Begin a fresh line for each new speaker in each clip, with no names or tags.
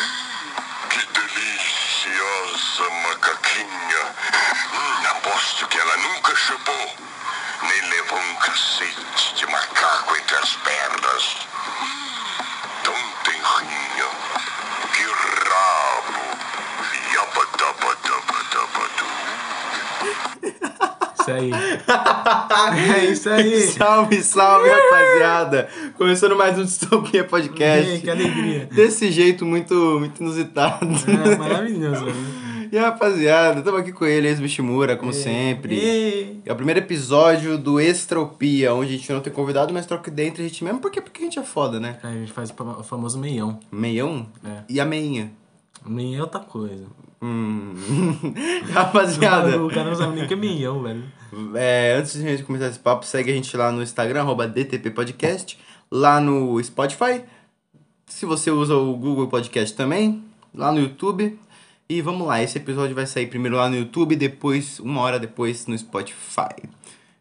Hum, um Hum,
aí.
É isso aí.
Salve, salve, rapaziada! Começando mais um Distopia
Ei,
Podcast.
que alegria.
Desse jeito muito, muito inusitado.
É, maravilhoso. né?
E rapaziada, estamos aqui com ele, ex-Bishimura,
É.
como sempre.
Ei.
É o primeiro episódio do Extropia, onde a gente não tem convidado, mas troca ideia entre a gente mesmo. Por quê? Porque a gente é foda, né?
Aí a gente faz o fam- o famoso meião.
Meião
É.
e a meinha.
Meião é outra coisa.
Hum.
O
rapaziada,
cara não sabe nem o que é meião, velho.
é, antes de a gente começar esse papo, segue a gente lá no Instagram, arroba DTP Podcast, lá no Spotify, se você usa o Google Podcast também, lá no YouTube. E vamos lá, esse episódio vai sair primeiro lá no YouTube, depois, uma hora depois, no Spotify.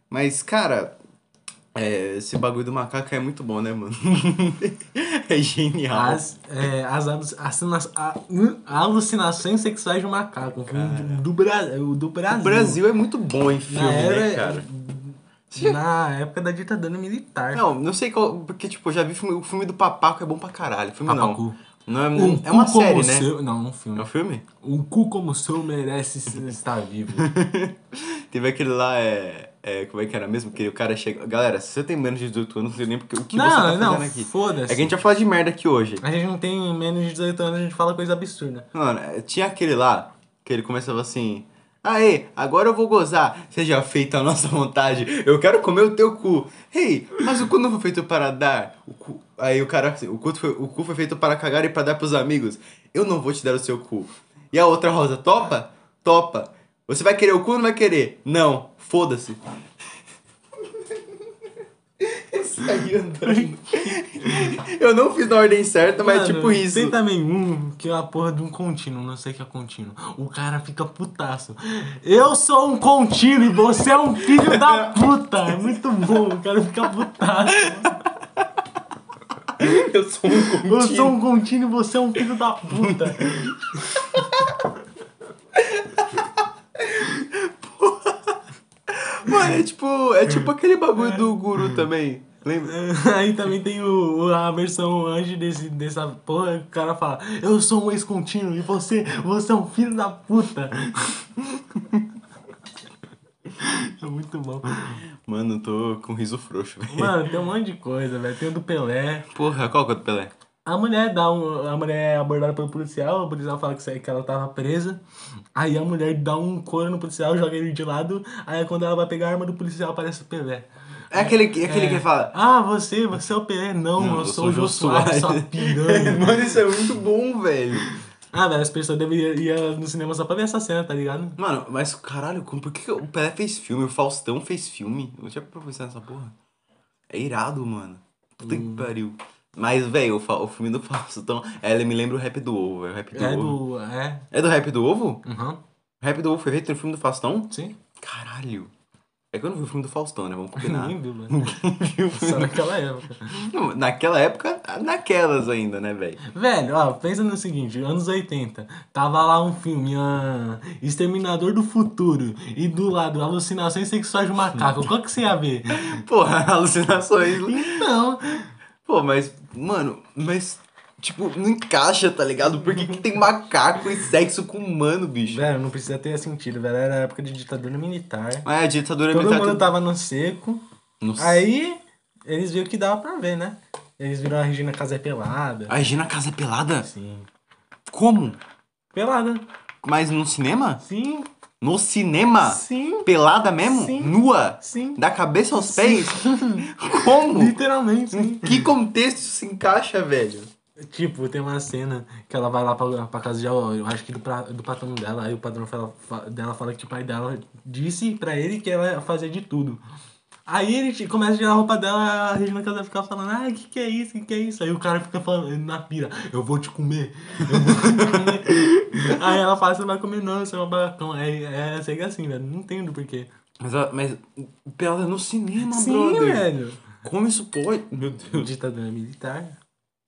Mas, cara, é, esse bagulho do macaco é muito bom, né, mano? é genial.
As, é, as alu- assina- a- hum, alucinações sexuais de um macaco. Um filme de- do, Brasil do Brasil.
O Brasil é muito bom em filme,
Na
né,
era... é-
cara?
Na época da ditadura militar.
Não, não sei qual. Porque, tipo, eu já vi filme, o filme do Papaco é bom pra caralho. Filme
Papacu.
não. Não é,
Um
é uma
cu como
série,
o
né?
seu- Não, um filme.
É um filme?
Um cu como o seu merece se- estar vivo.
Teve aquele lá, é, é. Como é que era mesmo? Que o cara chega. Galera, se você tem menos de 18 anos, não sei nem porque o que você tá
não,
fazendo
não,
aqui. É
foda-se.
que a gente vai falar de merda aqui hoje.
A gente não tem menos de 18 anos, a gente fala coisa absurda.
Mano, é, tinha aquele lá que ele começava assim. Aê, agora eu vou gozar. Seja feita a nossa vontade. Eu quero comer o teu cu. Ei, mas o cu não foi feito para dar. O cu... Aí o cara assim, o cu, foi, o cu foi feito para cagar e para dar pros amigos. Eu não vou te dar o seu cu. E a outra rosa, topa? Topa. Você vai querer o cu ou não vai querer? Não, foda-se. Ele saiu andando. Eu não fiz na ordem certa, mas
Mano,
tipo isso.
Tem também um que é a porra de um contínuo, não sei o que é contínuo. O cara fica putaço. Eu sou um contínuo e você é um filho da puta. É muito bom, o cara fica putaço.
Eu sou um
Eu
contínuo.
sou um contínuo e você é um filho da puta.
Mano, é tipo, é tipo aquele bagulho do guru também. Lembra?
Aí também tem o, o- a versão anjo desse, dessa porra que o cara fala: Eu sou um ex-contínuo e você, você é um filho da puta. é muito bom.
Mano, eu tô com um riso frouxo, velho.
Mano, tem um monte de coisa, velho. Tem o do Pelé.
Porra, qual que é o do Pelé?
A mulher dá um, a mulher é abordada pelo policial, o policial fala que, sai- que ela tava presa. Aí a mulher dá um couro no policial, joga ele de lado. Aí quando ela vai pegar a arma do policial, aparece o Pelé.
É aquele, que- é aquele que fala.
Ah, você, você é o Pelé? Não, eu, sou o Jô Soares, sua piranha.
Mano, isso é muito bom, velho.
Ah, velho, as pessoas deveriam ir ah, no cinema só pra ver essa cena, tá ligado?
Mano, mas caralho, como- por que que o Pelé fez filme? O Faustão fez filme? Eu tinha pra pensar nessa porra. É irado, mano. Puta
Hum.
que pariu. Mas, velho, o, fa- o filme do Faustão. Ela me lembra o rap do ovo, velho. O rap do
É
ovo.
do. É.
É do rap do ovo?
Uhum.
O rap do ovo foi feito no filme do Faustão?
Sim.
Caralho. É que eu não vi o filme do Faustão, né? Vamos combinar.
Ninguém viu, mano. Só naquela época.
Não, Naquela época, naquelas ainda, né, velho?
Velho, ó, pensa no seguinte: anos 80, tava lá um filme, ah, Exterminador do Futuro, e do lado, Alucinações Sexuais de Macaco. Qual que você ia ver? Então,
Porra, alucinações.
Não.
Pô, mas, mano, mas, tipo, não encaixa, tá ligado? Por que, que tem macaco e sexo com humano, bicho?
Velho, não precisa ter sentido, velho. Era época de ditadura militar.
Mas a ditadura
Todo
militar.
mundo
tudo-
tava no seco.
Nossa.
Aí, eles viram que dava pra ver, né? Eles viram a Regina Casé pelada.
A Regina Casa Pelada?
Sim.
Como?
Pelada.
Mas no cinema?
Sim.
No cinema?
Sim.
Pelada mesmo?
Sim.
Nua?
Sim.
Da cabeça aos pés? Como?
Literalmente,
Em
sim.
que contexto se encaixa, velho?
Tipo, tem uma cena que ela vai lá pra, pra casa de, ó, eu acho que do, pra- do patrão dela. Aí o patrão fala- fa- dela fala que o pai dela disse pra ele que ela fazia de tudo. Aí ele te- começa a tirar a roupa dela, a Regina Casé fica falando, ah, que que é isso, que que é isso? Aí o cara fica falando, na pira, eu vou te comer, eu vou te comer. Aí ela fala, você não vai comer não, você é um babacão. Aí é, segue assim, velho, não entendo porquê.
Mas, a- mas pelada no cinema,
Sim,
brother.
velho.
Como isso pode? Meu Deus.
Ditadura militar.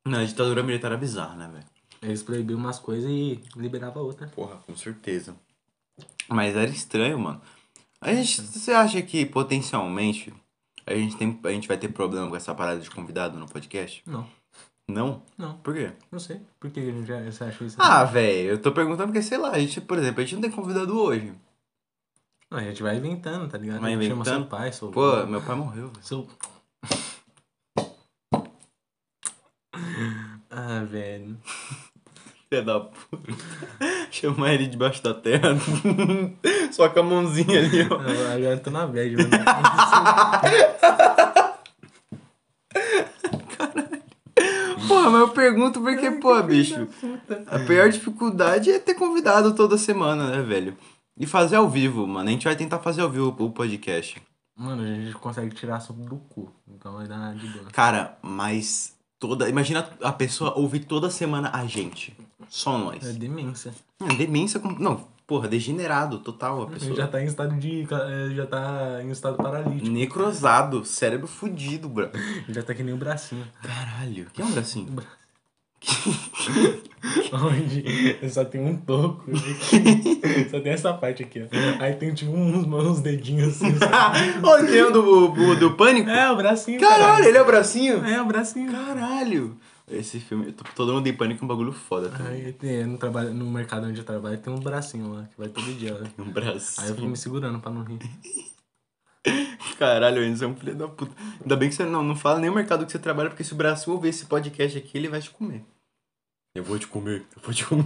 Não, a ditadura militar é bizarra, né, velho?
Eles proibiam umas coisas e liberava outra.
Porra, com certeza. Mas era estranho, mano. A gente, você acha que potencialmente a gente, tem, a gente vai ter problema com essa parada de convidado no podcast?
Não,
Não?
não,
Por quê?
não sei. Por que a gente já- você acha isso?
Ah, velho, eu tô perguntando porque, sei lá, a gente, por exemplo, a gente não tem convidado hoje.
Não, a gente vai inventando, tá ligado?
Vai
A gente chama
inventando.
seu pai, seu
Pô, meu pai morreu, velho.
Seu. Ah, velho.
Filha da puta. Chamar ele debaixo da terra. Só com a mãozinha ali, ó.
Agora agora eu tô na bad, mano.
Porra, mas eu pergunto porque, pô, bicho. A pior dificuldade é ter convidado toda semana, né, velho? E fazer ao vivo, mano. A gente vai tentar fazer ao vivo o podcast.
Mano, a gente consegue tirar assunto do cu. Então vai dar de boa.
Cara, mas toda. Imagina a pessoa ouvir toda semana a gente. Só nós.
É demência.
É demência. com- Não, porra, degenerado total a
A
pessoa.
gente já tá em estado de. eh, Já tá em estado paralítico.
Necrosado, cérebro fudido, bro.
Já tá que nem o bracinho.
Caralho, que é um bracinho?
Onde só tem um toco. só tem essa parte aqui, ó. Aí tem tipo uns, uns dedinhos assim. sabe?
Olha o do, do, do pânico?
É, o bracinho.
Caralho, ele é o bracinho?
É, o bracinho.
Caralho! Esse filme, to- todo mundo em pânico é um bagulho foda também.
Aí tem- no, trabalho, no mercado onde eu trabalho tem um bracinho lá, que vai todo dia. Né?
Um
Aí eu
bracinho.
fico me segurando pra não rir.
Caralho, Enzo é um filho da puta. Ainda bem que você não, não fala nem o mercado que você trabalha, porque se o bracinho ouvir esse podcast aqui, ele vai te comer. Eu vou te comer, eu vou te comer.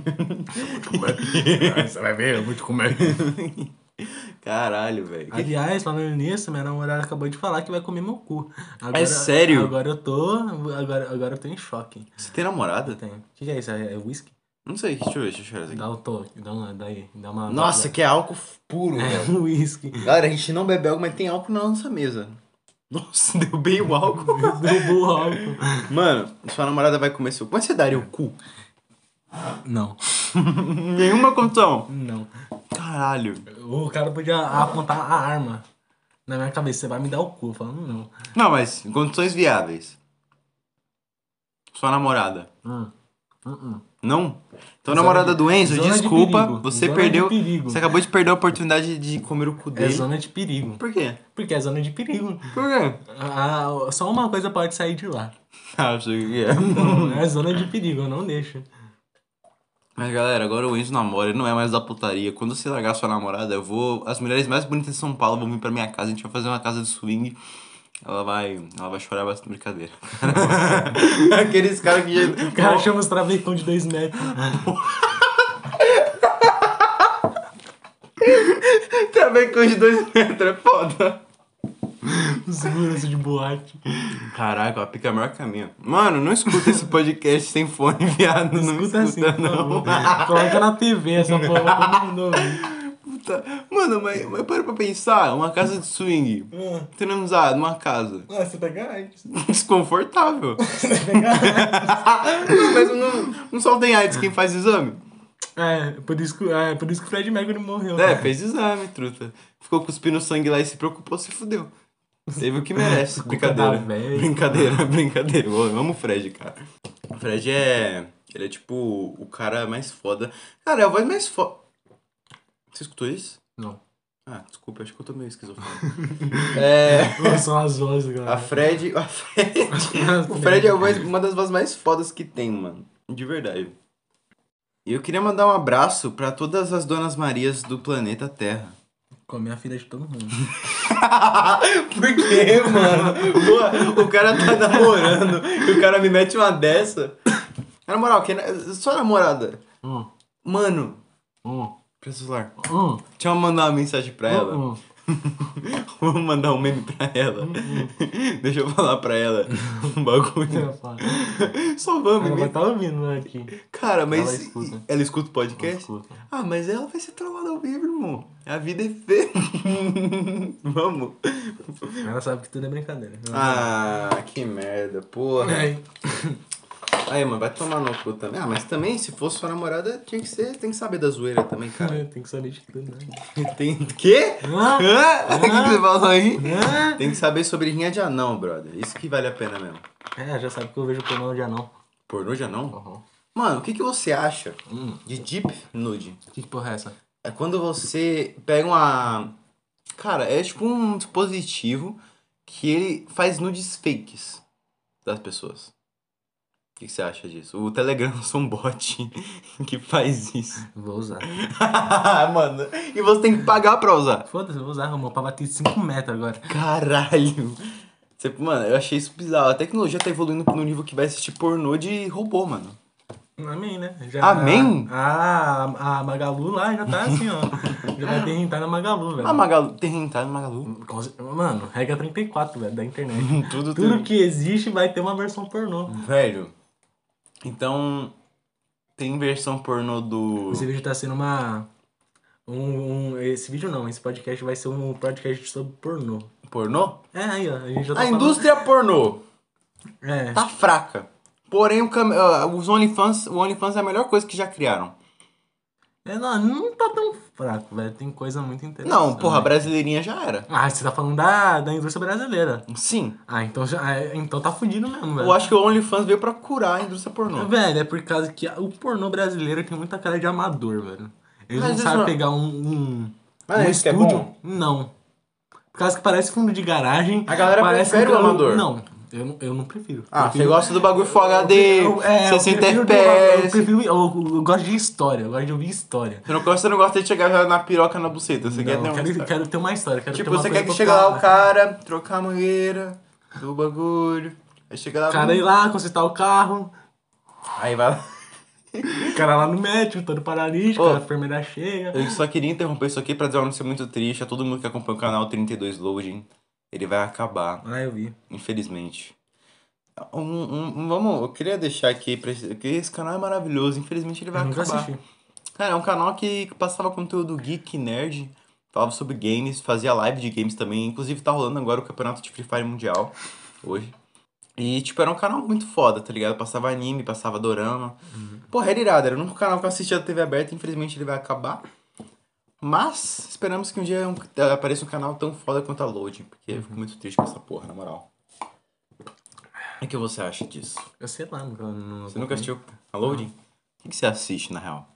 Você vai ver, eu vou te comer.
Caralho, velho. Que-
Aliás, falando nisso, minha namorada acabou de falar que vai comer meu cu. Agora,
sério?
Agora eu tô. Agora, agora eu tô em choque.
Você tem namorada?
Eu tenho. O que, que é isso? É, é whisky?
Não sei, deixa eu ver, deixa eu ver isso aqui.
Dá o toque, dá uma. Daí, dá uma
Nossa, que é álcool puro,
é
velho.
um whisky.
Galera, a gente não bebe álcool, mas tem álcool na nossa mesa. Nossa, deu bem o álcool.
Derrubou o álcool.
Mano, sua namorada vai comer seu cu. Mas você daria o cu?
Não,
Nenhuma condição.
não.
Caralho.
O cara podia apontar a arma na minha cabeça. Você vai me dar o cu. Falando, não.
Não, mas em condições viáveis. Sua namorada.
Hum. Hum, hum.
Não? Então,
Zona
namorada
de-
do Enzo,
zona de
desculpa.
perigo.
você
Zona de
perdeu.
perigo.
Você acabou de perder a oportunidade de comer o cu
É
dele.
zona de perigo.
Por quê?
Porque é zona de perigo.
Por quê?
Ah, só uma coisa pode sair de lá.
Ah, sei que é.
Não, é zona de perigo, eu não deixo.
Mas galera, agora o Enzo namora, ele não é mais da putaria. Quando você largar sua namorada, eu vou. As mulheres mais bonitas de São Paulo vão vir pra minha casa, a gente vai fazer uma casa de swing. Ela vai. Ela vai chorar bastante brincadeira. Aqueles caras que já.
O cara chama os travecão de dois metros.
Também com os dois metros, é foda.
Segurança de boate.
Caraca, a pica é maior que a minha. Mano, não escuta esse podcast sem fone, viado. Não
Escuta assim, por
não.
favor. Coloca na TV essa porra pra todo mundo ouvir.
Puta. Mano, mas, mas para pra pensar, uma casa de swing. Transar numa casa.
Ah, você tá pega AIDS.
Desconfortável.
Você pega AIDS.
Não, mas não, não só tem AIDS quem faz exame.
É, por isso que, é, por isso que o Fred Mercury morreu.
É, fez exame, truta. Ficou cuspindo sangue lá e se preocupou, se fudeu. Teve o que merece. Brincadeira.
da velha.
Brincadeira, brincadeira. Eu amo o Fred, cara. O Fred é. Ele é tipo o cara mais foda. Cara, é a voz mais foda. Você escutou isso?
Não.
Ah, desculpa, acho que eu tô meio esquizofrênico. é.
São as vozes,
A
galera.
Fred. A Fred. O Fred é a voz- uma das vozes mais fodas que tem, mano. De verdade. E eu queria mandar um abraço pra todas as Donas Marias do planeta Terra.
Comer a filha de todo mundo.
Por quê, mano? Pô, o cara tá namorando e o cara me mete uma dessa. Na moral, quem, sua namorada.
Hum,
Mano,
hum,
pra celular.
hum.
Deixa eu mandar uma mensagem pra ela.
hum, hum.
Vou mandar um meme pra ela.
Uhum.
Deixa eu falar pra ela um
é
bagulho. Só vamos,
Ela vai
meme.
estar ouvindo né, aqui.
Cara, mas.
Ela escuta.
ela escuta o podcast?
Escuta.
Ah, mas ela vai ser travada ao vivo, irmão. A vida é feia. Vamos.
Ela sabe que tudo é brincadeira.
Ah, que merda, porra.
Ai.
Aí, mano, vai tomar no cu também. Ah, mas também, se fosse sua namorada, tinha que ser, tem que saber da zoeira também, cara.
Tem que saber de tudo, né?
Tem quê?
Ah.
Hã? O que você falou aí?
Ah.
Tem que saber sobre rinha de anão, brother. Isso que vale a pena mesmo.
É, já sabe que eu vejo pornô de anão.
Pornô de anão?
Uhum.
Mano, o que, que você acha
Hum,
de deep nude?
que que porra é essa?
É quando você pega uma. Cara, é tipo um dispositivo que ele faz nudes fakes das pessoas. O que, que você acha disso? O Telegram é um bot que faz isso.
Vou usar.
Mano, e você tem que pagar pra usar.
Foda-se, eu vou usar, arrumou pra bater 5 metros agora.
Caralho. Você- Mano, eu achei isso bizarro. A tecnologia tá evoluindo no nível que vai assistir pornô de robô, mano.
Amém, né? Já-
Amém?
Ah, a- a Magalu lá já tá assim, ó. já vai derrentar na Magalu, velho.
Ah, Magalu. Tem rentável Magalu?
Com cer- Mano, regra 34, velho, da internet.
Tudo,
Tudo que existe vai ter uma versão pornô.
Velho. Então. Tem versão pornô do.
Esse vídeo tá sendo uma. Um, um- esse vídeo não, esse podcast vai ser um podcast sobre pornô.
Pornô?
É, aí, ó. A gente já tá
A
falando-
indústria pornô
É.
tá fraca. Porém, o cam- ah, os OnlyFans, o OnlyFans é a melhor coisa que já criaram.
é não, não tá tão fraco, velho. Tem coisa muito interessante.
Não, porra, a brasileirinha já era.
Ah, você tá falando da, da indústria brasileira.
Sim.
Ah, então, já- ah, então tá fudido mesmo, velho.
Eu acho que o OnlyFans veio pra curar a indústria pornô.
Velho, é por causa que o pornô brasileiro tem muita cara de amador, velho. Eles
Mas
não
isso
sabem
não-
pegar um, um,
Mas
um
é isso que é
estúdio.
bom?
não. Por causa que parece fundo de garagem.
A galera
parece
prefere
um
o
cara-
amador.
Não, eu, não- eu não prefiro.
Ah, você
prefiro...
gosta do bagulho Full HD,
eu- é, eu
60
prefiro- Eu,
FPS.
prefiro, eu, eu gosto de história, eu gosto de ouvir história.
Você não, gosta, você não gosta de chegar já na piroca na buceta. Você quer ter
Não,
um.
quero, quero ter uma história. Quero
Tipo,
ter uma
você
coisa
quer que
pra
chegue lá
falar.
o cara, trocar a mangueira do bagulho. Aí chega lá.
O cara ir lá, consertar o carro.
Aí vai lá.
O cara lá no médico, todo paralítico,
Ô.
a enfermeira chega.
Eu só queria interromper isso aqui pra dizer uma notícia muito triste a todo mundo que acompanha o canal 32 Loading. Ele vai acabar,
Ah, eu vi.
infelizmente. Um, um- um- vamos, eu queria deixar aqui pra esse, que esse canal é maravilhoso, infelizmente ele vai
Eu nunca
acabar.
assisti.
Cara, é um canal que passava conteúdo geek nerd, falava sobre games, fazia live de games também. Inclusive tá rolando agora o campeonato de Free Fire Mundial hoje. E, tipo, era um canal muito foda, tá ligado? Passava anime, passava dorama. Porra, era irado, era um canal que eu assistia da TV aberta, infelizmente ele vai acabar. Mas esperamos que um dia um- apareça um canal tão foda quanto a Loading, porque eu fico muito triste com essa porra, na moral. O que você acha disso?
Eu sei lá, nunca. não-
Você nunca assistiu a Loading? Ah. O que que você assiste, na real?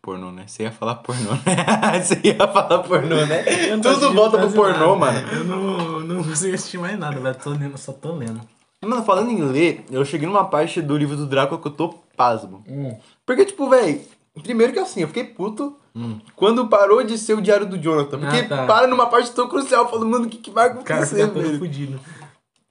Pornô, né? Você ia falar pornô, né? Você ia falar pornô, né?
Eu não
Tudo
assisti
volta pro
quase nada.
pornô, mano.
Eu não, não consigo assistir mais nada, velho. Tô lendo, só tô lendo.
Mano, falando em ler, eu cheguei numa parte do livro do Drácula que eu tô pasmo. Porque, tipo, velho, primeiro que assim, eu fiquei puto
Hum.
quando parou de ser o Diário do Jonathan. Porque
Ah, tá.
para numa parte tão crucial, falando, mano, o que, que vai
O cara fica
acontecer,
todo
velho?
fudido.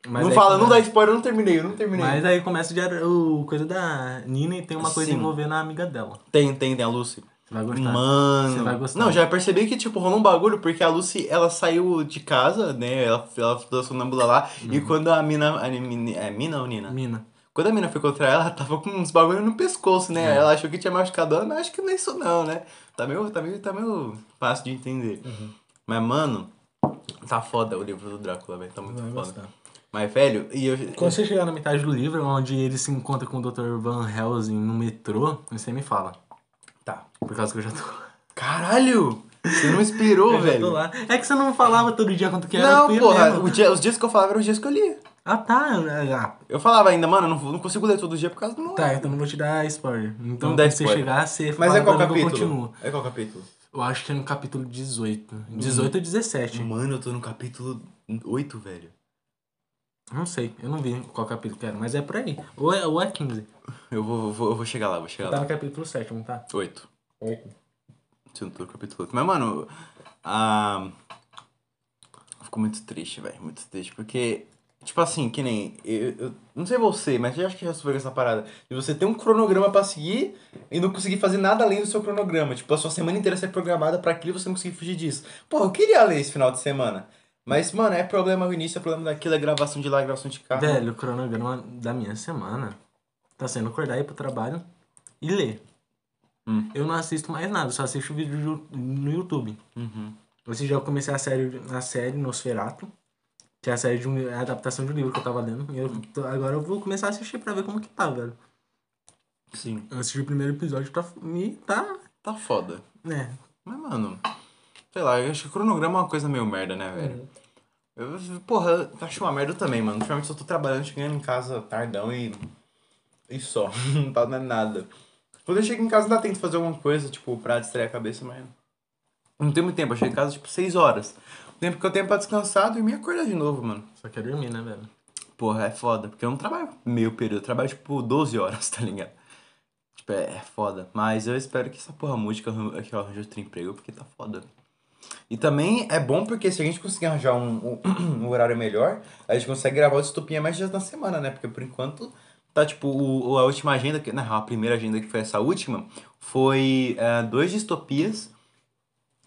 Mas
Não
aí
fala, não dá
começa-
spoiler, eu não terminei, eu não terminei.
Mas aí começa o, diário, o coisa da Nina e tem uma coisa
Sim.
envolvendo a amiga dela.
Tem, tem, tem a Lucy.
Você vai gostar.
Mano.
Você vai gostar.
Não, já percebi que, tipo, rolou um bagulho, porque a Lucy, ela saiu de casa, né? Ela, ela ficou sonâmbula lá.
Uhum.
E quando a mina. A, mini- é mina ou Nina?
Mina.
Quando a mina foi contra ela, ela tava com uns bagulho no pescoço,
É.
né? Ela achou que tinha machucado ela, mas acho que não é isso não, né? Tá meio, tá meio, tá meio fácil de entender.
Uhum.
Mas, mano, tá foda o livro do Drácula, velho. Tá muito
Vai
foda.
gostar.
Mas, velho, e eu.
Quando você chegar na metade do livro, onde ele se encontra com o Dr. Van Helsing no metrô, você me fala.
Tá.
Por causa que eu já tô.
Caralho! Você não esperou,
eu já
velho.
tô lá. É que você não falava todo dia quanto que era. eu
Não,
fui
porra,
lendo.
o dia- os dias que eu falava eram os dias que eu lia.
Ah, tá. Ah,
Eu falava ainda, mano, eu não, vou- não consigo ler todo dia por causa do meu
Tá,
horário.
então não vou te dar spoiler. Então,
Não dá
se você
spoiler.
chegar, você
Mas
fala
é qual
pra mim que eu
capítulo?
continuo.
É qual capítulo?
Eu acho que é no capítulo 18.
Uhum.
18 ou 17.
Mano, eu tô no capítulo 8, velho.
Não sei, eu não vi qual capítulo que era, mas é por aí. Ou é, ou é 15.
Eu vou, eu vou, eu vou chegar lá, vou chegar
Tá
lá.
no capítulo 7, não tá?
8.
Oito.
Se eu não tô no capítulo 8. Mas, mano, a... Eu fico muito triste, velho. Muito triste, porque... Tipo assim, que nem... Eu, eu não sei você, mas eu acho que já sofreu com essa parada. De você ter um cronograma pra seguir e não conseguir fazer nada além do seu cronograma. Tipo, a sua semana inteira ser programada pra aquilo e você não conseguir fugir disso. Pô, eu queria ler esse final de semana. Mas, mano, é problema o início, é problema daquilo, é gravação de lá, é gravação de cá.
Velho, o cronograma da minha semana tá sendo acordar, ir pro trabalho e ler.
Hum.
Eu não assisto mais nada, só assisto vídeo de Yu- no YouTube.
Uhum.
Esse dia eu comecei a série, a série Nosferatu, que é a série de um, a adaptação de um livro que eu tava lendo. E eu tô- agora eu vou começar a assistir pra ver como que tá, velho.
Sim.
Eu assisti o primeiro episódio pra me tá.
Tá foda.
né?
Mas, mano, sei lá, eu acho que cronograma é uma coisa meio merda, né, velho? Eu, porra, eu acho uma merda também, mano. Ultimamente só tô trabalhando, chegando em casa tardão e. E só. Não tá dando nada. Quando eu chego em casa, dá tempo de fazer alguma coisa, tipo, pra distrair a cabeça, mas. Não tem muito tempo. Eu chego em casa, tipo, 6 horas. O tempo que eu tenho pra descansar, dormir e acordar de novo, mano.
Só quer dormir, né, velho?
porra, é foda. Porque eu não trabalho meio período, eu trabalho tipo 12 horas, tá ligado? Tipo, é, é foda. Mas eu espero que essa porra mude que eu arran- que eu arranje outro emprego, porque tá foda. E também é bom porque se a gente conseguir arranjar um, um, um horário melhor, a gente consegue gravar o Distopia mais dias na semana, né? Porque por enquanto tá tipo, o, o- a última agenda, que, não, a primeira agenda que foi essa última, foi é, dois distopias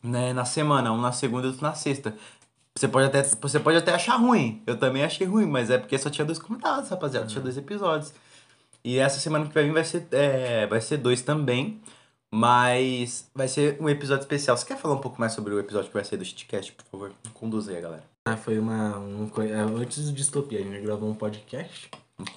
né, na semana, um na segunda e outro na sexta. Você pode, até, você pode até achar ruim. Eu também achei ruim, mas é porque só tinha dois convidados, rapaziada. Tinha dois episódios. E essa semana que vai vir vai ser, é, vai ser dois também. Mas vai ser um episódio especial. Você quer falar um pouco mais sobre o episódio que vai ser do Shitcast, por favor? Conduz aí, galera.
Ah, foi uma, um coi- é, antes do Distopia, a gente gravou um podcast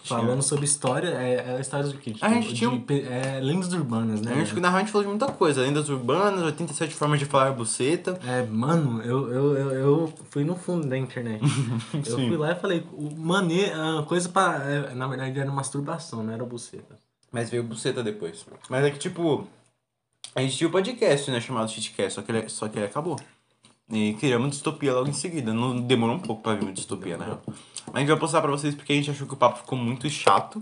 falando sobre história, é, é histórias do quê?
A gente
de,
tinha um-
pe- é, lendas urbanas, né?
A gente, na real, a gente falou de muita coisa. Lendas urbanas, 87 formas de falar buceta.
É, mano, eu, eu, eu, eu fui no fundo da internet. eu
Sim.
fui lá e falei, o mane, a coisa pra. é, Na verdade era masturbação, não era buceta.
Mas veio buceta depois. Mas é que, tipo, a gente tinha o podcast, né? Chamado Shitcast, só que ele, só que ele acabou. E criamos distopia logo em seguida. Não demorou um pouco pra vir uma distopia, né? Mas a gente vai postar pra vocês porque a gente achou que o papo ficou muito chato.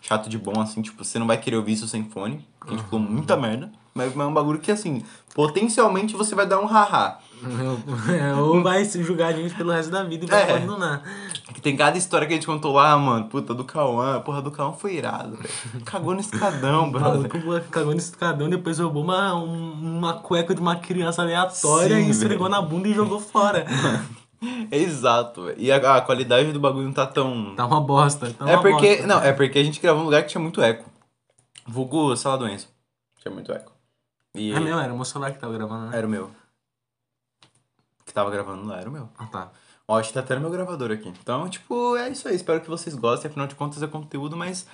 Chato de bom, assim, tipo, você não vai querer ouvir isso sem fone. Porque a gente falou muita merda. Mas é um bagulho que, assim, potencialmente você vai dar um haha.
É, Ou vai se julgar a gente pelo resto da vida e vai
É.
abandonar.
Que tem cada história que a gente contou lá, mano. Puta, do Cauã. Porra, do Cauã foi irado, velho. Cagou no escadão,
O
brother.
maluco cagou no escadão, depois roubou uma, um- uma cueca de uma criança aleatória
Sim,
e esfregou
velho.
na bunda e jogou fora.
Exato, velho. E a, a qualidade do bagulho não tá tão.
Tá uma bosta. Tá
é
uma
porque.
bosta.
Não, é porque a gente gravou num lugar que tinha muito eco. Vulgo sala doença. Tinha muito eco. E
É meu, era o meu celular que tava gravando, né?
era o meu. Que tava gravando lá, era o meu.
Ah, tá.
Ó, acho que tá até no meu gravador aqui. Então, tipo, é isso aí. Espero que vocês gostem. Afinal de contas, é conteúdo, mas.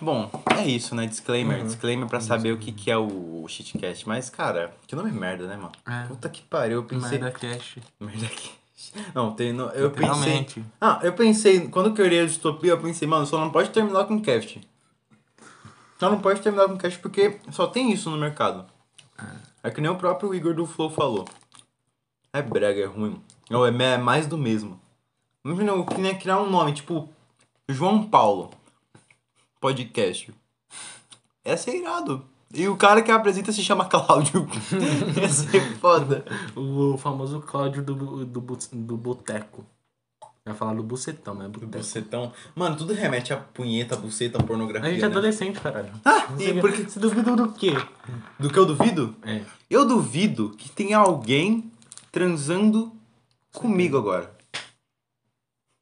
Bom, é isso, né? Disclaimer. Disclaimer pra saber o que, que é o shitcast. Mas, cara, que nome merda, né, mano?
É.
Puta que pariu. Eu pensei.
Merda cash.
Merda que. Não, tem. No... Eu pensei.
Realmente.
Ah, eu pensei. Quando que eu olhei a distopia, eu pensei, mano, só não pode terminar com cast. Só não pode terminar com cast porque só tem isso no mercado. É que nem o próprio Igor do Flow falou. É brega, é ruim. Não, é me- é mais do mesmo. Imagina, eu queria criar um nome, tipo. João Paulo. Podcast. Ia ser irado. E o cara que apresenta se chama Cláudio. Ia ser foda.
O famoso Cláudio do, do, bu- do Boteco. Eu ia falar do bucetão, mas é boteco.
Bucetão. Mano, tudo remete a punheta, buceta, pornografia.
A gente é
né?
adolescente, caralho.
Ah,
Você-
e porque,
Você duvidou do quê?
do que eu duvido?
É.
Eu duvido que tenha alguém transando comigo agora.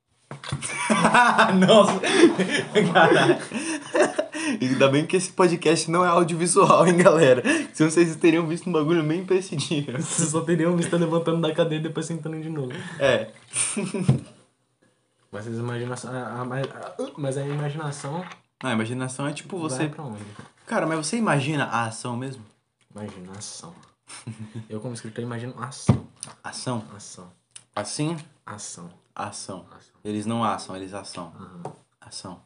Nossa! Caralho! Ainda bem que esse podcast não é audiovisual, hein, galera? Se vocês teriam visto um bagulho bem imprescindível.
Vocês só teriam visto eu levantando da cadeira e depois sentando de novo.
É.
Mas vocês imaginam. A, a, a- uh, mas a imaginação
A imaginação é tipo
vai
você.
pra onde?
Cara, mas você imagina a ação mesmo?
Imaginação. Eu, como escritor, imagino ação.
Ação?
Ação.
Assim?
Ação.
Ação.
Ação.
Eles não assam, eles ação.
Uhum.
Ação.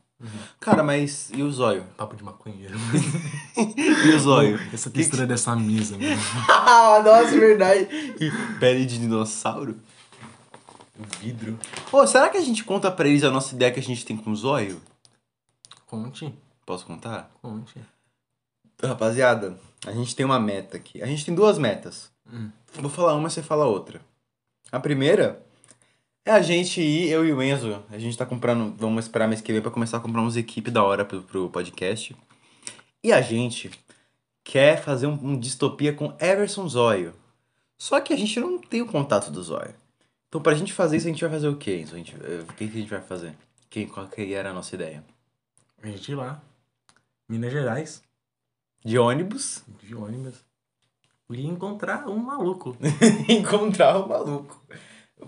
Cara, mas e o zóio?
Papo de maconheiro.
E o zóio?
Essa textura dessa mesa, mano.
Ah, Nossa, verdade. E Pele de dinossauro?
Vidro.
Pô, será que a gente conta pra eles a nossa ideia que a gente tem com o zóio?
Conte,
Posso contar?
conte.
Rapaziada, a gente tem uma meta aqui. A gente tem duas metas.
Hum.
Vou falar uma, você fala outra. A primeira é a gente ir, eu e o Enzo. A gente tá comprando, vamos esperar mês que vem pra começar a comprar umas equipes da hora pro, pro podcast. E a gente quer fazer um, um distopia com Everson Zóio. Só que a gente não tem o contato do Zóio. Então pra gente fazer isso, a gente vai fazer o quê, Enzo? A gente, eh, o que, que a gente vai fazer? Quem, qual que era a nossa ideia?
A gente ir lá. Minas Gerais,
De ônibus
de ônibus. E encontrar um maluco.
encontrar o maluco.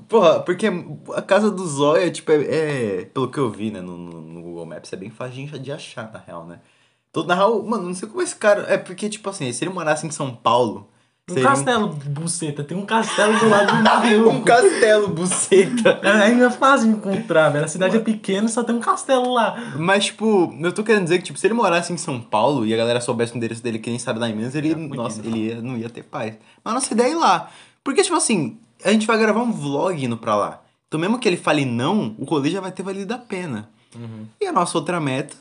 Porra, porque a casa do Zóia, tipo, é, é- Pelo que eu vi, né, no, no, no Google Maps, é bem fácil de- de achar, na real, né? Todo na real, mano, não sei como esse cara. É porque, tipo assim, se ele morasse em São Paulo.
Um
seria
castelo, buceta. Tem um castelo do lado do
Um,
maluco.
um castelo, buceta.
É ainda fácil de encontrar, velho. A cidade é pequena e só tem um castelo lá.
Mas, tipo, eu tô querendo dizer que, tipo, se ele morasse em São Paulo e a galera soubesse o endereço dele, que nem sabe lá em Minas, ele.
Tá fudido.
nossa, ele ia- não ia ter paz. Mas a nossa ideia é ir lá. Porque, tipo assim, a gente vai gravar um vlog indo pra lá. Então, mesmo que ele fale não, o rolê já vai ter valido a pena.
Uhum.
E a nossa outra meta,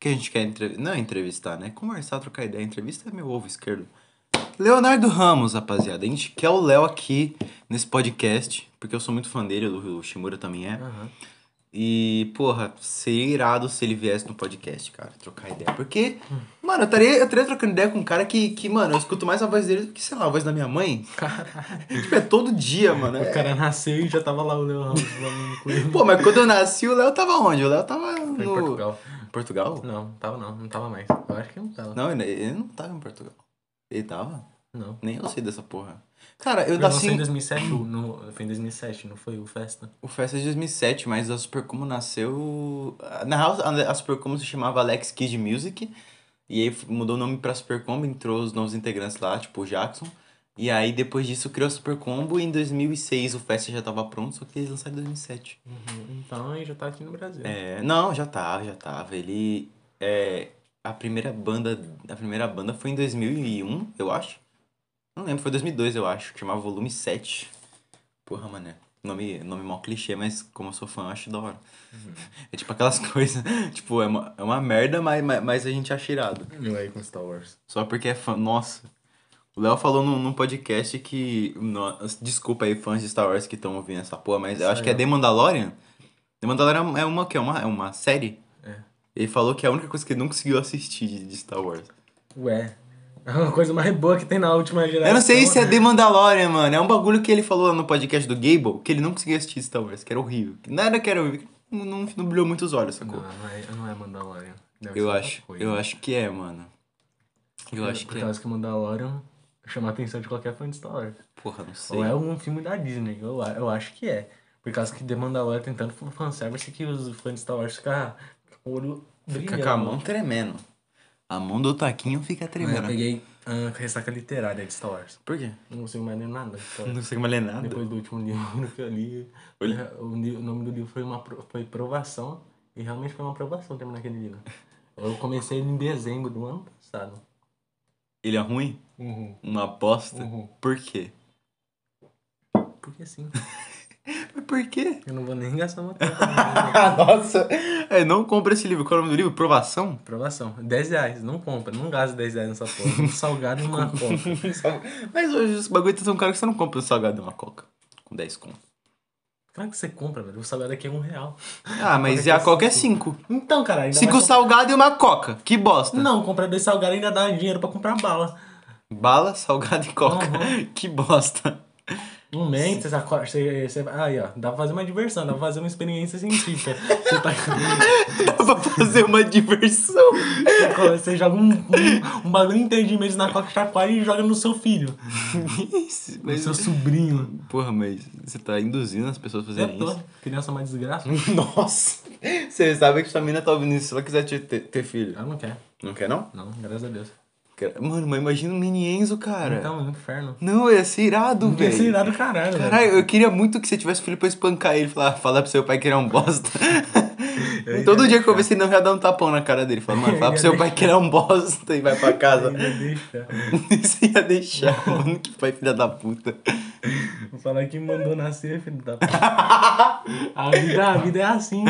que a gente quer entrev... não é entrevistar, né? Conversar, trocar ideia. Entrevista é meu ovo esquerdo. Leonardo Ramos, rapaziada. A gente quer o Léo aqui nesse podcast, porque eu sou muito fã dele, o Shimura também é.
Aham.
E, porra, seria irado se ele viesse no podcast, cara, trocar ideia. Porque, mano, eu estaria, eu estaria trocando ideia com um cara que, que, mano, eu escuto mais a voz dele que, sei lá, a voz da minha mãe. tipo, é todo dia, mano.
O
É-
cara nasceu e já tava lá o Leo Ramos falando com ele.
Pô, mas quando eu nasci, o Léo tava onde? O Léo tava
Foi Tá em
no...
Portugal.
Portugal?
Não, tava não, não tava mais. Eu acho que não tava.
Não, ele- ele não tava em Portugal. Ele tava?
Não.
Nem eu sei dessa porra. Cara, eu
Eu nasci
nasci...
em 2007, o- no, foi em 2007, não foi o Festa?
O Festa de 2007, mas a Supercomo nasceu. Na real, a a Supercomo se chamava Alex Kid Music. E aí f- mudou o nome pra Supercombo, entrou os novos integrantes lá, tipo o Jackson. E aí depois disso criou a Supercombo e em 2006 o Festa já tava pronto, só que eles lançaram em 2007.
Então ele já tá aqui no Brasil.
É, não, já tava, já tava. Ele. É, a primeira banda. A primeira banda foi em 2001, eu acho. Não lembro, foi 2002, eu acho. que Chamava Volume 7. Porra, mané. Nome, nome mó clichê, mas como eu sou fã, eu acho da hora. É tipo aquelas coisas. Tipo, é uma, é uma merda, mas, mas, mas a gente acha irado.
Meu aí com Star Wars.
Só porque é fã. Nossa. O Léo falou num, num podcast que. no- desculpa aí, fãs de Star Wars que estão ouvindo essa porra, mas eu acho que é
Saiu.
The Mandalorian. The Mandalorian é uma que é uma, é uma série.
É.
Ele falou que é a única coisa que ele não conseguiu assistir de, de Star Wars.
Ué. É uma coisa mais boa que tem na última geração.
Eu não sei se é
né?
The Mandalorian, mano. É um bagulho que ele falou lá no podcast do Gable que ele não conseguiu assistir de Star Wars, que era horrível. Que Não era que era horrível, que não, não, não brilhou muito os olhos, sacou?
Não, não é, não é Mandalorian. Deve ser
eu
outra
acho.
coisa.
Eu acho que é, mano. Eu acho
Por
que é.
causa que Mandalorian chama a atenção de qualquer fã de Star Wars.
Porra, não sei.
Ou é um filme da Disney, eu, a- eu acho que é. Por causa que The Mandalorian tem tanto fanservice que os fãs de Star Wars ficam com o olho
Fica
brilhando.
com a mão tremendo. A mão do Taquinho fica
Mas Eu
tremendo.
peguei ah, ressaca literária de Star Wars.
Por quê?
Não consigo mais ler nada. de Star Wars.
Não sei mais ler nada.
Depois do último livro que eu li,
Olha.
eh, o, li- o nome do livro foi, uma, pro- foi Provação, e realmente foi uma provação terminar aquele livro. Eu comecei ele em dezembro do ano passado.
Ele é ruim?
Uhum.
Uma bosta?
Uhum.
Por quê?
Porque sim,
Mas por quê?
eu não vou nem gastar meu tempo. né?
Ah, Nossa! É, não compra esse livro. Qual é o nome do livro? Provação?
Provação. 10 reais, não compra, não gasta 10 reais nessa porra. Um salgado e uma compra.
Mas hoje os bagulho tá tão caro que você não compra um salgado e uma coca. Com 10 conto.
Como é que você compra, velho? O salgado aqui é um real.
Ah, mas e a coca é 5.
Então, cara, ainda
5
mais-
salgado e uma coca. Que bosta.
Não, comprar dois salgados ainda dá dinheiro pra comprar bala.
Bala, salgado e coca. Que bosta.
Não mente, você, acorda- você, você. Aí, ó, dá pra fazer uma diversão, dá pra fazer uma experiência científica. Você, tá,
Dá pra fazer uma diversão.
você joga um, um, um bagulho inteiro de mês na coca chacoalha e joga no seu filho,
É Isso,
no
mas...
seu sobrinho.
Porra, mas você tá induzindo as pessoas a fazerem
Eu
isso?
tô. Criança é uma desgraça.
Nossa! Você sabe que sua mina tá ouvindo isso se ela quiser te- ter, ter filho.
Ela não quer.
Não quer, não?
Não, graças a Deus.
Quer- Mano, mas imagina o mini Enzo, cara.
Então, é um inferno.
Não, ia ser irado,
Não pensei
velho.
nada do caralho, velho.
Caralho, eu queria muito que você tivesse filho pra eu espancar ele e falar, falar pro seu pai que ele é um bosta. Todo dia que eu vejo ele, não ia dar um tapão na cara dele. Falar, mano,
Eu
fala pro
ia
seu pai que ele é um bosta e vai pra casa.
Ainda deixa.
Você ia deixar, mano, que pai filha da puta.
Vou falar que mandou nascer, filho da puta. A vida, a vida é assim.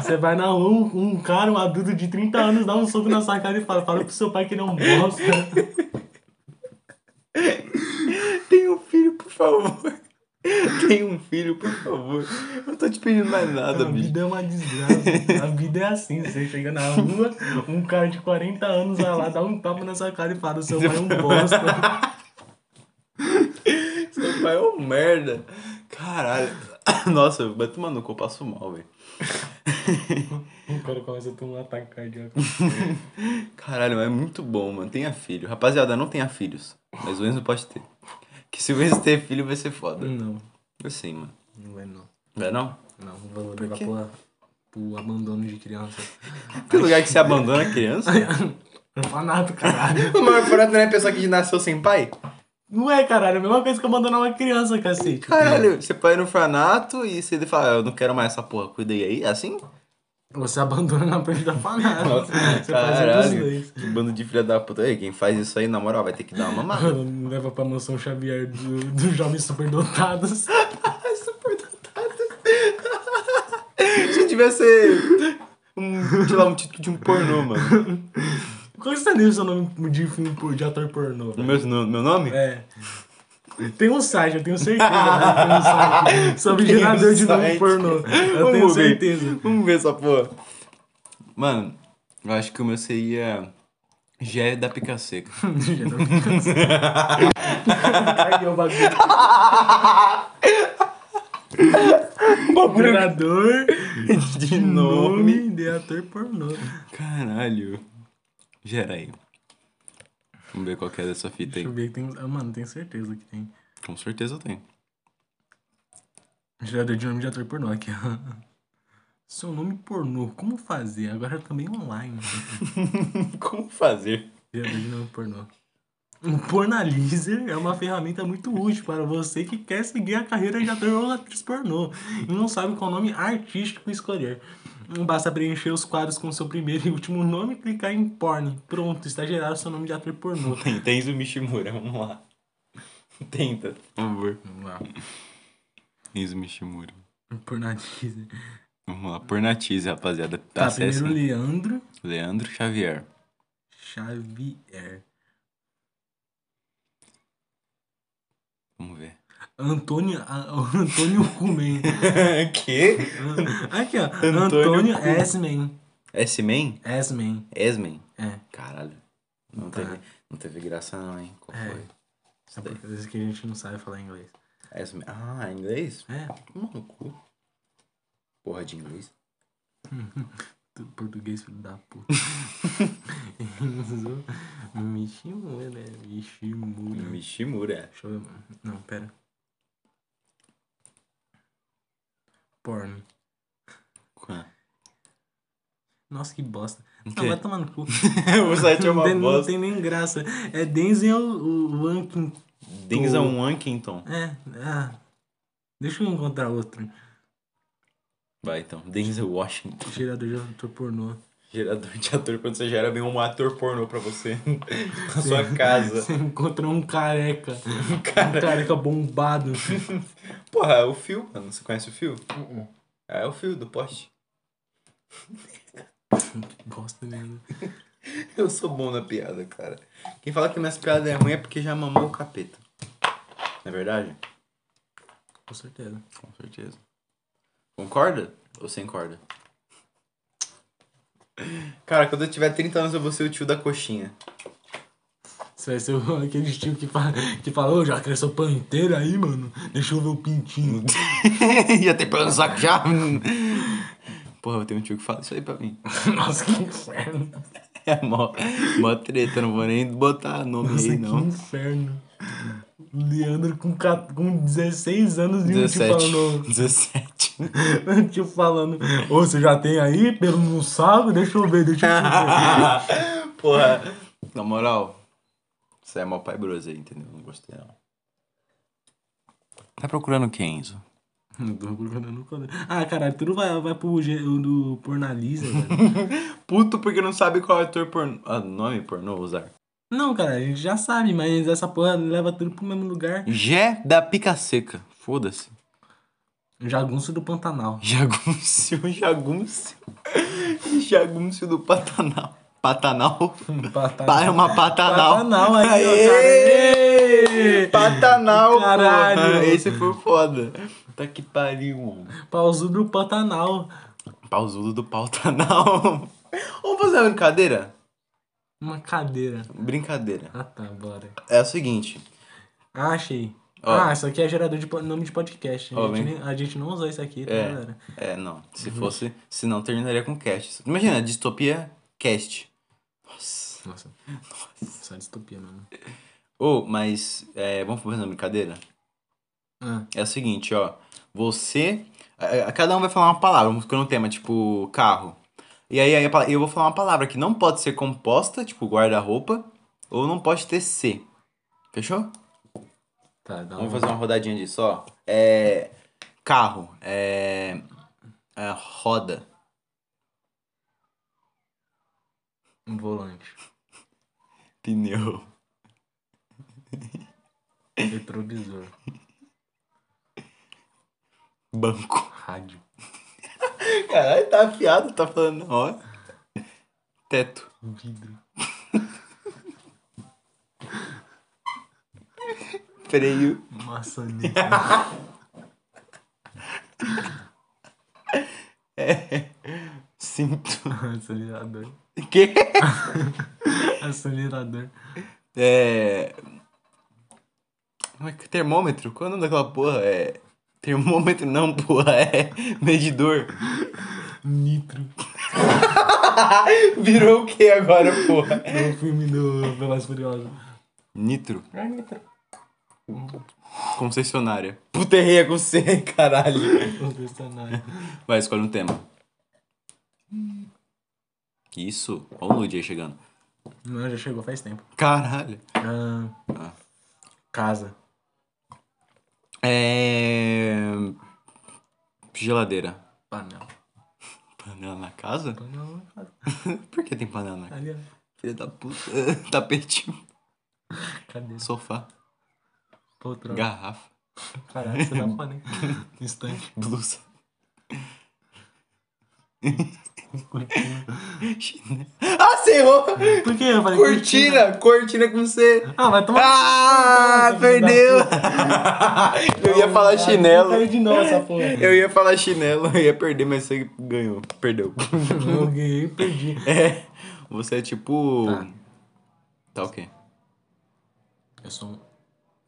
Você vai na rua, um, um cara, um adulto de 30 anos, dá um soco na sua cara e fala, fala pro seu pai que ele é um bosta.
Tenha um filho, por favor. Tenha um filho, por favor. Eu não tô te pedindo mais nada,
a
bicho.
vida é uma desgraça. A vida é assim. Você chega na rua, um cara de 40 anos vai lá, dá um tapa na sua cara e fala, seu pai é um bosta.
Seu pai é um merda. Caralho. Nossa, vai tomar no cu, eu passo mal, velho.
O cara começa a ter um ataque cardíaco.
Caralho, é muito bom, mano. Tenha filho. Rapaziada, não tenha filhos. Mas o Enzo pode ter. Que se o Enzo ter filho, vai ser foda.
Não,
Eu sei, mano.
não é não.
Não é não?
Não, vou levar
quê?
pro, pro abandono de criança.
Que lugar que você abandona a criança?
Orfanato, caralho.
o maior furado não é a pessoa que nasceu sem pai?
Não é, caralho. É a mesma coisa que abandonar uma criança, cacete.
Caralho, você põe no orfanato e você fala, "Ah, eu não quero mais essa porra, cuidei aí, é assim?
Você abandona na frente da fanada. Você faz um dos
Caralho,
dois.
que bando de filha da puta. Ei, quem faz isso aí, na moral, vai ter que dar uma mamada.
Mano, leva pra mansão Xavier do- dos jovens superdotados.
Ai, super dotado. devia ser. Um, sei lá, um título de um pornô, mano.
Qual seria o seu nome de, filme por- de ator pornô?
O
velho?
meu, no- meu nome?
É. Tem um site, eu tenho certeza. velho, Tem um site sobre
Tem um
gerador de nome
site.
pornô. Eu tenho
Vamos ver.
certeza.
Vamos ver essa porra. Mano, eu acho que o meu seria. Gé da Pica Seca.
Gerador de nome. Caiu é o bagulho. Gerador
de
de
nome.
nome de ator pornô.
Caralho. Gera aí. Vamos ver qual que é dessa fita aí.
Deixa eu ver que tem. ah, Mano, tenho certeza que tem.
Com certeza eu tenho.
Gerador de nome de ator pornô aqui, ó. Seu nome pornô, como fazer? Agora também online.
Como fazer?
Gerador de nome é um pornô. O Pornalizer é uma ferramenta muito útil para você que quer seguir a carreira de ator ou atriz pornô e não sabe qual nome artístico escolher. Basta preencher os quadros com seu primeiro e último nome e clicar em porn. Pronto, está gerado seu nome de ator pornô.
Tem, tens o Mishimura, vamos lá. Tenta, por favor.
Vamos lá.
Tens o Mishimura.
Um Pornalizer.
Vamos lá, pornatize, rapaziada.
Tá,
Acessem.
primeiro Leandro
Leandro Xavier.
Xavier.
Vamos ver.
Antônio, a- o Antônio Rumen.
que?
Aqui, ó.
Antônio
Antônio Esmen.
S-Man?
Esmen,
S-Man?
é.
Caralho. Não
Tá.
teve, não teve graça não, hein? Qual
É.
foi?
É porque às vezes que a gente não sabe falar inglês.
S-Man. Ah, em inglês?
É,
Toma no cu. Porra de inglês.
tu- português, filho da puta. Mishimura, né? Mishimura.
Mishimura. é.
Deixa eu ver, mano. Não, pera. Porn. Nossa, que bosta. Não,
quê?
vai tomar no cu.
o site é
Não
uma
tem, não
bosta.
tem nem graça. É Denzel o- Wanking
Denzel Wankington.
É, ah, deixa eu encontrar outro.
Vai então. Denzel Washington.
Gerador de ator pornô.
Gerador de ator, quando você gera bem um ator pornô pra você. Na sua casa.
Você encontrou um careca. Um
cara.
careca bombado.
Porra, é o Phil, mano. Você conhece o Phil? É o Phil do poste.
Gosto mesmo.
Eu sou bom na piada, cara. Quem fala que minhas piadas é ruim é porque já mamou o capeta. Não é verdade?
Com certeza.
Com certeza. Concorda? Ou sem corda? Cara, quando eu tiver 30 anos eu vou ser o tio da coxinha.
Você vai ser o- aquele tio que fala, que fala ô, já cresceu o pão inteiro aí, mano. Deixa eu ver o pintinho.
Já tem pelo no saco já. Porra, eu tenho um tio que fala isso aí pra mim.
Nossa, que inferno.
É mó, mó treta, não vou nem botar nome
Nossa,
aí,
que
não.
inferno. Leandro com, ca- com 16 anos e um
17.
tio falando.
17.
Um tio falando, ô, você já tem aí? Pelo não sabe? Deixa eu ver, deixa eu ver.
Porra. Na moral, você é mó pai broso aí, entendeu? Não gostei, não. Tá procurando quem, Enzo?
Não tô procurando quando. Ah, caralho, tudo vai, vai pro gê- o do Pornaliza, velho.
Puto porque não sabe qual ator pornô. Ah, nome pornô usar.
Não, cara, a gente já sabe, mas essa porra leva tudo pro mesmo lugar.
Gé da Pica Seca. Foda-se.
Jagunço do Pantanal.
Jagúncio, Jagúncio. Jagúncio do Patanal. Patanal?
Pantanal.
Pá, é uma Patanal.
Pantanal aí, ó, cara.
Aê!
Aê!
Patanal,
Caralho.
porra. Esse foi foda. Tá que pariu, mano.
Pausudo do Pantanal.
Pausudo do Pautanal. Vamos fazer uma brincadeira?
Uma cadeira.
Brincadeira.
Ah, tá, bora.
É o seguinte.
Ah, achei.
Ó.
Ah, isso aqui é gerador de po- nome de podcast. A,
Ó,
gente,
vem.
nem- a gente não usou isso aqui, tá,
É.
galera?
É, não. Se fosse, se não terminaria com cast. Imagina, distopia cast. Nossa.
Nossa. Só distopia, mano.
Ô, mas é, vamos fazer uma brincadeira?
Ah,
É o seguinte, ó. Você. a- a- Cada um vai falar uma palavra, vamos escolher um tema, tipo carro. E aí aí a pala- eu vou falar uma palavra que não pode ser composta, tipo guarda-roupa, ou não pode ter C. Fechou?
tá, dá
Vamos
uma.
fazer uma rodadinha disso, ó. É. Carro. É. é roda.
Um volante.
Pneu.
Retrovisor.
Banco.
Rádio.
Caralho, tá afiado, tá falando na hora. Teto.
Vidro.
Freio.
Um Maçaneta.
Cinto.
Acelerador.
Que?
Acelerador.
É. Como é que termômetro? Qual é o nome daquela porra? É. Termômetro não, porra, é medidor.
Nitro.
Virou o que agora, porra?
É o filme do Velozes e Furiosos.
Nitro.
É nitro.
Concessionária. Puta, errei com C, caralho.
Concessionário.
Vai, escolhe um tema. Isso. Olha o Luigi aí chegando.
Não, já chegou faz tempo.
Caralho.
Ah,
Ah.
Casa.
É. Geladeira.
Panela.
Panela na casa?
Panela na casa.
Por que tem panela na casa?
Ali, ó.
Filha da puta. Tapete.
Cadê?
Sofá.
Poltrona.
Garrafa.
Caralho, você dá né? pano, hein? Instante.
Blusa.
Cortina.
Chinelo. Ah, você errou!
Por que eu falei
Cortina! Cortina com C.
Ah, vai tomar.
Ah, perdeu! Eu ia falar chinelo.
Caiu de novo essa porra.
Eu ia falar chinelo, eu ia perder, mas você ganhou. Perdeu.
Eu ganhei e perdi.
É. Você é tipo.
Tá.
Tá o quê?
Eu sou um.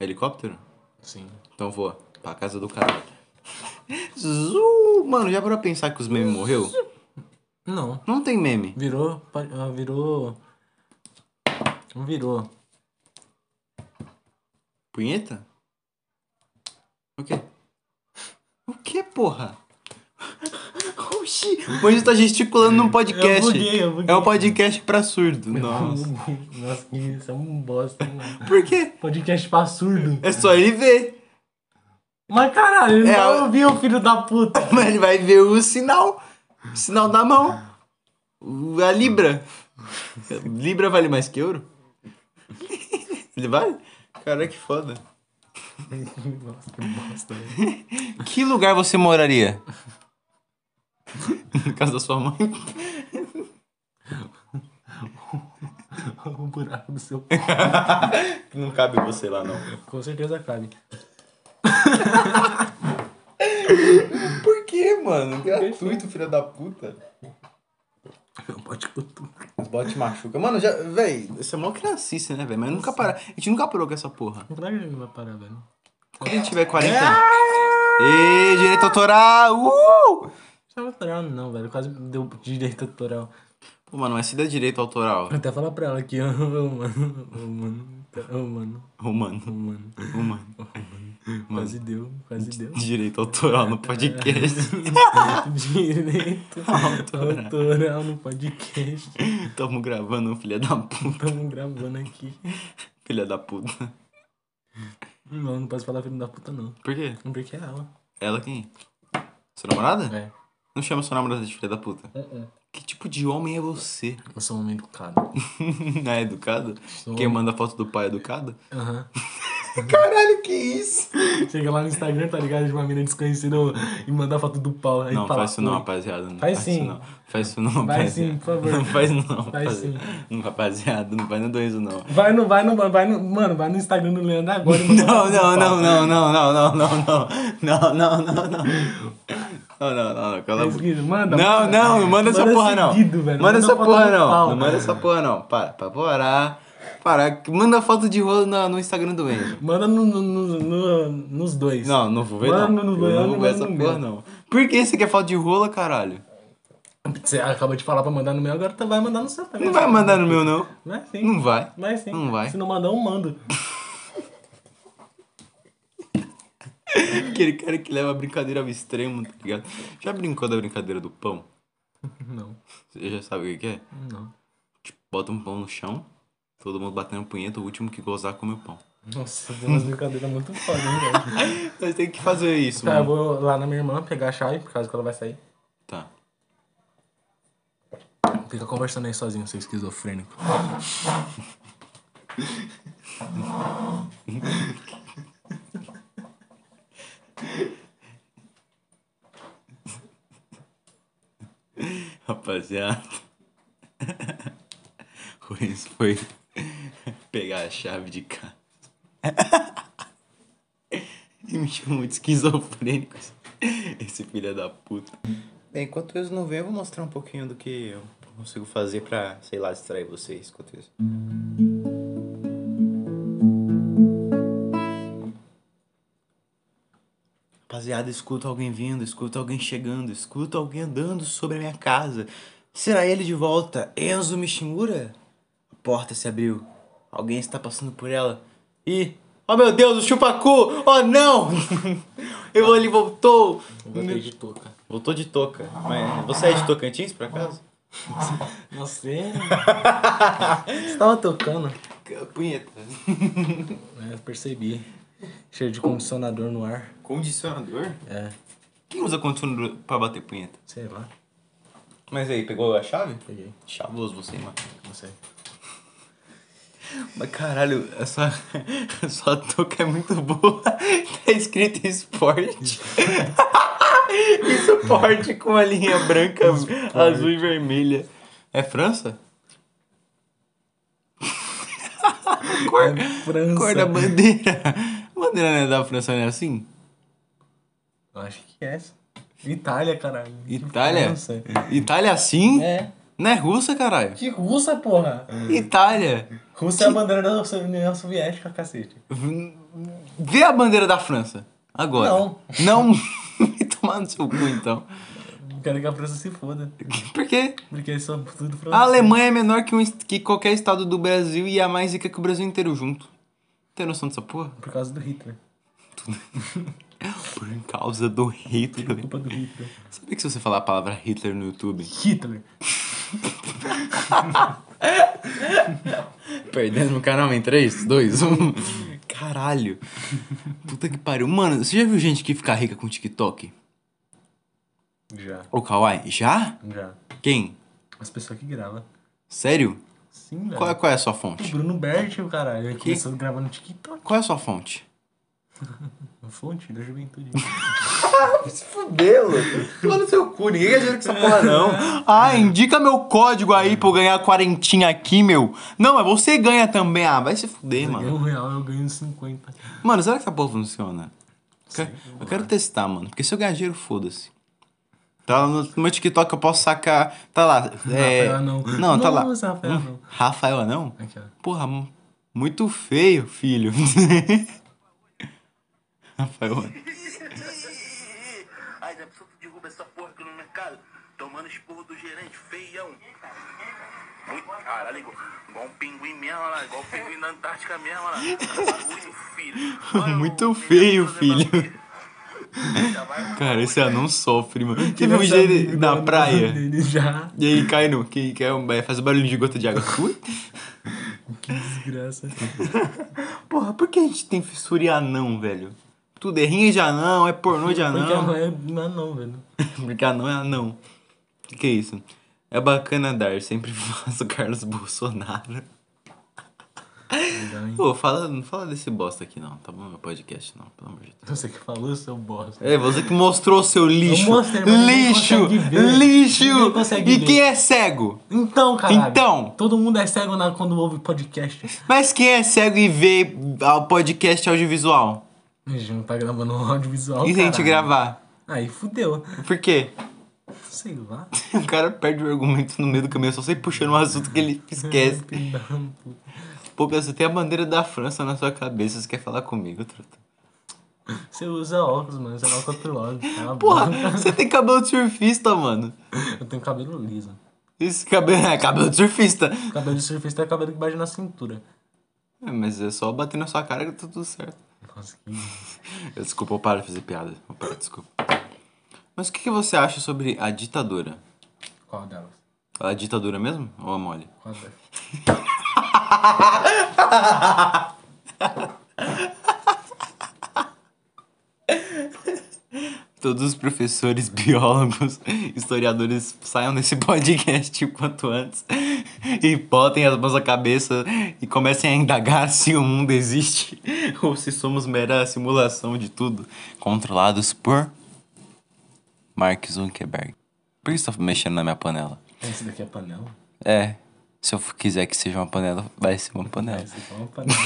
Helicóptero?
Sim.
Então voa. Pra casa do cara. Zu! Mano, já parou pra pensar que os memes morreu?
Não.
Não tem meme.
Virou. pa- ah, Virou. Virou.
Punheta? O quê? O quê, porra? Oxi! O Anjo tá gesticulando num podcast.
Eu buguei, eu buguei.
É um podcast pra surdo. Nossa.
Nossa, que isso é um bosta, mano.
Por quê?
Podcast pra surdo.
É só ele ver.
Mas caralho, ele
É,
não
eu-
ouviu, filho da puta.
Mas ele vai ver o sinal. O sinal da mão. O- A Libra. Libra vale mais que euro? Ele vale? Cara, que foda.
Nossa, que bosta.
Que lugar você moraria? Na casa da sua mãe?
O buraco do seu
Não cabe você lá, não.
Com certeza cabe.
Por que, mano? Gratuito, filho da puta.
Não pode cutucar.
Os bots machuca. Mano, já. Véi, isso é mó criancice, né, velho? Mas nunca para. A gente nunca parou com essa porra.
Claro que ele vai parar, velho.
Quando a gente tiver 40 anos. Ê, direito autoral! Uh!
Não vai parar, é não, velho. Quase deu direito autoral.
Pô, mano, mas se der direito autoral.
Vou até falar pra ela aqui, ó. Ô, mano. Ô, mano. Ô, mano. Ô,
Humano,
mano.
humano.
Quase deu, quase deu.
Direito autoral no podcast.
Direito
Autoral.
autoral no podcast.
Tamo gravando, filha da puta.
Tamo gravando aqui.
Filha da puta.
Não, não posso falar filho da puta, não.
Por quê?
Porque é ela.
Ela quem? Sua namorada?
É.
Não chama sua namorada de filha da puta. Que tipo de homem é você?
Eu sou um homem educado.
Não é educado?
Sou.
Quem manda foto do pai é educado?
Aham.
Caralho, que isso?
Chega lá no Instagram, tá ligado? De uma menina desconhecida ô, e mandar foto do pau. Aí
Não,
fala,
faz isso não,
"Oi".
rapaziada. Não
Faz sim.
Isso não. Faz isso não,
Vai
rapaziada.
sim, por favor.
Não faz não,
Faz
rapaziada. Não, rapaziada, não faz nem isso não.
Vai no, vai no, vai no, mano, vai no Instagram do Leandro agora. e manda
Não,
foto do
não,
pau.
não, não, não, não, não, não, não. Não, não, não, não. Não, não, não, não. Cala a
É
boca.
seguido, manda.
Não, não, não manda essa
Manda
porra não.
seguido, velho.
Manda essa
foto
porra
do
não.
pau.
Não manda essa porra não. Para, para, parar. Para, manda foto de rolo na- no Instagram do Enzo.
Manda no, no- no- no- nos dois.
Não, não vou ver
Mano,
não.
não
Eu
vai,
não
não
vou ver
vai
essa
no
porra
meu.
não. Por que você quer foto de rola, caralho?
Você acabou de falar pra mandar no meu, agora tu vai mandar no seu também.
Não vai mandar no meu não.
Vai sim.
Não vai.
Vai sim.
Não vai.
Se não mandar, eu mando.
É Aquele cara que leva a brincadeira ao extremo, tá ligado? Já brincou da brincadeira do pão?
Não,
Você já sabe o que que é?
não.
Bota um pão no chão, todo mundo batendo punheta, o último que gozar come o pão.
Nossa, deu umas brincadeiras muito foda, hein, velho.
Nós tem que fazer isso,
Cara, eu
mano.
vou lá na minha irmã pegar a chave, por causa que ela vai sair.
Tá.
Fica conversando aí sozinho, seu esquizofrênico.
Rapaziada. O Enzo foi pegar a chave de casa. E me chamou de esquizofrênico. Esse filho da puta. Bem, É, enquanto isso não vem, eu vou mostrar um pouquinho do que eu consigo fazer pra, sei lá, distrair vocês enquanto isso. Rapaziada, escuto alguém vindo, escuto alguém chegando, escuto alguém andando sobre a minha casa. Será ele de volta? Enzo Mishimura? A porta se abriu. Alguém está passando por ela. E. Oh meu Deus, o chupacu! Oh não! Eu ele voltou!
Eu botei de touca.
Voltou de toca. Mas você é de Tocantins, por acaso?
Você.
é?
Você tava tocando.
Punheta.
É, eu percebi. Cheiro de condicionador no ar.
Condicionador?
É,
Quem usa condicionador pra bater punheta?
sei lá.
Mas aí, pegou a chave?
Peguei.
Chavoso você, mano.
Não sei.
Mas caralho, essa, essa touca é muito boa. Tá escrito esporte. esporte com a linha branca, azul e vermelha. É França? cor,
França.
cor da bandeira. A bandeira não é da França, não é assim?
Eu acho que é essa. Itália, caralho.
Itália?
França.
Itália assim?
É.
Não é russa, caralho?
De russa, porra.
Itália.
Rússia é a bandeira da União Soviética, cacete.
Vê a bandeira da França. Agora.
Não.
Não. Vai tomar no seu cu, então.
Não quero que a França se foda.
Por quê?
Porque eles são tudo francês.
A Alemanha é menor que, um est- que qualquer estado do Brasil e é mais rica que o Brasil inteiro junto. Tem noção dessa porra?
Por causa do Hitler.
Por causa do Hitler.
Culpa do Hitler.
Sabia que se você falar a palavra Hitler no YouTube,
Hitler.
Perdendo o canal em 3, 2, 1. Caralho. Puta que pariu. Mano, você já viu gente que fica rica com TikTok?
Já.
Ou Kawaii? Já?
Já.
Quem?
As pessoas que gravam.
Sério?
Sim, velho.
Qual, é- qual é a sua
O
fonte?
Bruno Berti, o caralho. Ele começou gravando TikTok.
Qual é a sua fonte?
Fonte da juventude.
Se fudeu. Lá no seu cu, ninguém quer dinheiro com essa porra, não. Ah, indica meu código aí pra eu ganhar quarentinha aqui, meu. Não, mas você ganha também. Ah, vai se fuder,
Eu ganho
mano.
um real, eu ganho 50.
Mano, será que essa porra funciona? Eu quero- eu quero testar, mano. Porque se eu ganhar dinheiro, foda-se. Tá lá no meu TikTok, eu posso sacar. Tá lá. É...
Rafael Anão.
Não, tá lá.
Nossa, Rafael Anão.
Rafael Anão?
Aqui, ó.
Porra, mu- muito feio, filho. Rafael Anão.
Aí a pessoa derruba essa porra aqui no mercado, tomando esporro do gerente, feião. Muito caralho, igual, igual um pinguim mesmo, olha lá, igual um pinguim da Antártica mesmo, olha lá. Muito filho. Olha o
Muito
menino
feio,
fazendo
filho.
aqui. Já vai-
Cara, esse anão sofre, mano. Você
Ele
viu o
já
dia dele
viu
na
o nome
praia?
Dele já.
E aí cai no. Que, que é um, é, faz o barulho de gota de água. Ui.
Que desgraça.
Porra, por que a gente tem fissura em anão, velho? Tudo é rinha de anão, é pornô de
Porque
anão.
não é não, é não, velho.
Porque anão é anão. O que, que é isso? É bacana dar, sempre faço Carlos Bolsonaro.
Legal, hein?
Pô, fala, não fala desse bosta aqui não, tá bom? Meu podcast não, pelo amor de Deus.
Você que falou, seu bosta.
É, você que mostrou seu lixo.
mostrei, mas ninguém
lixo!
consegue ver.
Lixo!
Ninguém consegue
E
ver.
quem é cego?
Então, caralho.
Então.
Todo mundo é cego na, quando ouve podcast.
Mas quem é cego e vê o podcast audiovisual?
A gente não tá gravando um audiovisual,
e se a gente
caralho.
gravar?
Aí fudeu.
Por quê?
Sei lá.
O cara perde o argumento no meio do caminho, só sempre puxando um assunto que ele esquece.
Filho da puta.
Pô, cara, você tem a bandeira da França na sua cabeça, você quer falar comigo, truta?
Você usa óculos, mano. Você é malcotrilógico.
Porra, você tem cabelo de surfista, mano.
Eu tenho cabelo liso.
Esse cabelo é cabelo de surfista.
Cabelo de surfista é cabelo que bate na cintura.
É, mas é só bater na sua cara que tá tudo certo.
Nossa, que...
Eu, desculpa, eu paro de fazer piada. Eu paro, desculpa. Mas o que, que você acha sobre a ditadura?
Qual delas?
A ditadura mesmo? Ou a mole?
Qual delas?
Todos os professores, biólogos, historiadores saiam desse podcast o quanto antes e botem as mãos à cabeça e comecem a indagar se o mundo existe ou se somos mera simulação de tudo, controlados por Mark Zuckerberg.
Por que você tá mexendo na minha panela?
Esse daqui é panela?
É. Se eu quiser que seja uma panela, vai ser uma panela.
Esse daqui é uma panela.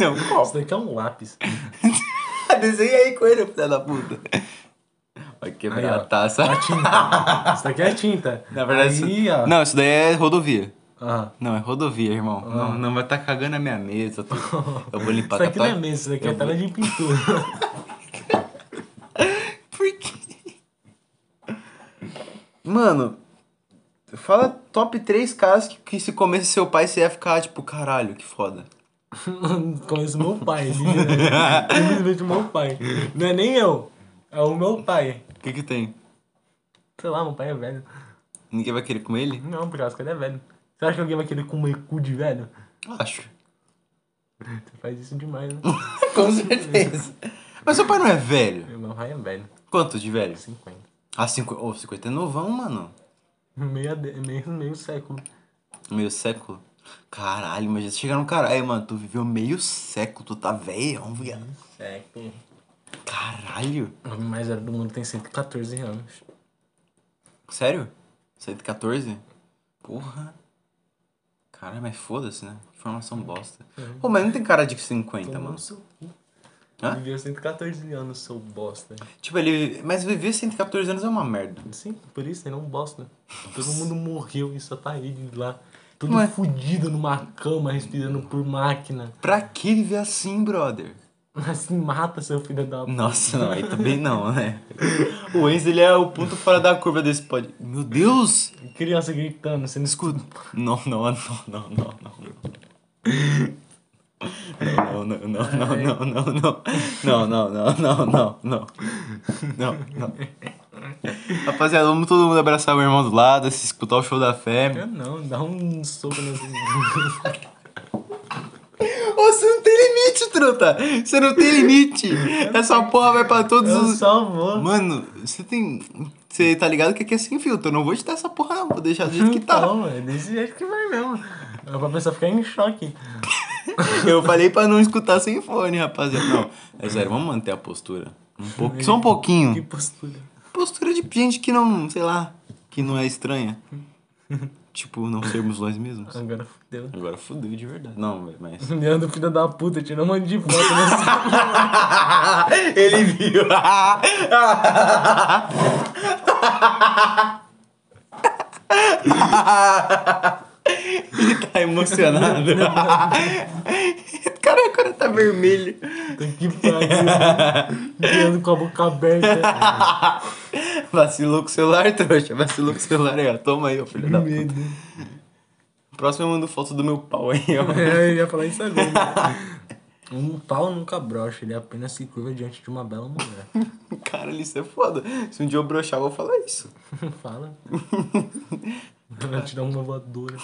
É um copo.
Esse daqui é um lápis.
Desenha aí com ele, filha da puta. Tá Vai quebrar
Aí, ó.
a taça.
A tinta. Isso daqui é tinta.
Na verdade,
Aí, ó.
Não, isso daí é rodovia.
Ah.
Não, é rodovia, irmão.
Ah.
Não, não vai
tá
estar cagando a minha mesa. Eu, tô- eu vou limpar
Isso daqui não
tua-
é mesa, isso daqui é
Eu vou-
tela de pintura.
Por quê? Mano, fala top 3 caras que, que se comesse seu pai, você ia ficar tipo, caralho, que foda.
Conheço meu pai. literalmente. Simplesmente meu pai. Não é nem eu. É o meu pai.
O que que tem?
Sei lá, meu pai é velho.
Ninguém vai querer comer ele?
Não, por causa que ele é velho. Você acha que alguém vai querer comer cu de velho?
Acho.
Você faz isso demais, né?
Com certeza. Mas seu pai não é velho?
meu pai é velho.
Quanto de velho?
50.
Ah, 50. Ô, 50 é novão, mano.
Meio, ade- meio, meio século.
Meio século. Caralho, imagina você chegar num cara. Aí, mano, tu viveu meio século, tu tá velhão, viado.
Século.
Caralho.
O homem mais velho do mundo tem 114 anos.
Sério? 114? Porra. Caralho, mas foda-se, né? Informação bosta. Pô, mas não tem cara de 50, mano.
Tá seu cu.
Hã?
Viveu 114 anos, seu bosta.
Tipo, ele. Mas viver 114 anos é uma merda.
Sim, por isso ele é um bosta. Todo mundo morreu e só tá ele lá. Todo
Mas-
fudido numa cama, respirando por máquina.
Pra que viver assim, brother?
Mas se mata, seu filho da puta.
Nossa, não, aí também não, né? O Enzo, ele é o ponto fora da curva desse pod. Meu Deus!
Criança gritando, sendo escudo.
Escuta. Não, não, não, não, não, não. Não, não, não, não, não, não, não. Não, não, não, não, não, não. Não, não. Rapaziada, vamos todo mundo abraçar o irmão do lado, se escutar o show da fé.
Eu não, dá um soco nesse.
Você não tem limite, truta! Você não tem limite! Essa porra vai pra todos
Eu
os.
salvou.
Mano, você tem. Você tá ligado que aqui é sem filtro. Eu não vou te dar essa porra, não. Vou deixar do jeito que tá.
Então, é desse jeito que vai mesmo. É pra pessoa ficar em choque.
Eu falei pra não escutar sem fone, rapaziada. Não, é sério, vamos manter a postura. Um pouco, só um
Que
pouquinho.
postura.
Postura de gente que não, sei lá, que não é estranha. Tipo, não sermos nós mesmos.
Agora fudeu.
Agora fudeu de verdade. Não, velho, mas.
Leandro, filho da puta, tirou um monte de foto nesse.
Ele viu. Ele tá emocionado. Caraca, o cara tá vermelho.
Puta que pariu. Leandro com a boca aberta.
Vacilou com o celular, trouxa. Vacilou com o celular aí, ó. Toma aí, ó, filho da puta.
Medo.
Próximo eu mando foto do meu pau aí, ó.
É, eu ia falar isso agora. Um pau nunca brocha, ele apenas se curva diante de uma bela mulher.
Caralho, isso é foda. Se um dia eu broxar, eu vou falar isso.
Fala. Vai te dar uma voadora.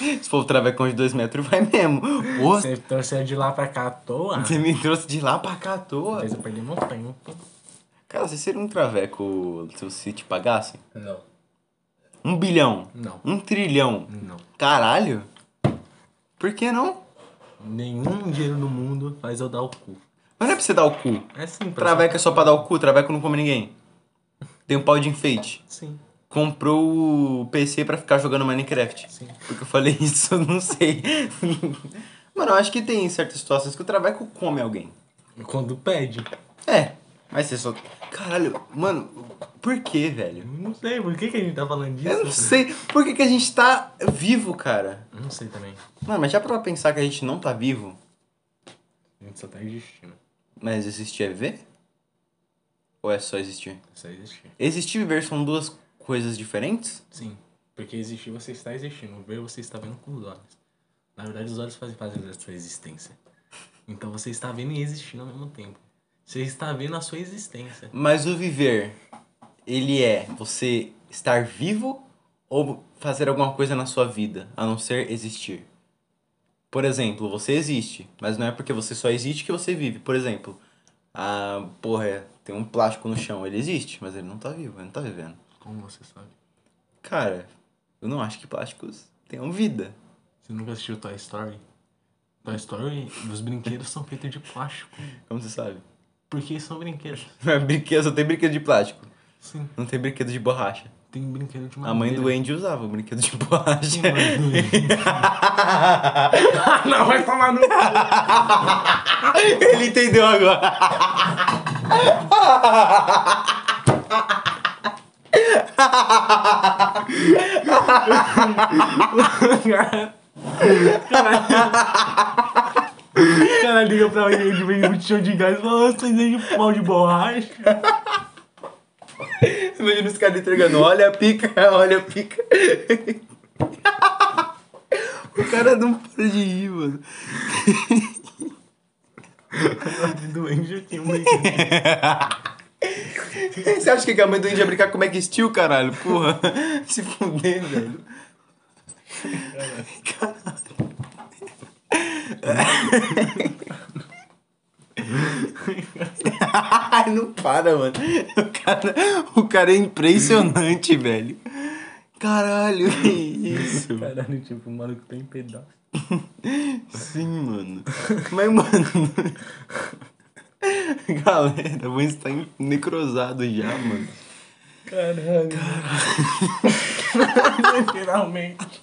Se for o travecão de dois metros, vai mesmo. Porra,
Você torceu de lá pra cá à toa,
você me trouxe de lá pra cá à toa.
mas eu perdi meu tempo.
Cara, você seria um traveco se você te pagassem?
Não.
Um bilhão.
Não.
Um trilhão.
Não.
Caralho. Por que não?
Nenhum dinheiro no mundo faz eu dar o cu.
Mas não é pra você dar o cu.
É sim, pra
Traveco é só pra dar o cu, traveco não come ninguém. Tem um pau de enfeite.
Sim,
comprou o PC pra ficar jogando Minecraft.
sim.
Porque eu falei isso, eu não sei. Mano, eu acho que tem certas situações que o Traveco come alguém.
Quando pede.
É, mas você só. Caralho, mano, por que, velho?
Não sei, por que, que a gente tá falando disso?
Eu não sei por que, que a gente tá vivo, cara.
Eu não sei também.
Mano, mas já pra pensar que a gente não tá vivo,
A gente só tá existindo.
mas existir é viver? Ou é só existir?
Só existir.
Existir e viver são duas coisas diferentes?
Sim. Porque existir você está existindo. Ver você está vendo com os olhos. Na verdade, os olhos fazem parte da sua existência. Então você está vendo e existindo ao mesmo tempo. Você está vendo a sua existência.
Mas o viver, ele é você estar vivo ou fazer alguma coisa na sua vida, a não ser existir. Por exemplo, você existe, mas não é porque você só existe que você vive. Por exemplo, a porra, é, tem um plástico no chão, ele existe, mas ele não tá vivo, ele não tá vivendo.
Como você sabe?
Cara, eu não acho que plásticos tenham vida.
Você nunca assistiu Toy Story? Toy Story, os brinquedos são feitos de plástico.
Como você sabe? é
Porque são brinquedos.
Brinquedo, só tem brinquedo de plástico,
Sim.
não tem brinquedo de borracha.
Tem brinquedo de
A
madeira.
mãe do Andy usava o brinquedo de borracha.
Ah, não, vai tomar no.
Ele entendeu agora.
O cara liga pra mim de meio um chão de gás e fala, "Ah, vocês têm de pau de borracha.
Imagina os caras entregando, olha a pica, olha a pica. o cara não para de rir, mano.
Doente aqui, um brinquedo.
Você acha que a mãe do Andy ia brincar com o Mac Steel, caralho? Porra, se fuder, velho. Ai, não para, mano. O cara, o cara é impressionante, velho. Caralho, que isso?
Caralho, tipo, o maluco tem pedaço.
Sim, mano. Mas, mano. Galera, vou estar necrosado já, mano.
Caralho. Finalmente.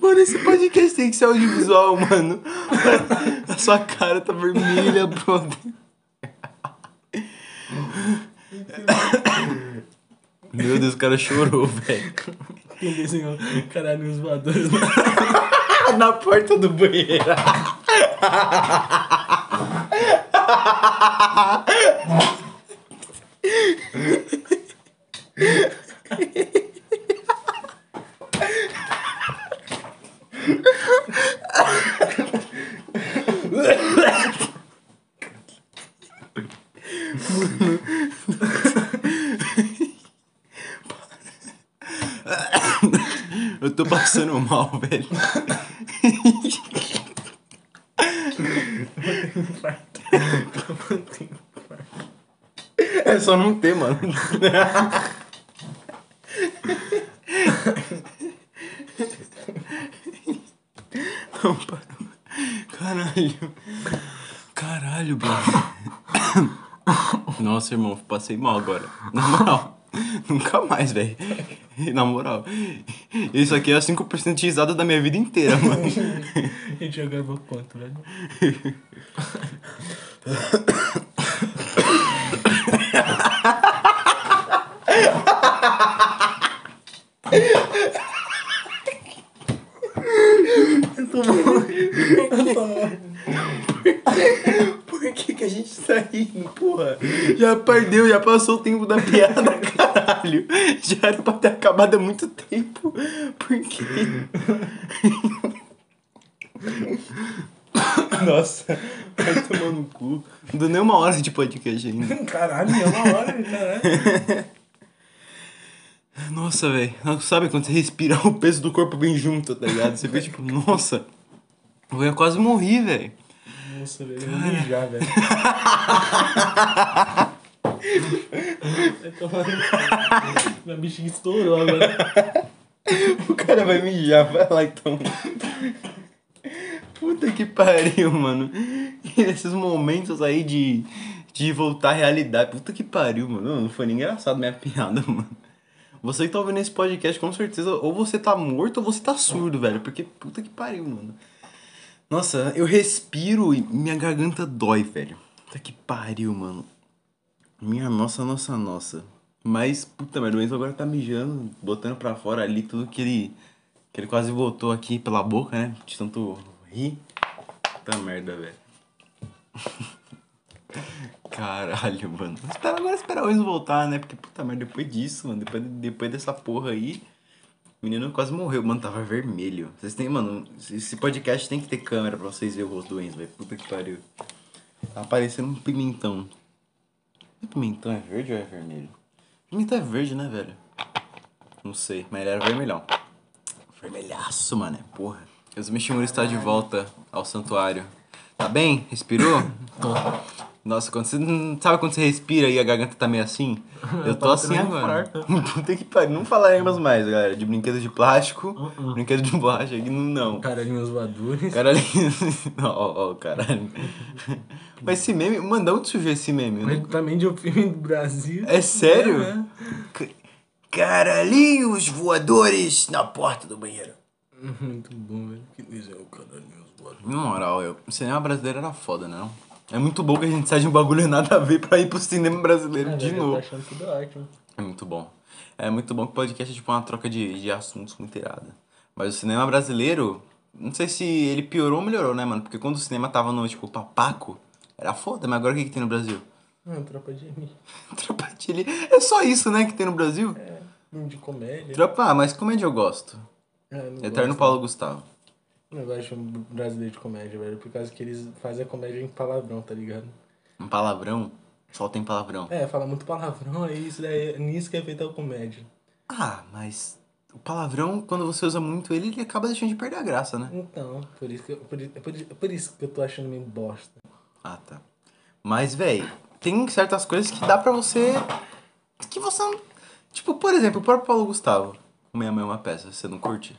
Mano, esse podcast tem que ser audiovisual, mano. A sua cara tá vermelha, brother. Meu Deus, o cara chorou, velho.
Quem desenhou? Caralho, os voadores.
Na porta do banheiro. Eu tô passando mal, velho. É só não ter, mano. Não, parou. Caralho. Caralho, brother. Nossa, irmão, passei mal agora. Na moral. Nunca mais, velho. Na moral. Isso aqui é 5% de risada da minha vida inteira, mano.
Gente, já gravou quanto, velho?
Por que, que a gente tá rindo, porra? Já perdeu, já passou o tempo da piada, caralho. Já era pra ter acabado há muito tempo. Por quê? Nossa, vai tomar no cu. Não deu nem uma hora de podcast ainda.
Caralho, é uma hora, caralho.
Nossa, velho. Sabe quando você respira o peso do corpo bem junto, tá ligado? Você fica tipo, nossa. Eu ia quase morrer, velho.
Nossa, velho, eu vou mijar, velho. Eu tô falando- Minha bichinha estourou agora.
O cara vai mijar, vai lá então. Puta que pariu, mano. E nesses momentos aí de, de voltar à realidade. Puta que pariu, mano. Não foi nem engraçado minha piada, mano. Você que tá ouvindo esse podcast, com certeza, ou você tá morto ou você tá surdo, velho. Porque puta que pariu, mano. Nossa, eu respiro e minha garganta dói, velho. Puta que pariu, mano. Minha nossa, nossa, nossa. Mas, puta merda, o Enzo agora tá mijando, botando pra fora ali tudo que ele. que ele quase botou aqui pela boca, né? De tanto rir. Puta merda, velho. Caralho, mano. Espera, agora esperar o Enzo voltar, né? Porque, puta merda, depois disso, mano, depois, depois dessa porra aí. O menino quase morreu, mano, tava vermelho. Vocês têm, mano, esse podcast tem que ter câmera pra vocês verem o rosto do Enzo, velho. Puta que pariu. Tá parecendo um pimentão. O pimentão é verde ou é vermelho? Pimentão é verde, né, velho? Não sei, mas ele era vermelhão. Vermelhaço, mano, é porra. Os Mishimura está de volta ao santuário. Tá bem? Respirou? Tô. Nossa, quando você. Sabe quando você respira e a garganta tá meio assim? Eu tô
tava
assim
querendo
agora.
infarto.
Puta que pariu. Não falaremos mais, galera, de brinquedo de plástico,
Uh-uh.
brinquedo de borracha aqui, não. não.
Caralho, meus voadores.
Caralho. Ó, ó, ó, caralho. Mas esse meme, mano, de onde surgiu esse meme? Eu não-
Mas também de um filme do Brasil.
É sério?
É, né?
C- Caralhinhos voadores na porta do banheiro.
Hum, Muito bom, velho. Que coisa é o caralho, os bolos.
Na moral, eu, o cinema brasileiro era foda, né? não? É muito bom que a gente sai de um bagulho nada a ver pra ir pro cinema brasileiro de
Eu tô
novo.
achando tudo ótimo.
É muito bom. É muito bom que o podcast é tipo uma troca de, de assuntos muito irada. Mas o cinema brasileiro, não sei se ele piorou ou melhorou, né, mano? Porque quando o cinema tava no, tipo, papaco, era foda, mas agora o que, que tem no Brasil?
Ah, tropa de mim.
Tropa de Elite. É só isso, né, que tem no Brasil?
É, filme de comédia.
Tropa, ah, mas comédia eu gosto.
Ah, eu não
Eterno
gosto.
Paulo Gustavo.
Eu não gosto de filme brasileiro de comédia, velho. Por causa que eles fazem a comédia em palavrão, tá ligado?
Um palavrão? Só tem palavrão.
É, fala muito palavrão, é isso daí. Nisso que é feita a comédia.
Ah, mas o palavrão, quando você usa muito ele, ele acaba deixando de perder a graça, né?
Então, por isso que eu, por, i- por, i- por isso que eu tô achando meio bosta.
Ah, tá. Mas, véi, tem certas coisas que dá pra você. Que você não. Tipo, por exemplo, o próprio Paulo Gustavo. Minha mãe é uma peça, você não curte?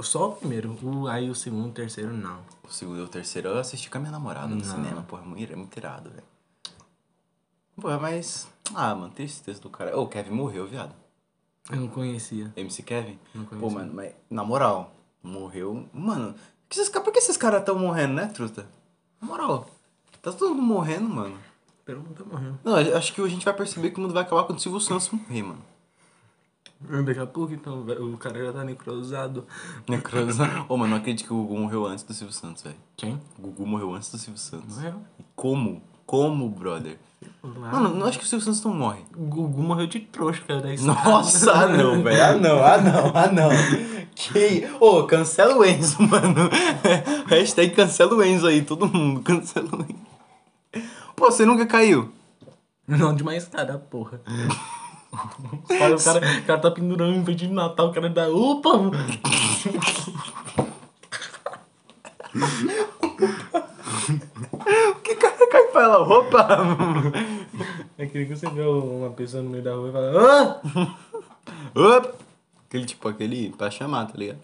Só o primeiro. O, aí o segundo, o terceiro, não.
O segundo e o terceiro eu assisti com a minha namorada no cinema, porra, é muito, é muito irado, velho. Porra, mas. Ah, mano, tristeza do cara. Ô, o Kevin morreu, viado.
Eu não conhecia.
MC Kevin?
Não
Pô,
conheço.
mano, mas na moral, morreu. Mano, que esses, ca- por que esses caras tão morrendo, né, truta? Na moral, tá todo mundo morrendo, mano.
Pelo mundo tá morrendo.
Não, eu acho que a gente vai perceber que o mundo vai acabar quando o Silvio Santos morrer, mano.
Daqui a pouco, então, o cara já tá necrosado.
Necrosa. Né, Ô, mano, não acredito que o Gugu morreu antes do Silvio Santos, velho.
Quem? é
O Gugu morreu antes do Silvio Santos.
Morreu.
E como? Como, brother?
Lá.
Mano, não acho que o Silvio Santos não morre.
O Gugu morreu de trouxa, cara. Da escada.
Nossa, ah, não, velho. Ah não, ah não, ah não. Que. Ô, cancela o Enzo, mano. Hashtag cancela o Enzo aí, todo mundo. Cancela o Enzo. Pô, você nunca caiu?
Não, de uma escada, porra. Olha, o cara, o cara tá pendurando em frente de Natal, o cara dá. Opa!
Que cara cai pra ela? Opa! mano.
É aquele que você vê uma pessoa no meio da rua e fala. Ah!
Opa! Aquele tipo, aquele pra chamar, tá ligado?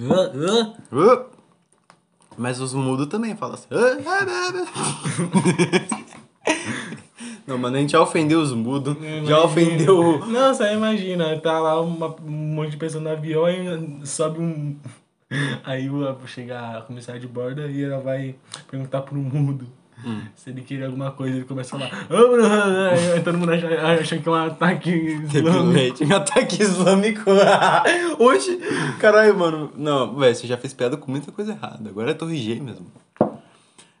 Ah, ah!
Opa! Uh! Mas os mudos também falam assim. "Ah, ah, ah, ah." Não, mano, a gente já ofendeu os mudos,
É,
já ofendeu
Não, só imagina, tá lá uma- um monte de pessoa no avião e sobe um. Aí o- chega a comissária de borda e ela vai perguntar pro mudo se ele queria alguma coisa. Ele começa a falar. "Ah, ah, ah", Aí todo mundo acha, acha que é um ataque. islâmico.
Repelente, um ataque islâmico. Hoje, caralho, mano. Não, velho, você já fez piada com muita coisa errada. Agora é Torre Gêmeas, mano.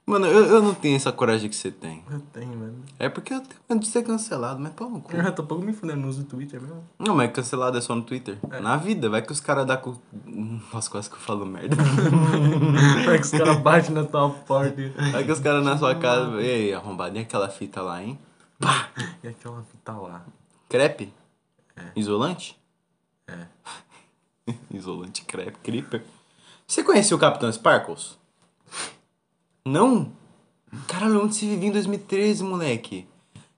Mano, eu, eu não tenho essa coragem que você tem.
Eu tenho, mano.
É porque eu tenho medo de ser cancelado, mas pô, no cu.
Eu já tô pouco me fudendo, não uso Twitter mesmo.
Não, mas cancelado é só no Twitter. Na vida, vai que os caras dá cu. Nossa, quase que eu falo merda.
Como é que os caras batem na tua porta e-
Vai que os caras na sua casa. Ei, arrombado, e aquela fita lá, hein?
e aquela fita tá lá.
Crepe? Isolante? É. Isolante, crepe, creeper. Você conhecia o Capitão Sparkles? Não? Caralho, onde se vivia em 2013, moleque?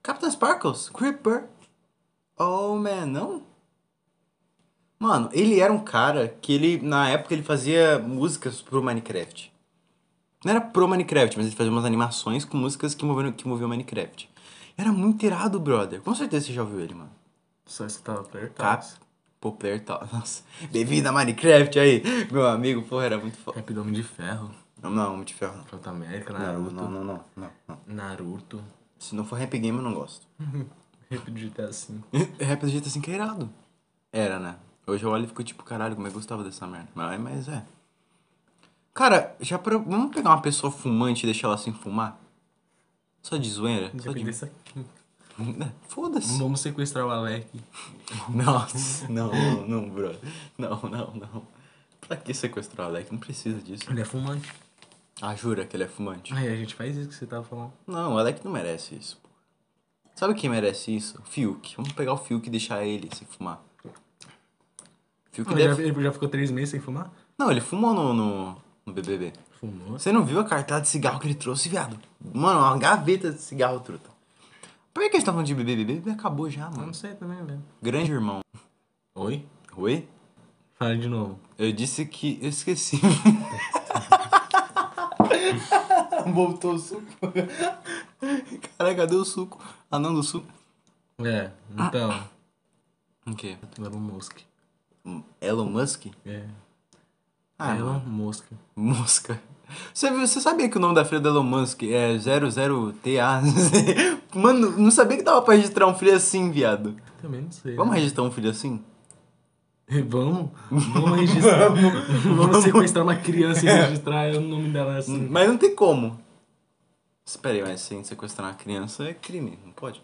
Capitão Sparkles? Creeper? Oh, man, não? Mano, ele era um cara que ele, na época, ele fazia músicas pro Minecraft. Não era pro Minecraft, mas ele fazia umas animações com músicas que moviam, que moviam o Minecraft. Era muito irado, brother. Com certeza você já ouviu ele, mano.
Só se tava apertado.
Cap, Popler tal. Nossa. Bem-vindo a Minecraft aí, meu amigo. Porra, era muito foda.
Rapidão de Ferro,
Não, não, muito ferro. não.
Capitão América,
Não,
Naruto.
não, não, não, não, não.
Naruto.
Se não for rap game, eu não gosto.
Repetir até assim.
rap do jeito assim que é irado. Era, né? Hoje eu olho e fico tipo, caralho, como eu gostava dessa merda. Mas, mas é. Cara, já pra... vamos pegar uma pessoa fumante e deixar ela sem fumar? Só de zoeira? Só de...
Independência aqui.
Foda-se.
Vamos sequestrar o Alec.
Nossa, não, não, não, bro. Não, não, não. Pra que sequestrar o Alec? Não precisa disso.
Ele é fumante.
Ah, jura que ele é fumante?
Aí a gente faz isso que você tava falando.
Não, o Alec não merece isso. pô. Sabe quem merece isso? Fiuk. Vamos pegar o Fiuk e deixar ele se fumar. Fiuk
Ele é já,
deve...
ele já ficou três meses sem fumar?
Não, ele fumou no, no, no BBB.
Fumou.
Você não viu a cartada de cigarro que ele trouxe, viado? Mano, uma gaveta de cigarro, truta. Por que a gente tá falando de BBB? BBB acabou já,
Eu não
mano.
sei também, velho.
Grande irmão.
Oi?
Oi?
Fala de novo.
Eu disse que... Eu esqueci. Voltou o suco. Caralho, cadê o suco? Ah, não, do suco.
É, então.
Ah. O quê?
Elon Musk.
Elon Musk?
É.
Ah,
Elon Musk.
Mosca. Você, viu- você sabia que o nome da filha do Elon Musk é 00TA? Mano, não sabia que dava pra registrar um filho assim, viado.
Também não sei.
Vamos registrar um filho assim?
Vamos? Vamos registrar. vamos, sequestrar uma criança e
É.
registrar o nome dela assim.
Mas não tem como. Espera aí, mas sem sequestrar uma criança é crime, não pode.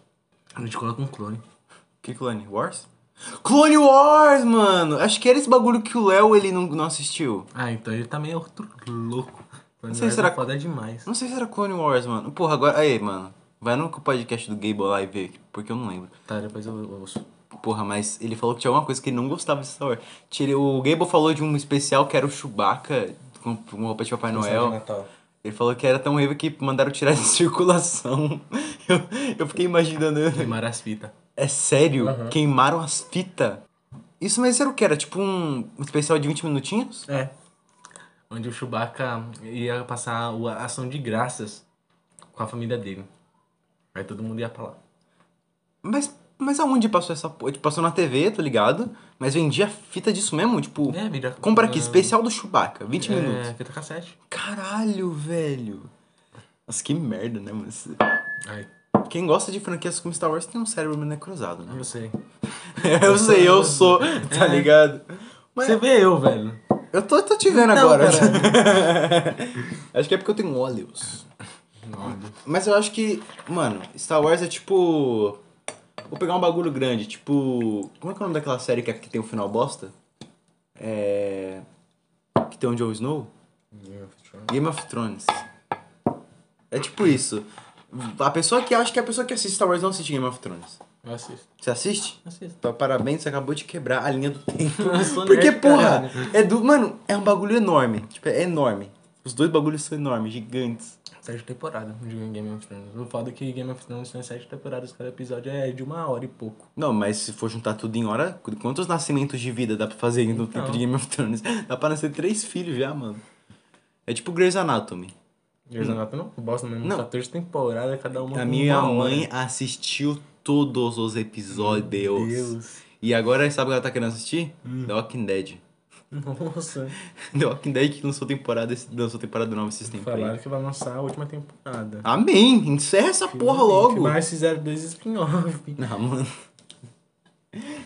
A gente coloca um clone.
Que Clone Wars? Clone Wars, mano! Acho que era esse bagulho que o Léo ele não, não assistiu.
Ah, então ele também é outro louco. Não
sei, será que-
foda é demais.
Não sei se era Clone Wars, mano. Porra, agora. Aí, mano. Vai no podcast do Gable lá e vê, porque eu não lembro.
Tá, depois eu ouço.
Porra, mas ele falou que tinha alguma coisa que ele não gostava de Star Wars. Tire- O Gable falou de um especial que era o Chewbacca com com roupa de Papai
Mensagem de
Noel.
Natal.
Ele falou que era tão horrível que mandaram tirar de circulação. Eu, eu fiquei imaginando.
Queimar as fitas.
É sério? Queimaram as fitas? Isso, mas era o que? Era tipo um especial de 20 minutinhos?
É. Onde o Chewbacca ia passar o- a ação de graças com a família dele. Aí todo mundo ia pra lá.
Mas, mas aonde passou essa porra? Tipo, passou na TV, tô ligado? Mas vendia fita disso mesmo? Tipo,
É, vira.
compra aqui,
ah,
especial do Chewbacca, 20 minutos.
É, fita cassete.
Caralho, velho. Nossa, que merda, né, mano? Esse-
Ai,
Quem gosta de franquias como Star Wars tem um cérebro meio cruzado, né?
não sei.
eu sei, eu sou,
É.
tá ligado? Mas
Você vê eu, velho.
eu tô, tô te vendo
Não,
agora.
caralho.
acho que é porque eu tenho óleos.
Não,
Mas eu acho que, mano, Star Wars é tipo. Vou pegar um bagulho grande, tipo. Como é que é o nome daquela série que, é- que tem o final bosta? É. Que tem o Jon Snow? Game of Thrones. É tipo isso. A pessoa que acha que a pessoa que assiste Star Wars não assiste Game of Thrones.
Eu assisto.
Você assiste?
Assisto.
Então, parabéns, você acabou de quebrar a linha do tempo.
Eu sou
Porque,
nerd,
porra,
caralho.
é do. Mano, é um bagulho enorme. Tipo, é enorme. Os dois bagulhos são enormes, gigantes.
Sete temporadas de Game of Thrones. O foda é que Game of Thrones tem sete temporadas, cada episódio é de uma hora e pouco.
Não, mas se for juntar tudo em hora, qu- quantos nascimentos de vida dá pra fazer no tempo de Game of Thrones? Dá pra nascer três filhos já, mano. É tipo Grey's Anatomy.
Grey's Anatomy não bosta mesmo.
Não.
14 temporadas, cada uma
A
com
minha
uma hora.
mãe é um assistiu todos os episódios.
Deus. Hum.
E agora, sabe o que ela tá querendo assistir? The Walking Dead.
Nossa.
The Walking Dead que lançou temporada, esse- lançou temporada nova esses tempos aí.
Falaram que vai lançar a última temporada.
Amém! Encerra essa Ah, porra logo!
Mas fizeram dois spin-off.
Ah, mano.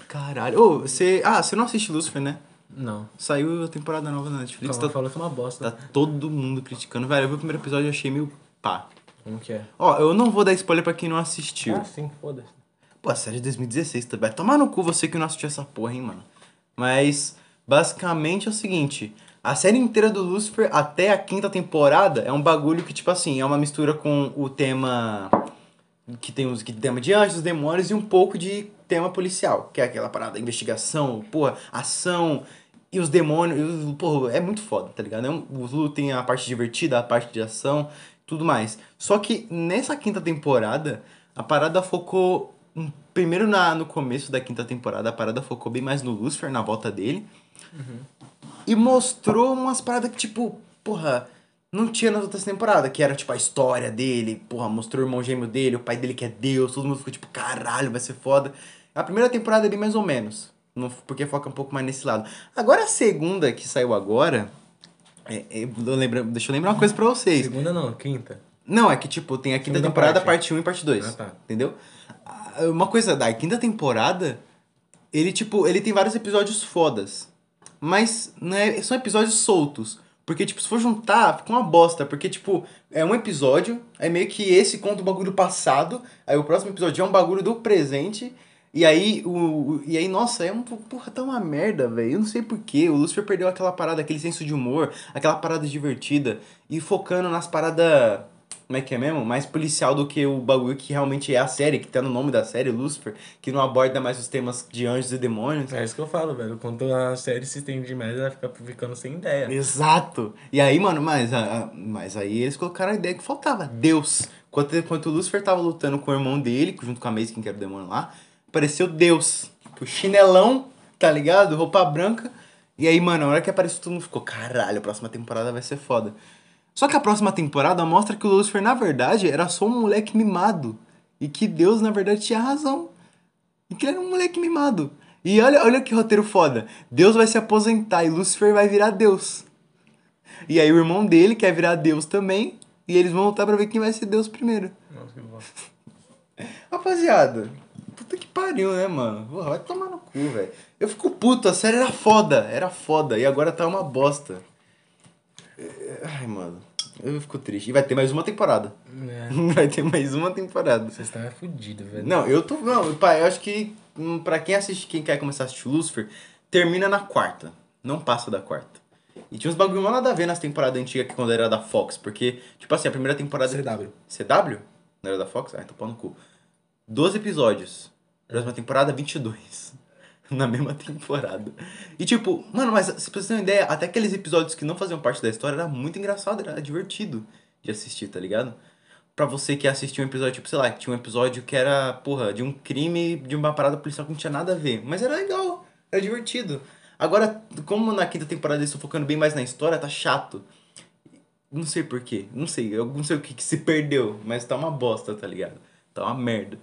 Caralho. Ô, você. Ah, você não assiste Lucifer, né?
Não.
Saiu a temporada nova da Netflix.
Calma,
Tá,
falou que é uma bosta.
tá todo mundo criticando. Velho, eu vi o primeiro episódio e achei meio pá.
Como que é?
Ó, eu não vou dar spoiler pra quem não assistiu.
Ah, sim, foda-se.
Pô, a série é de 2016 também. Vai tomar no cu você que não assistiu essa porra, hein, mano. Mas, basicamente é o seguinte. A série inteira do Lucifer, até a quinta temporada, é um bagulho que, tipo assim, é uma mistura com o tema... Que tem os que tema de anjos, demônios e um pouco de tema policial. Que é aquela parada, investigação, porra, ação... E os demônios, e os- porra, é muito foda, tá ligado? É um- O Zulu tem a parte divertida, a parte de ação, tudo mais. Só que nessa quinta temporada, a parada focou. um- Primeiro na, no começo da quinta temporada, a parada focou bem mais no Lucifer, na volta dele. E mostrou umas paradas que, tipo, porra, não tinha nas outras temporadas. Que era, tipo, a história dele, porra, mostrou o irmão gêmeo dele, o pai dele que é Deus, todo mundo ficou tipo, caralho, vai ser foda. A primeira temporada é bem mais ou menos. não- porque foca um pouco mais nesse lado. Agora a segunda que saiu agora. é- é, eu lembro- deixa eu lembrar uma coisa pra vocês.
Segunda não, quinta.
Não, é que, tipo, tem a quinta
Segunda
temporada,
parte.
parte 1 e parte 2.
Ah, tá.
Entendeu? Ah, Uma coisa da quinta temporada, ele, tipo, ele tem vários episódios fodas. Mas né, são episódios soltos. Porque, tipo, se for juntar, fica uma bosta. Porque, tipo, é um episódio, aí meio que esse conta o bagulho do passado, aí o próximo episódio é um bagulho do presente. E aí, o, o- e aí, nossa, é um. Porra, tá uma merda, velho. Eu não sei porquê. O Lucifer perdeu aquela parada, aquele senso de humor, aquela parada divertida. E focando nas paradas. Como é que é mesmo? Mais policial do que o bagulho que realmente é a série, que tá no nome da série, Lucifer, que não aborda mais os temas de anjos e demônios.
É isso que eu falo, velho. Quando a série se estende demais, ela fica ficando sem ideia.
Exato. E aí, mano, mas, a- a- mas aí eles colocaram a ideia que faltava. Deus. Enquanto, enquanto o Lucifer tava lutando com o irmão dele, junto com a Mace, quem que era o demônio lá, apareceu Deus. O chinelão, tá ligado? Roupa branca. E aí, mano, a hora que apareceu, todo mundo ficou, caralho, a próxima temporada vai ser foda. Só que a próxima temporada mostra que o Lucifer, na verdade, era só um moleque mimado. E que Deus, na verdade, tinha razão. E que ele era um moleque mimado. E olha, olha que roteiro foda. Deus vai se aposentar e Lúcifer vai virar Deus. E aí o irmão dele quer virar Deus também. E eles vão lutar pra ver quem vai ser Deus primeiro.
Nossa, que bosta.
Rapaziada, puta que pariu, né, mano? Porra, vai tomar no cu, velho. Eu fico puto, a série era foda, era foda, e agora tá uma bosta. É, Ai, mano, eu fico triste. E vai ter mais uma temporada.
É,
Vai ter mais uma temporada.
vocês estão é fudido, velho.
Não, eu tô. Não, pai, eu acho que hum, pra quem assiste, quem quer começar a assistir Lucifer, termina na quarta. Não passa da quarta. E tinha uns bagulho mal nada a ver nas temporadas antigas que quando era da Fox, porque, tipo assim, a primeira temporada.
CW.
CW? Não era da Fox? Ah, então pau no cu. 12 episódios. Próxima temporada, 22. Na mesma temporada. E tipo, mano, mas se vocês terem uma ideia, até aqueles episódios que não faziam parte da história era muito engraçado, era divertido de assistir, tá ligado? Pra você que assistiu um episódio, tipo, sei lá, tinha um episódio que era, porra, de um crime, de uma parada policial que não tinha nada a ver. Mas era legal, era divertido. Agora, como na quinta temporada eles estão focando bem mais na história, tá chato. Não sei porquê. Não sei. Eu não sei o que, que se perdeu. Mas tá uma bosta, tá ligado? Tá uma merda.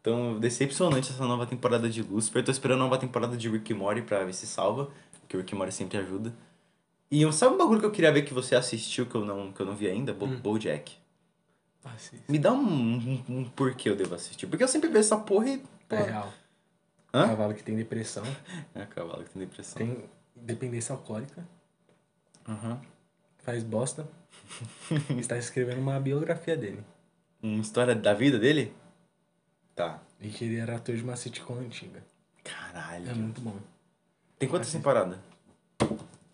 Então, decepcionante essa nova temporada de Lucifer. Tô esperando a nova temporada de Rick e Morty pra ver se salva. Porque o Rick e Morty sempre ajuda. E um- sabe um bagulho que eu queria ver que você assistiu que eu não, que eu não vi ainda? Bo
Hum.
Bojack. Me dá um, um, um porquê eu devo assistir. Porque eu sempre vejo essa porra e... Pô.
É real.
Hã?
Cavalo que tem depressão,
É, cavalo que tem depressão.
tem dependência alcoólica,
Aham.
faz bosta. está escrevendo uma biografia dele.
Uma história da vida dele? Tá.
E que ele era ator de uma sitcom antiga. É
Caralho.
muito bom.
Tem quantas temporadas?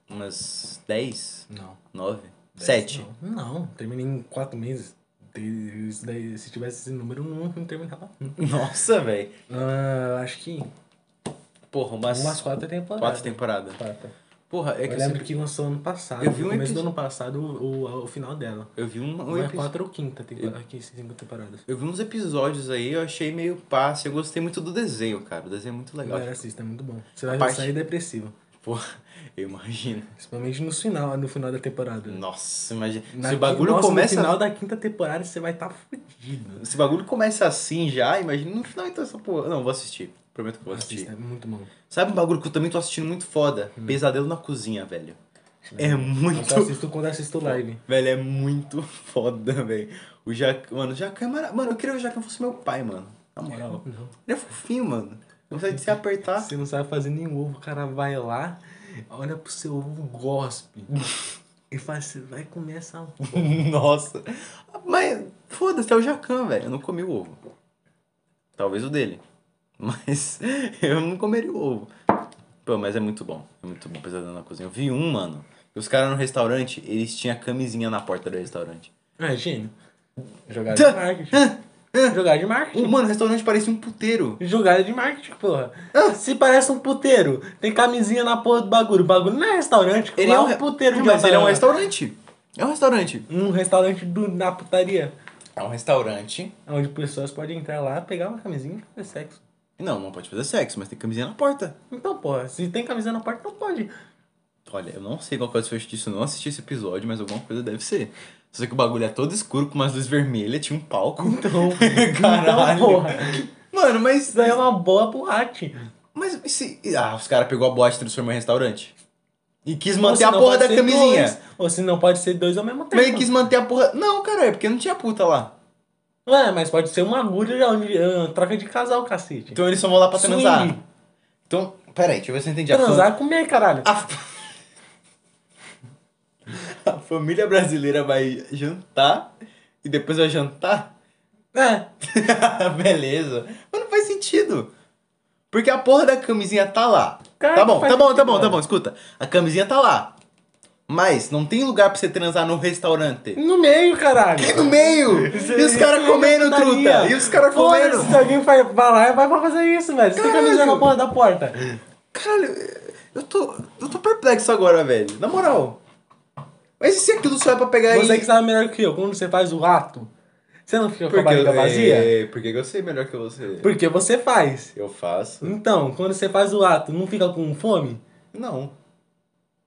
Umas 10?
Não.
9? 7?
Não, não terminei em quatro meses. Te- Isso daí, se tivesse esse número, não, não terminava.
Nossa, velho.
Ah, acho que
Porra, umas,
umas quatro temporadas.
quatro temporadas.
Quatro.
Porra, é
Eu
que eu,
lembro
sempre-
que lançou ano passado.
Eu vi um
no começo do
episódio-
ano passado o, o, o final dela.
eu vi um, um
Ou é
episódio-
quatro ou quinta temporada. Aqui, cinco temporadas.
Eu vi uns episódios aí, eu achei meio passe. Eu gostei muito do desenho, cara. O desenho é muito legal.
Galera, assista, é muito bom. Você vai
parte-
sair depressivo.
Porra, eu imagino.
Principalmente no final, no final da temporada.
Nossa, imagina.
Na
Se o
qui-
bagulho
nossa,
começa.
No final da quinta temporada, você vai estar tá fudido.
Se o bagulho começa assim já, imagina no final então essa porra. Não, vou assistir. Prometo que vou assistir.
Assista, Hum. é muito bom.
Sabe um bagulho que eu também tô assistindo muito foda? Pesadelo na cozinha, velho. É
Eu só
muito
assisto quando assisto live.
Velho, é muito foda, velho. O Jacan, mano, o Jacan é maravilhoso. Mano, eu queria que o Jacan fosse meu pai, mano. Na moral. Tá?
Não.
Ele é fofinho, mano. Não precisa de se apertar.
Você não sabe fazer nenhum ovo, o cara vai lá, olha pro seu ovo, gospe. e fala, você vai comer essa porra."
Nossa. Mas, foda-se, é o Jacan, velho. Eu não comi o ovo. Talvez o dele. Mas eu não comeria o ovo. Pô, mas é muito bom. É muito bom, pesadelo na cozinha. Eu vi um, mano. Os caras no restaurante, eles tinham camisinha na porta do restaurante.
Ah, gênio. Jogada
Tá.
de marketing. Jogada de
Ô,
marketing.
mano, o restaurante parecia um puteiro.
Jogada de marketing, porra. Se parece um puteiro, tem camisinha na porra do bagulho. O bagulho não é restaurante,
Ele
lá
é um,
um puteiro de
Mas ele é um
Altamira.
restaurante. É um restaurante.
Num restaurante do, na putaria.
É um restaurante.
Onde pessoas podem entrar lá, pegar uma camisinha e fazer sexo.
Não, não pode fazer sexo, mas tem camisinha na porta.
Então, porra, se tem camisinha na porta, não pode.
Olha, eu não sei qual que é o desfecho disso, eu não assisti esse episódio, mas alguma coisa deve ser. Só sei que o bagulho é todo escuro, com umas luzes vermelhas, tinha um palco.
Então,
Caralho.
então porra.
Mano, mas.
Isso daí é uma boa boate.
Mas e se. Ah, os caras pegou a boate e transformou em restaurante. E quis
Ou
manter a
senão
porra
pode
da
ser
camisinha.
dois, ou se não pode ser dois ao mesmo tempo.
Mas ele quis manter a porra. Não, cara, é porque não tinha puta lá.
Ué, mas pode ser uma agulha de onde, ah, troca de casal, cacete.
Então eles só vão lá pra
Swing.
transar. Então, peraí, deixa eu ver se eu entendi a fã-
Transar é comer, caralho.
A, fa- A família brasileira vai jantar e depois vai jantar?
É.
Beleza. Mas não faz sentido. Porque a porra da camisinha tá lá.
Cara,
tá
não
bom,
faz
tá bom, tá
sentido, né?
bom, tá
cara.
bom, escuta. A camisinha tá lá. Mas não tem lugar pra você transar no restaurante.
No meio, caralho.
E no meio! E os caras comendo, truta! E os caras
Foda-se,
comendo!
Se alguém vai, vai lá, vai pra fazer isso, velho. Você tem
Caralho.
camisinha na porra da porta.
Caralho, eu tô. Eu tô perplexo agora, velho. Na moral. Mas e se aquilo só é pra pegar
Você
e-
que sabe melhor que eu, quando você faz o ato, você não fica com a
Porque
barriga
eu,
vazia?
É, porque eu sei melhor que você.
Porque você faz.
Eu faço?
Então, quando você faz o ato, não fica com fome?
Não.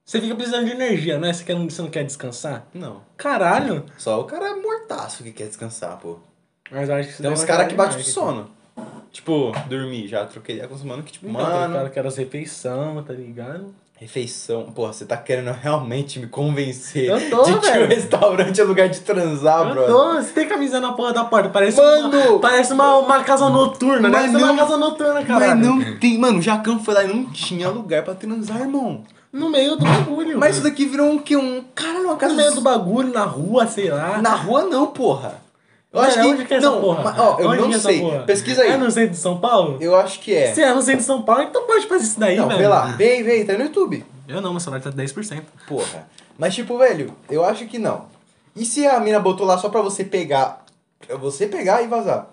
Você fica precisando de energia, né? Você, quer, você não quer descansar?
Não.
Caralho!
Só o cara é mortaço que quer descansar, pô.
Mas eu acho que é você
Tem uns
deve
caras
ajudar
que batem
demais,
de sono. Tipo, dormir. Já troquei ideia com os mano que, tipo,
Então, Tem
mano,
cara que era as refeição, tá ligado?
refeição. Porra, você tá querendo realmente me convencer
Eu tô,
de que
velho.
o restaurante é lugar de transar,
Eu
brother.
tô, Então, você tem camisa na porra da porta, parece
Mano!
uma, parece uma, uma casa noturna, né?
Mas
Você é uma
não-
casa noturna, cara.
Mas não tem, mano, o Jacan foi lá e não tinha lugar pra transar, irmão.
No meio do bagulho.
Mas isso daqui virou um que um cara numa casa
no meio do bagulho, na rua, sei lá.
na rua não, porra. Eu
Cara,
acho que
onde que é essa
não,
porra?
mas, ó, eu
Onde
não
que é essa
sei.
porra?
Pesquisa aí.
É no centro de São Paulo?
Eu acho que é.
Se é no centro de São Paulo, então pode fazer isso daí,
não,
velho.
vê lá. Vem, vem, tá no YouTube.
Eu não, meu celular tá 10%.
Porra. Mas tipo, velho, eu acho que não. E se a mina botou lá só pra você pegar, pra você pegar e vazar?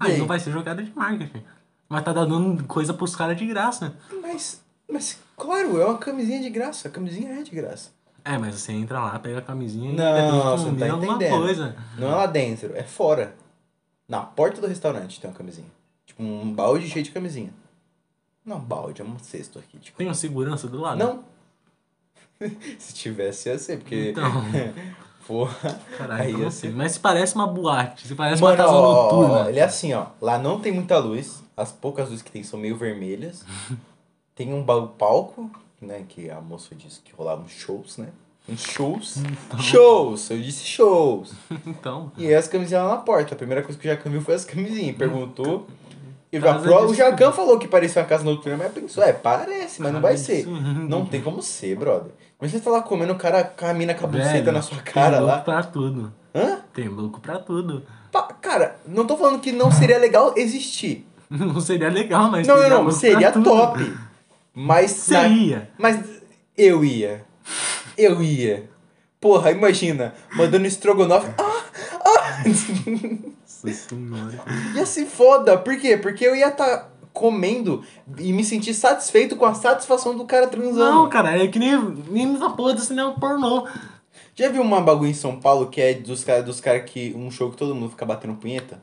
E
Aí
aí?
não vai ser jogada de marketing. Mas tá dando coisa pros caras de graça.
Mas mas claro, é uma camisinha de graça. A camisinha é de graça.
É, mas você entra lá, pega a camisinha e é
Não, você não
combina
tá
alguma
entendendo.
coisa.
Não é lá dentro, é fora. Na porta do restaurante tem uma camisinha. Tipo, um balde cheio de camisinha. Não, balde, é um cesto aqui. Tipo.
Tem um segurança do lado?
Não. Se tivesse, ia ser, porque.
Então.
Porra.
Caralho,
Aí
como
ia
assim?
ser.
Mas se parece uma boate, se parece uma
Mano, ó,
casa
ó, ó,
noturna.
ele é assim, ó. Lá não tem muita luz. As poucas luzes que tem são meio vermelhas. tem um ba- palco, né? Que a moça disse que rolavam shows, né? Uns Shows? Shows! Eu disse shows!
Então,
E aí as camisinhas lá na porta. A primeira coisa que o Jacan viu foi as camisinhas. Perguntou. E o
Casa
Jacan-
de
o Jacan falou que parecia uma casa noturna, mas pensou, é, parece, mas não vai
Parece.
ser. Não tem como ser, brother. Mas você tá lá comendo, o cara camina com a buceta
velho,
na sua cara
tem louco
lá.
pra tudo.
Hã?
Tem louco pra tudo.
Pa- cara, não tô falando que não seria legal existir.
Não seria legal, mas
Não,
tem
não, não.
louco
Seria
pra tudo.
top. Mas. na-
Seria.
Mas eu ia. Eu ia. Porra, imagina, mandando estrogonofe. Ah! Ah!
Nossa senhora.
Ia se foda. Por quê? Porque eu ia estar comendo e me sentir satisfeito com a satisfação do cara transando.
Não, cara, é que nem, nem na porra do cinema pornô.
Já viu uma bagulho em São Paulo que é dos caras dos cara que. um show que todo mundo fica batendo punheta?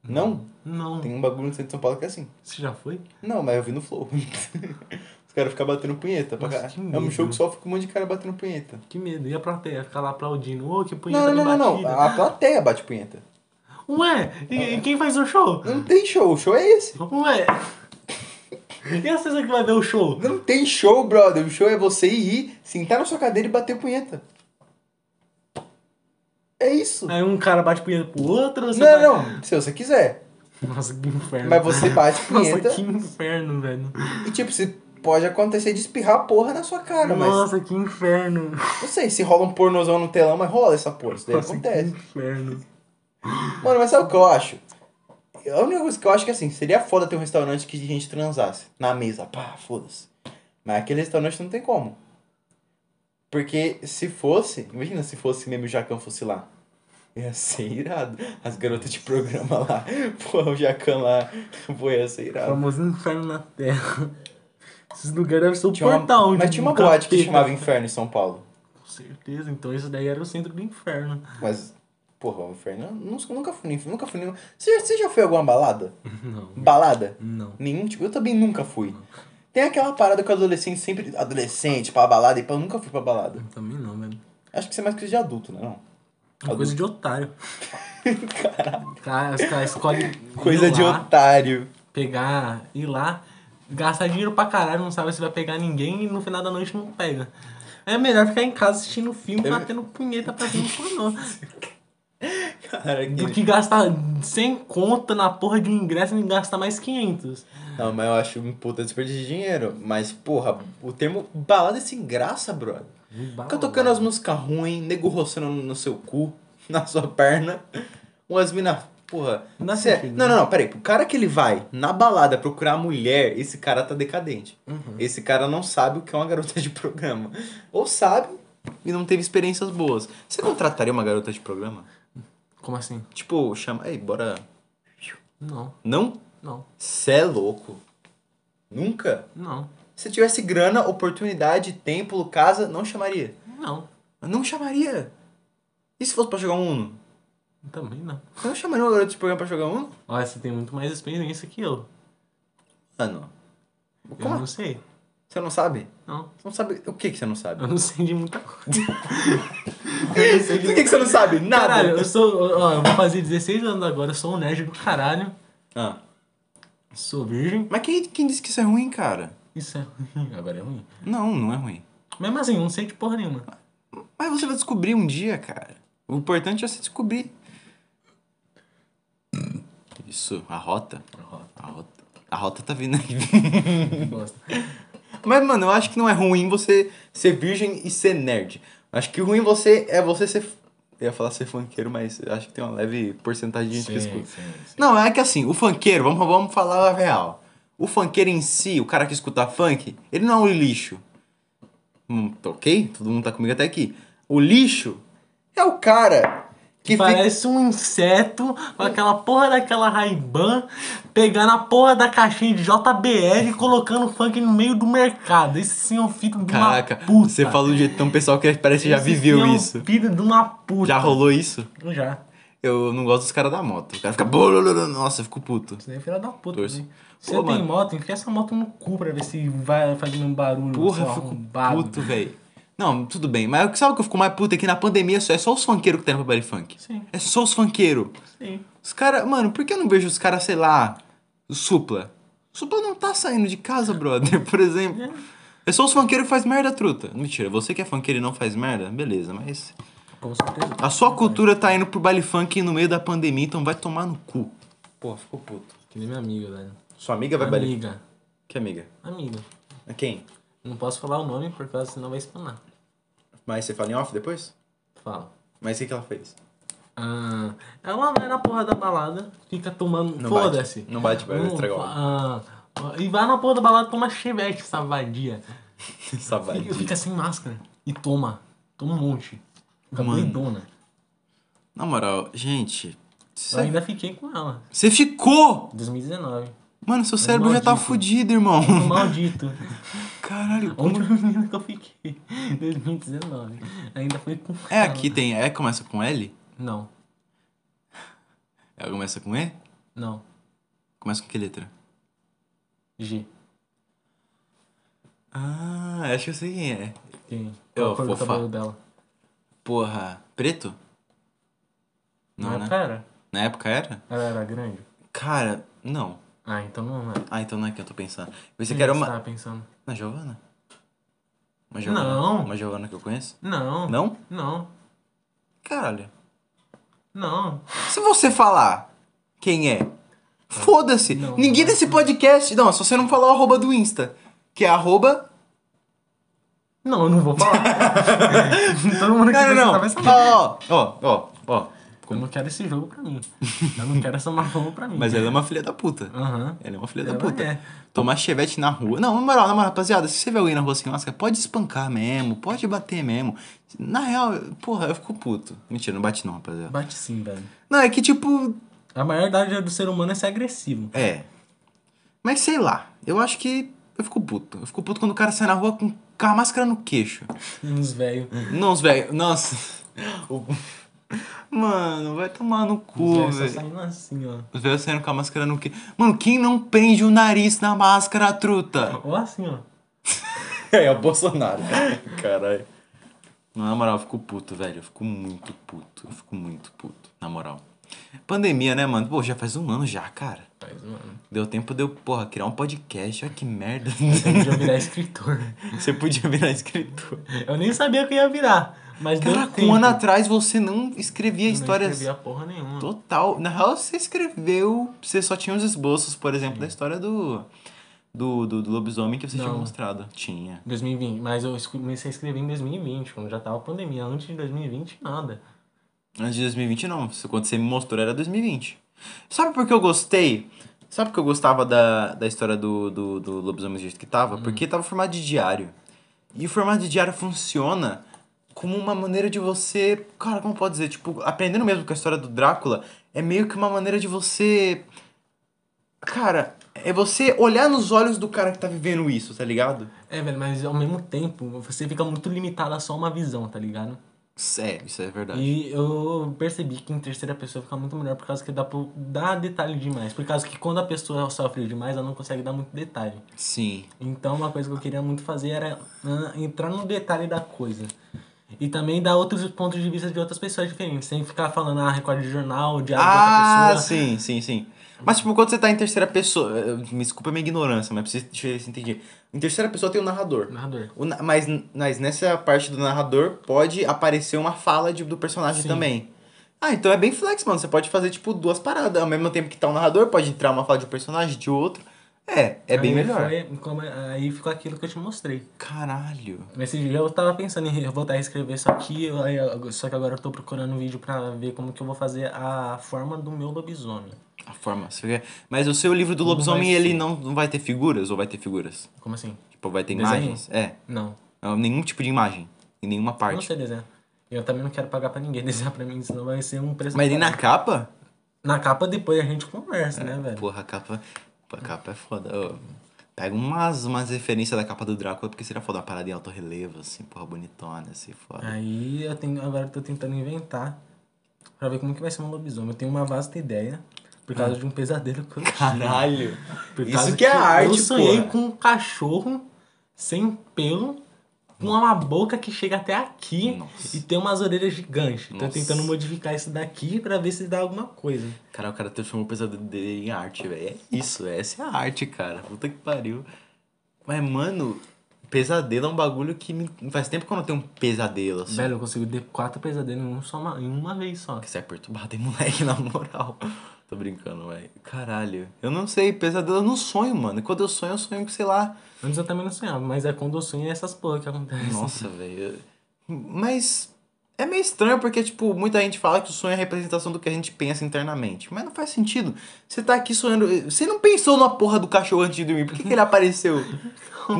Não?
Não.
Tem um bagulho no centro de São Paulo que é assim.
Você já foi?
Não, mas eu vi no Flow. Os caras ficam batendo punheta pra
Nossa,
caralho.
que
É um
medo.
show que só fica um monte de cara batendo punheta.
Que medo. E a plateia ficar lá aplaudindo. Ô, que punheta
Não, não, não,
bem
não, não.
batida.
A plateia bate punheta.
Ué, e, e quem faz o show?
Não tem show, o show é esse.
Ué. E a pessoa que vai ver o show?
Não tem show, brother. O show é você ir, sentar na sua cadeira e bater punheta. É isso.
Aí um cara bate punheta pro outro. Você
Não,
vai-
não, se você quiser.
Nossa, que inferno.
Mas você bate punheta
Nossa, que inferno, velho.
e, tipo, se pode acontecer de espirrar a porra na sua cara, mas
Nossa, que inferno.
não sei se rola um pornozão no telão, mas rola essa porra, isso daí
Nossa,
acontece.
que inferno.
Mano, mas sabe o que eu acho? A única coisa que eu acho que assim, seria foda ter um restaurante que a gente transasse na mesa, pá, foda-se. Mas aquele restaurante não tem como. Porque se fosse, imagina se fosse mesmo o Jacão fosse lá. Ia ser irado. As garotas de programa lá. Pô, o Jacão lá. Pô, ia ser
O
irado.
famoso inferno na terra. Esses lugares devem ser o
Tinha uma-
portal. onde
mas tinha uma
o um capeta-
boate que chamava Inferno em São Paulo.
Com certeza, então isso daí era o centro do inferno.
Mas, porra, o Inferno. eu Nunca, nunca fui no Inferno. Nunca fui no... Você, já- você já foi a alguma balada?
Não,
Balada?
não.
Nenhum tipo. Eu também nunca fui. Tem aquela parada que o adolescente sempre. Adolescente pra balada e pá, eu nunca fui pra balada.
Eu também não, velho.
Acho que isso é mais coisa de adulto, né? Não.
É coisa de otário. Caralho. Cara, os caras escolhem. ir
Coisa de
lá,
otário.
Pegar, ir lá, gastar dinheiro pra caralho, não sabe se vai pegar ninguém e no final da noite não pega. É melhor ficar em casa assistindo filme, batendo punheta pra ver um pornô.
Cara,
Do
que...
que gastar 100 conta na porra de um ingresso e gastar mais 500.
Não, mas eu acho um puta desperdício de dinheiro. Mas, porra, o termo balada é sem graça, brother. Fica tocando as músicas ruins, nego roçando no no seu cu, na sua perna. Umas mina. Porra.
Não
cê- é
sentido, né?
não, não, não, peraí. O cara que ele vai na balada procurar a mulher, esse cara tá decadente.
Uhum.
Esse cara não sabe o que é uma garota de programa. Ou sabe e não teve experiências boas. Você contrataria uma garota de programa?
Como assim?
Tipo, chama. Ei, bora.
Não,
Não?
não,
Cê é louco. Nunca?
não,
Se tivesse grana, oportunidade, tempo, casa, não chamaria.
não.
Não chamaria. E se fosse pra jogar um Uno?
Também não.
Você não chamaria um garoto de programa pra jogar um?
Olha, você tem muito mais experiência que eu.
Mano.
Eu
Como?
não sei.
Você não sabe?
Não.
Você não sabe. O que, que você não sabe?
Eu não sei de muita coisa.
O que, que você não sabe? Nada.
Caralho, eu sou. Ó, eu vou fazer 16 anos agora, eu sou um nerd do caralho.
Ah.
Sou virgem.
Mas quem, quem disse que isso é ruim, cara?
Isso é ruim. Agora é ruim.
Não, não é ruim.
Mesmo assim, eu não sei de porra nenhuma.
Mas você vai descobrir um dia, cara. O importante é você descobrir. Isso, a rota. A rota. A rota tá vindo aí.
Bosta.
Mas, mano, eu acho que não é ruim você.
Ser virgem e ser nerd. Acho que o ruim você é você ser. Eu ia falar ser funkeiro, mas acho que tem uma leve porcentagem de gente que escuta.
Sim, sim, sim.
Não, é que assim, o funkeiro, vamos, vamos falar a real. O funkeiro em si, o cara que escuta funk, ele não é um lixo.
Hum, tá ok? Todo mundo tá comigo até aqui. O lixo é o cara que fica.
Parece um inseto com aquela porra daquela Ray-Ban pegando a porra da caixinha de JBL e colocando funk no meio do mercado. Esse sim é um filho de
Caraca,
uma puta.
você fala do jeito tão pessoal que parece que já
Esse sim
viveu
é um
isso.
filho de uma puta.
Já rolou isso?
Já.
Eu não gosto dos caras da moto. O cara fica. Nossa, eu fico puto.
Você é filha da puta.
Torço.
né?
Pô,
Se Você tem
mano.
moto, enfia essa moto no cu pra ver se vai fazendo um barulho.
Porra,
seu
eu fico
arrombado.
puto, velho. Não, tudo bem. Mas o que- sabe o que eu fico mais puto? É que na pandemia só- é só os funkeiros que tem no Body Funk.
Sim,
É só os funkeiros.
sim.
Os caras, mano, por que eu não vejo os caras, sei lá, o supla? O supla não tá saindo de casa, brother, por exemplo. É só os funkeiros que faz merda, truta. Mentira, você que é funkeiro e não faz merda, beleza, mas.
Com certeza.
A sua cultura tá indo pro baile funk no meio da pandemia, então vai tomar no cu.
Porra, ficou puto.
Que nem minha amiga, velho.
Sua amiga vai baile.
Amiga.
Que amiga?
Amiga.
É Quem?
Não posso falar o nome porque ela senão vai espanar.
Mas você fala em off depois?
Fala.
Mas o que, que ela fez?
Ah, ela vai na porra da balada, fica tomando.
Não
Foda-se.
bate. Não bate, vai
Não,
estragar o áudio.
ah, E vai na porra da balada tomar chevette, savadia.
Sabe?
Fica, fica sem máscara. E toma. Toma um monte. Fica doidona.
Na moral, gente.
Eu ainda fiquei com ela.
Você ficou!
2019.
Mano, seu cérebro já tá
Maldito.
fudido, irmão.
Maldito.
Caralho.
Onde o menino que eu fiquei? 2019. Ainda foi com.
É aqui, tem. É começa com L?
Não,
É, começa com E?
não.
Começa com que letra?
G.
Ah, acho que eu sei quem é.
Quem?
Eu,
Qual foi o
fofa.
cabelo dela?
Porra. Preto? Não,
Na
né?
época era?
Na época era?
Ela era grande?
Cara, não.
Ah, então não é.
Ah, então não é que eu tô pensando. Você
Quem
quer
você
uma.
tava pensando?
Uma Giovana? Uma Giovana?
Não.
Uma Giovana que eu conheço?
Não.
Não?
Não.
Caralho.
Não.
Se você falar quem é, foda-se.
Não,
Ninguém
não. é
desse podcast. Não, se você não falar o arroba do Insta, que é arroba.
Não, eu não vou falar. Todo mundo que
Não,
tá
não,
vai
não.
saber.
Ó, ó, ó, ó.
Eu não quero esse jogo pra mim. Eu não quero essa marrom pra mim.
Mas ela é uma filha da puta.
Aham.
Ela é uma filha da
Ela
puta.
é.
Tomar chevette na rua. Não, na moral, na moral, rapaziada, se você vê alguém na rua sem máscara, pode espancar mesmo, pode bater mesmo. Na real, porra, eu fico puto. Mentira, não bate não, rapaziada.
Bate sim, velho.
Não, é que tipo.
A maior idade do ser humano é ser agressivo.
É. Mas sei lá, eu acho que eu fico puto. Eu fico puto quando o cara sai na rua com com a máscara no queixo.
Uns velhos.
Não, os velhos. Nossa. O- Mano, vai tomar no cu,
Os velhos
velho.
saindo assim, ó.
Os velhos saindo com a máscara no queixo. Mano, quem não prende o nariz na máscara, truta?
Ou assim, ó.
É, é o Bolsonaro. Caralho.
Não, na moral, eu fico puto, velho. Eu fico muito puto. Eu fico muito puto, na moral. Pandemia, né, mano? Pô, já faz um ano já, cara.
Faz, mano.
Deu tempo de eu, porra, criar um podcast. Olha que merda.
Eu podia virar escritor.
Você podia virar escritor.
Eu nem sabia que eu ia virar. Mas deu
Caraca,
tempo.
um ano atrás você não escrevia
Eu Não
histórias.
escrevia porra nenhuma.
Total. Na real, você escreveu. Você só tinha os esboços, por exemplo, da história do. Do, do, do lobisomem que você tinha
Não.
mostrado. Tinha.
2020. Mas eu escre- comecei a escrever em 2020, quando já tava a pandemia. Antes de 2020, nada.
Antes de 2020, não. Isso, Quando você me mostrou, era 2020. Sabe por que eu gostei? Sabe por que eu gostava da, da história do, do, do Lobisomem do jeito que tava? Porque tava formado de diário. E o formato de diário funciona como uma maneira de você... Cara, como pode dizer? Tipo, aprendendo mesmo com a história do Drácula, é meio que uma maneira de você... Cara, é você olhar nos olhos do cara que tá vivendo isso, tá ligado?
É, velho, mas ao mesmo tempo, você fica muito limitado a só uma visão, tá ligado?
Sério, isso é verdade.
E eu percebi que em terceira pessoa fica muito melhor por causa que dá, pro- dá detalhe demais. Por causa que quando a pessoa sofre demais, ela não consegue dar muito detalhe.
Sim.
Então, uma coisa que eu queria muito fazer era ah, entrar no detalhe da coisa. E também dar outros pontos de vista de outras pessoas diferentes, sem ficar falando, ah, recorde de jornal, diário de
Ah,
outra pessoa.
sim, sim, sim. Mas, tipo, quando você tá em terceira pessoa. eh, Me desculpa a minha ignorância, mas precisa deixa eu ver se entendi. Em terceira pessoa tem o narrador.
Narrador.
O na- mas, mas nessa parte do narrador pode aparecer uma fala de- do personagem
Sim.
também. Ah, então é bem flex, mano. Você pode fazer, tipo, duas paradas. Ao mesmo tempo que tá o narrador, pode entrar uma fala de um personagem, de outro. É, é bem
Aí
melhor.
foi como- aí ficou aquilo que eu te mostrei.
Caralho.
Nesse dia eu tava pensando em voltar a escrever isso aqui, aí eu- só que agora eu tô procurando um vídeo pra ver como que eu vou fazer a forma do meu lobisomem.
A forma. você quer- Mas o seu livro do
Não
lobisomem,
vai ser.
ele não, não vai ter figuras ou vai ter figuras?
Como assim?
Tipo, vai ter
Desenho?
imagens? É.
Não,
Não, nenhum tipo de imagem. Em nenhuma
eu não
parte.
sei desenhar. Eu também não quero pagar pra ninguém desenhar pra mim, senão vai ser um preço.
Mas nem
caro.
na capa?
Na capa depois a gente conversa, né, velho?
Porra, a capa. A capa é foda. Ô, pega umas, umas referências da capa do Drácula, porque seria foda uma parada em alto relevo, assim, porra, bonitona, assim, foda.
Aí eu tenho. Agora eu tô tentando inventar pra ver como que vai ser um lobisomem. Eu tenho uma vasta ideia por causa de um pesadelo que eu tive.
Ah. Caralho!
Por
Isso
causa
que é arte,
Eu sonhei
porra.
com um cachorro sem pelo, com uma boca que chega até aqui
Nossa.
e tem umas orelhas gigantes. Tô
Nossa.
tentando modificar isso daqui pra ver se dá alguma coisa.
Cara, o cara transformou o pesadelo dele em arte, velho. É isso, essa é a arte, cara. Puta que pariu. Mas, mano, pesadelo é um bagulho que me... faz tempo que eu não tenho um pesadelo, assim.
Velho, eu consigo ter quatro pesadelos em, um só uma, em uma vez só.
Que você é perturbado, hein, moleque, na moral. Tô brincando, velho. Caralho. Eu não sei, pesadelo eu não sonho, mano. Quando eu sonho, eu sonho com, sei lá.
Antes eu também não sonhava, mas é quando eu sonho é essas porra que acontece.
Nossa, velho. Mas é meio estranho porque, tipo, muita gente fala que o sonho é a representação do que a gente pensa internamente. Mas não faz sentido. Você tá aqui sonhando. Você não pensou na porra do cachorro antes de dormir. Por que, que ele apareceu?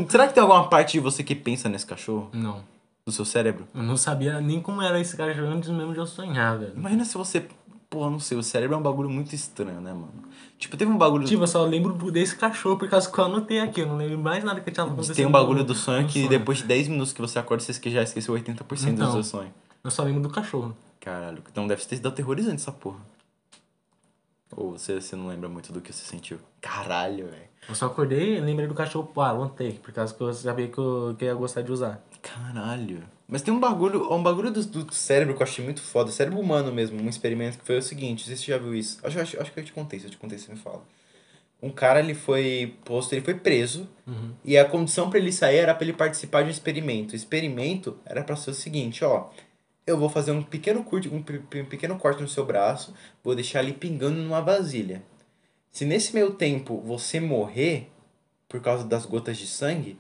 Será que tem alguma parte de você que pensa nesse cachorro?
Não.
Do seu cérebro?
Eu não sabia nem como era esse cachorro antes mesmo de eu sonhar, velho.
Imagina se você. Porra, não sei, o cérebro é um bagulho muito estranho, né, mano? Tipo, teve um bagulho.
Tipo, eu só lembro do- desse cachorro por causa que eu anotei aqui. Eu não lembro mais nada que tinha acontecido.
Tem um bagulho do sonho
no
que depois de 10 minutos que você acorda, você esque- já esqueceu 80% do
Então.
seu sonho.
Eu só lembro do cachorro.
Caralho, então deve ter sido aterrorizante essa porra. Ou você, você não lembra muito do que você sentiu. Caralho, velho.
Eu só acordei e lembrei do cachorro. Pô, ah, anotei. Por causa que eu sabia que eu, que eu ia gostar de usar.
Caralho. Mas tem um bagulho, um bagulho do, do cérebro que eu achei muito foda, cérebro humano mesmo, um experimento que foi o seguinte, não sei se você já viu isso. Acho, acho, acho que eu te contei, se eu te contei, você me fala. Um cara, ele foi posto, ele foi preso, e a condição pra ele sair era pra ele participar de um experimento. O experimento era pra ser o seguinte, ó, eu vou fazer um pequeno, curte, um, pe- pe- um pequeno corte no seu braço, vou deixar ele pingando numa vasilha. Se nesse meio tempo você morrer, por causa das gotas de sangue,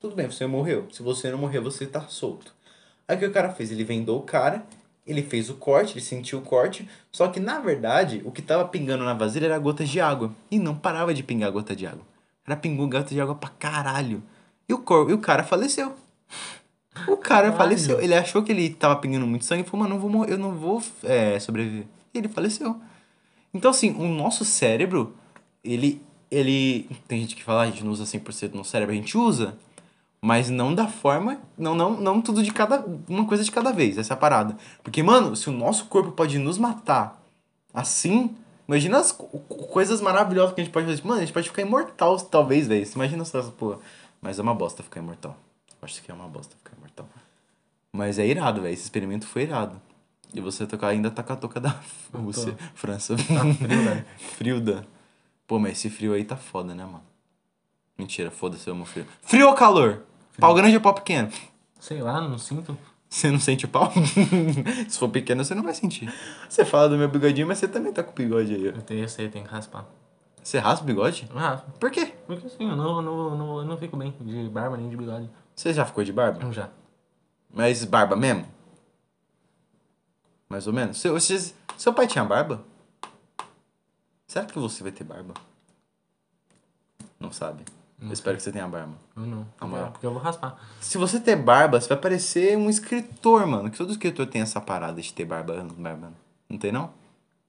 tudo bem, você morreu. Se você não morrer, você tá solto. Aí o que o cara fez? Ele vendou o cara, ele fez o corte, ele sentiu o corte, só que na verdade o que tava pingando na vasilha era gotas de água. E não parava de pingar gota de água. Era pingou gota de água pra caralho. E o, cor... e o cara faleceu. O cara
Caralho.
faleceu. Ele achou que ele tava pingando muito sangue e falou, mano, eu, vou morrer, eu não vou é, sobreviver. E ele faleceu. Então, assim, o nosso cérebro, ele. ele Tem gente que fala, "Ah, a gente não usa 100% do nosso cérebro, a gente usa, mas não da forma. Não, não, não tudo de cada. Uma coisa de cada vez, essa é a parada. Porque, mano, se o nosso corpo pode nos matar assim. Imagina as co- co- coisas maravilhosas que a gente pode fazer. Mano, a gente pode ficar imortal, talvez, velho. Você Imagina essas porra. Mas é uma bosta ficar imortal. Eu acho que é uma bosta ficar imortal. Mas é irado, velho. Esse experimento foi irado. E você tocar, ainda tá com a touca da Rússia, França. né?
velho.
Friuda. Pô, mas esse frio aí tá foda, né, mano? Mentira, foda-se, eu amo frio. Frio ou calor? Pau grande ou pau pequeno?
Sei lá, não sinto.
Você não sente o pau? Se for pequeno, você não vai sentir. Você fala do meu bigodinho, mas você também tá com o bigode aí, ó.
Eu tenho, eu sei, eu tenho que raspar.
Você raspa o bigode?
Ah,
Por quê?
porque assim, eu não, eu não, eu não, eu não fico bem de barba nem de bigode.
Você já ficou de barba?
Não já.
Mas barba mesmo? Mais ou menos. Seu, vocês- seu pai tinha barba? Será que você vai ter barba? Não sabe. eu espero que você tenha barba.
Eu não.
Na moral.
Porque eu vou raspar.
Se você ter barba, você vai parecer um escritor, mano. Que todo escritor tem essa parada de ter barba. barba. Não tem, não?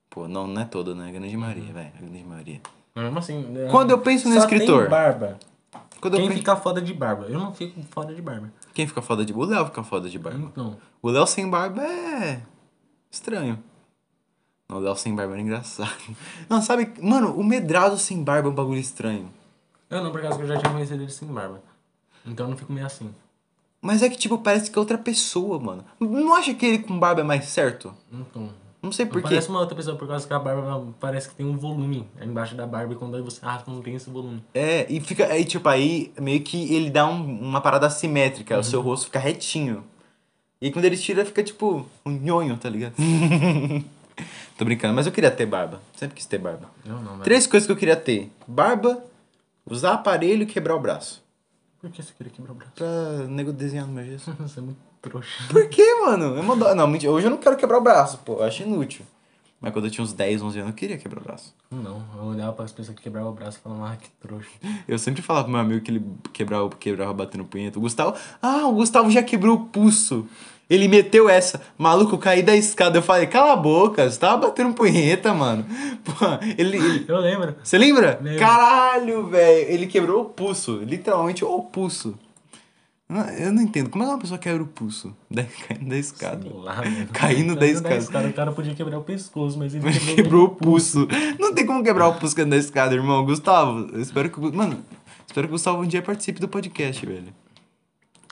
Pô, não, não é todo, né? Grande maioria, velho. Grande maioria.
Mas mesmo assim.
Quando eu penso no
só
escritor.
Tem barba.
Quando eu
Quem
pe-
fica foda de barba? Eu não fico foda de barba.
Quem fica foda de barba? O Léo fica foda de barba.
Então,
O Léo sem barba é. estranho. Não, o Léo sem barba era engraçado. Não, sabe. Mano, o medrado sem barba é um bagulho estranho.
eu não, por causa que eu já tinha conhecido ele sem barba. Então eu não fico meio assim.
Mas é que, tipo, parece que é outra pessoa, mano. Não acha que ele com barba é mais certo?
Então.
Não sei por quê.
Parece uma outra pessoa, por causa que a barba parece que tem um volume embaixo da barba e quando você raspa não tem esse volume.
É, e fica. Aí, tipo, aí meio que ele dá um- uma parada assimétrica, o seu rosto fica retinho. E aí, quando ele tira, fica tipo um nhonho, tá ligado? Tô brincando, mas eu queria ter barba. Sempre quis ter barba.
Eu não, velho.
Três coisas que eu queria ter: barba, usar aparelho e quebrar o braço.
Por que você queria quebrar o braço?
Pra nego desenhar no meu gesso.
Você é muito trouxa.
Por que, mano? Eu mando... Não, mentira, hoje eu não quero quebrar o braço, pô. Eu acho inútil. Mas quando eu tinha uns 10, 11 anos, eu queria quebrar o braço.
Não, eu olhava para as pessoas que quebravam o braço e falava, ah, que trouxa.
Eu sempre falava pro meu amigo que ele quebrava, quebrava batendo punheta. O Gustavo. Ah, o Gustavo já quebrou o pulso. Ele meteu essa. Maluco, eu caí da escada. Eu falei, cala a boca, você tava batendo punheta, mano. Pô, ele. ele-
Eu lembro.
Você lembra?
Lembro.
Caralho, velho. Ele quebrou o pulso. Literalmente o pulso. Não, Eu não entendo. Como é que uma pessoa quebra o pulso? Da, caindo da escada.
Sei lá, mano.
Caindo da escada.
O cara podia quebrar o pescoço, mas ele
Mas
quebrou.
quebrou o pulso. Não tem como quebrar o pulso caindo da escada, irmão. Gustavo, eu espero que. o Gu- Mano, espero que o Gustavo um dia participe do podcast, velho.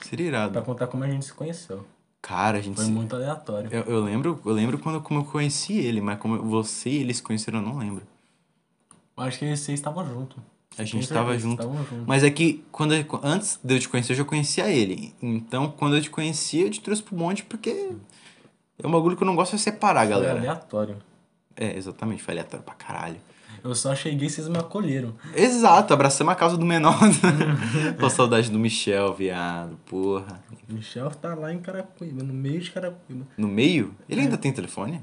Seria
Pra
irado.
contar como a gente se conheceu.
Cara, a gente.
Tá. Foi
se-
muito aleatório.
Eu, eu lembro, eu lembro quando como eu conheci ele, mas como eu- você e eles se conheceram, eu não lembro.
Eu acho que vocês estavam juntos.
A gente tava junto.
Estavam junto.
Mas é que quando, eu- antes de eu te conhecer, eu já conhecia ele. Então, quando eu te conheci, eu te trouxe pro monte porque é um bagulho que eu não gosto de separar,
Foi
galera.
aleatório.
É, exatamente, foi aleatório pra caralho.
Eu só cheguei e vocês me acolheram.
Exato, abraçamos a causa do menor. Pô, saudade do Michel, viado, porra.
Michel tá lá em Caracuíba, no meio de Caracuíba.
No meio? Ele ainda tem telefone?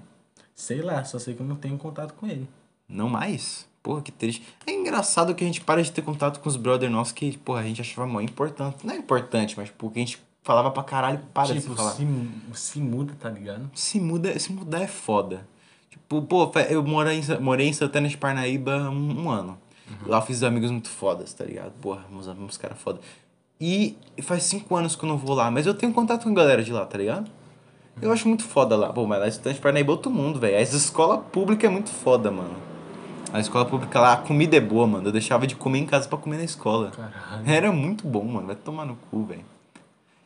Sei lá, só sei que eu não tenho contato com ele.
Não mais? Porra, que triste. É engraçado que a gente para de ter contato com os brother nossos que, porra, a gente achava mó importante. Não é importante, mas porque a gente falava pra caralho, para de
tipo,
se falar.
se, se muda, tá ligado?
Se muda, se mudar é foda. Tipo, pô, fe- eu morei em, Sa- morei em Santana de Parnaíba um, um ano. Lá eu fiz amigos muito fodas, tá ligado? Porra, uns, uns caras foda. E faz cinco anos que eu não vou lá, mas eu tenho contato com a galera de lá, tá ligado? Eu acho muito foda lá. Pô, mas lá em Santana de Parnaíba é outro mundo, velho. A escola pública é muito foda, mano. A escola pública lá, a comida é boa, mano. Eu deixava de comer em casa pra comer na escola.
Caralho.
Era muito bom, mano. Vai tomar no cu, velho.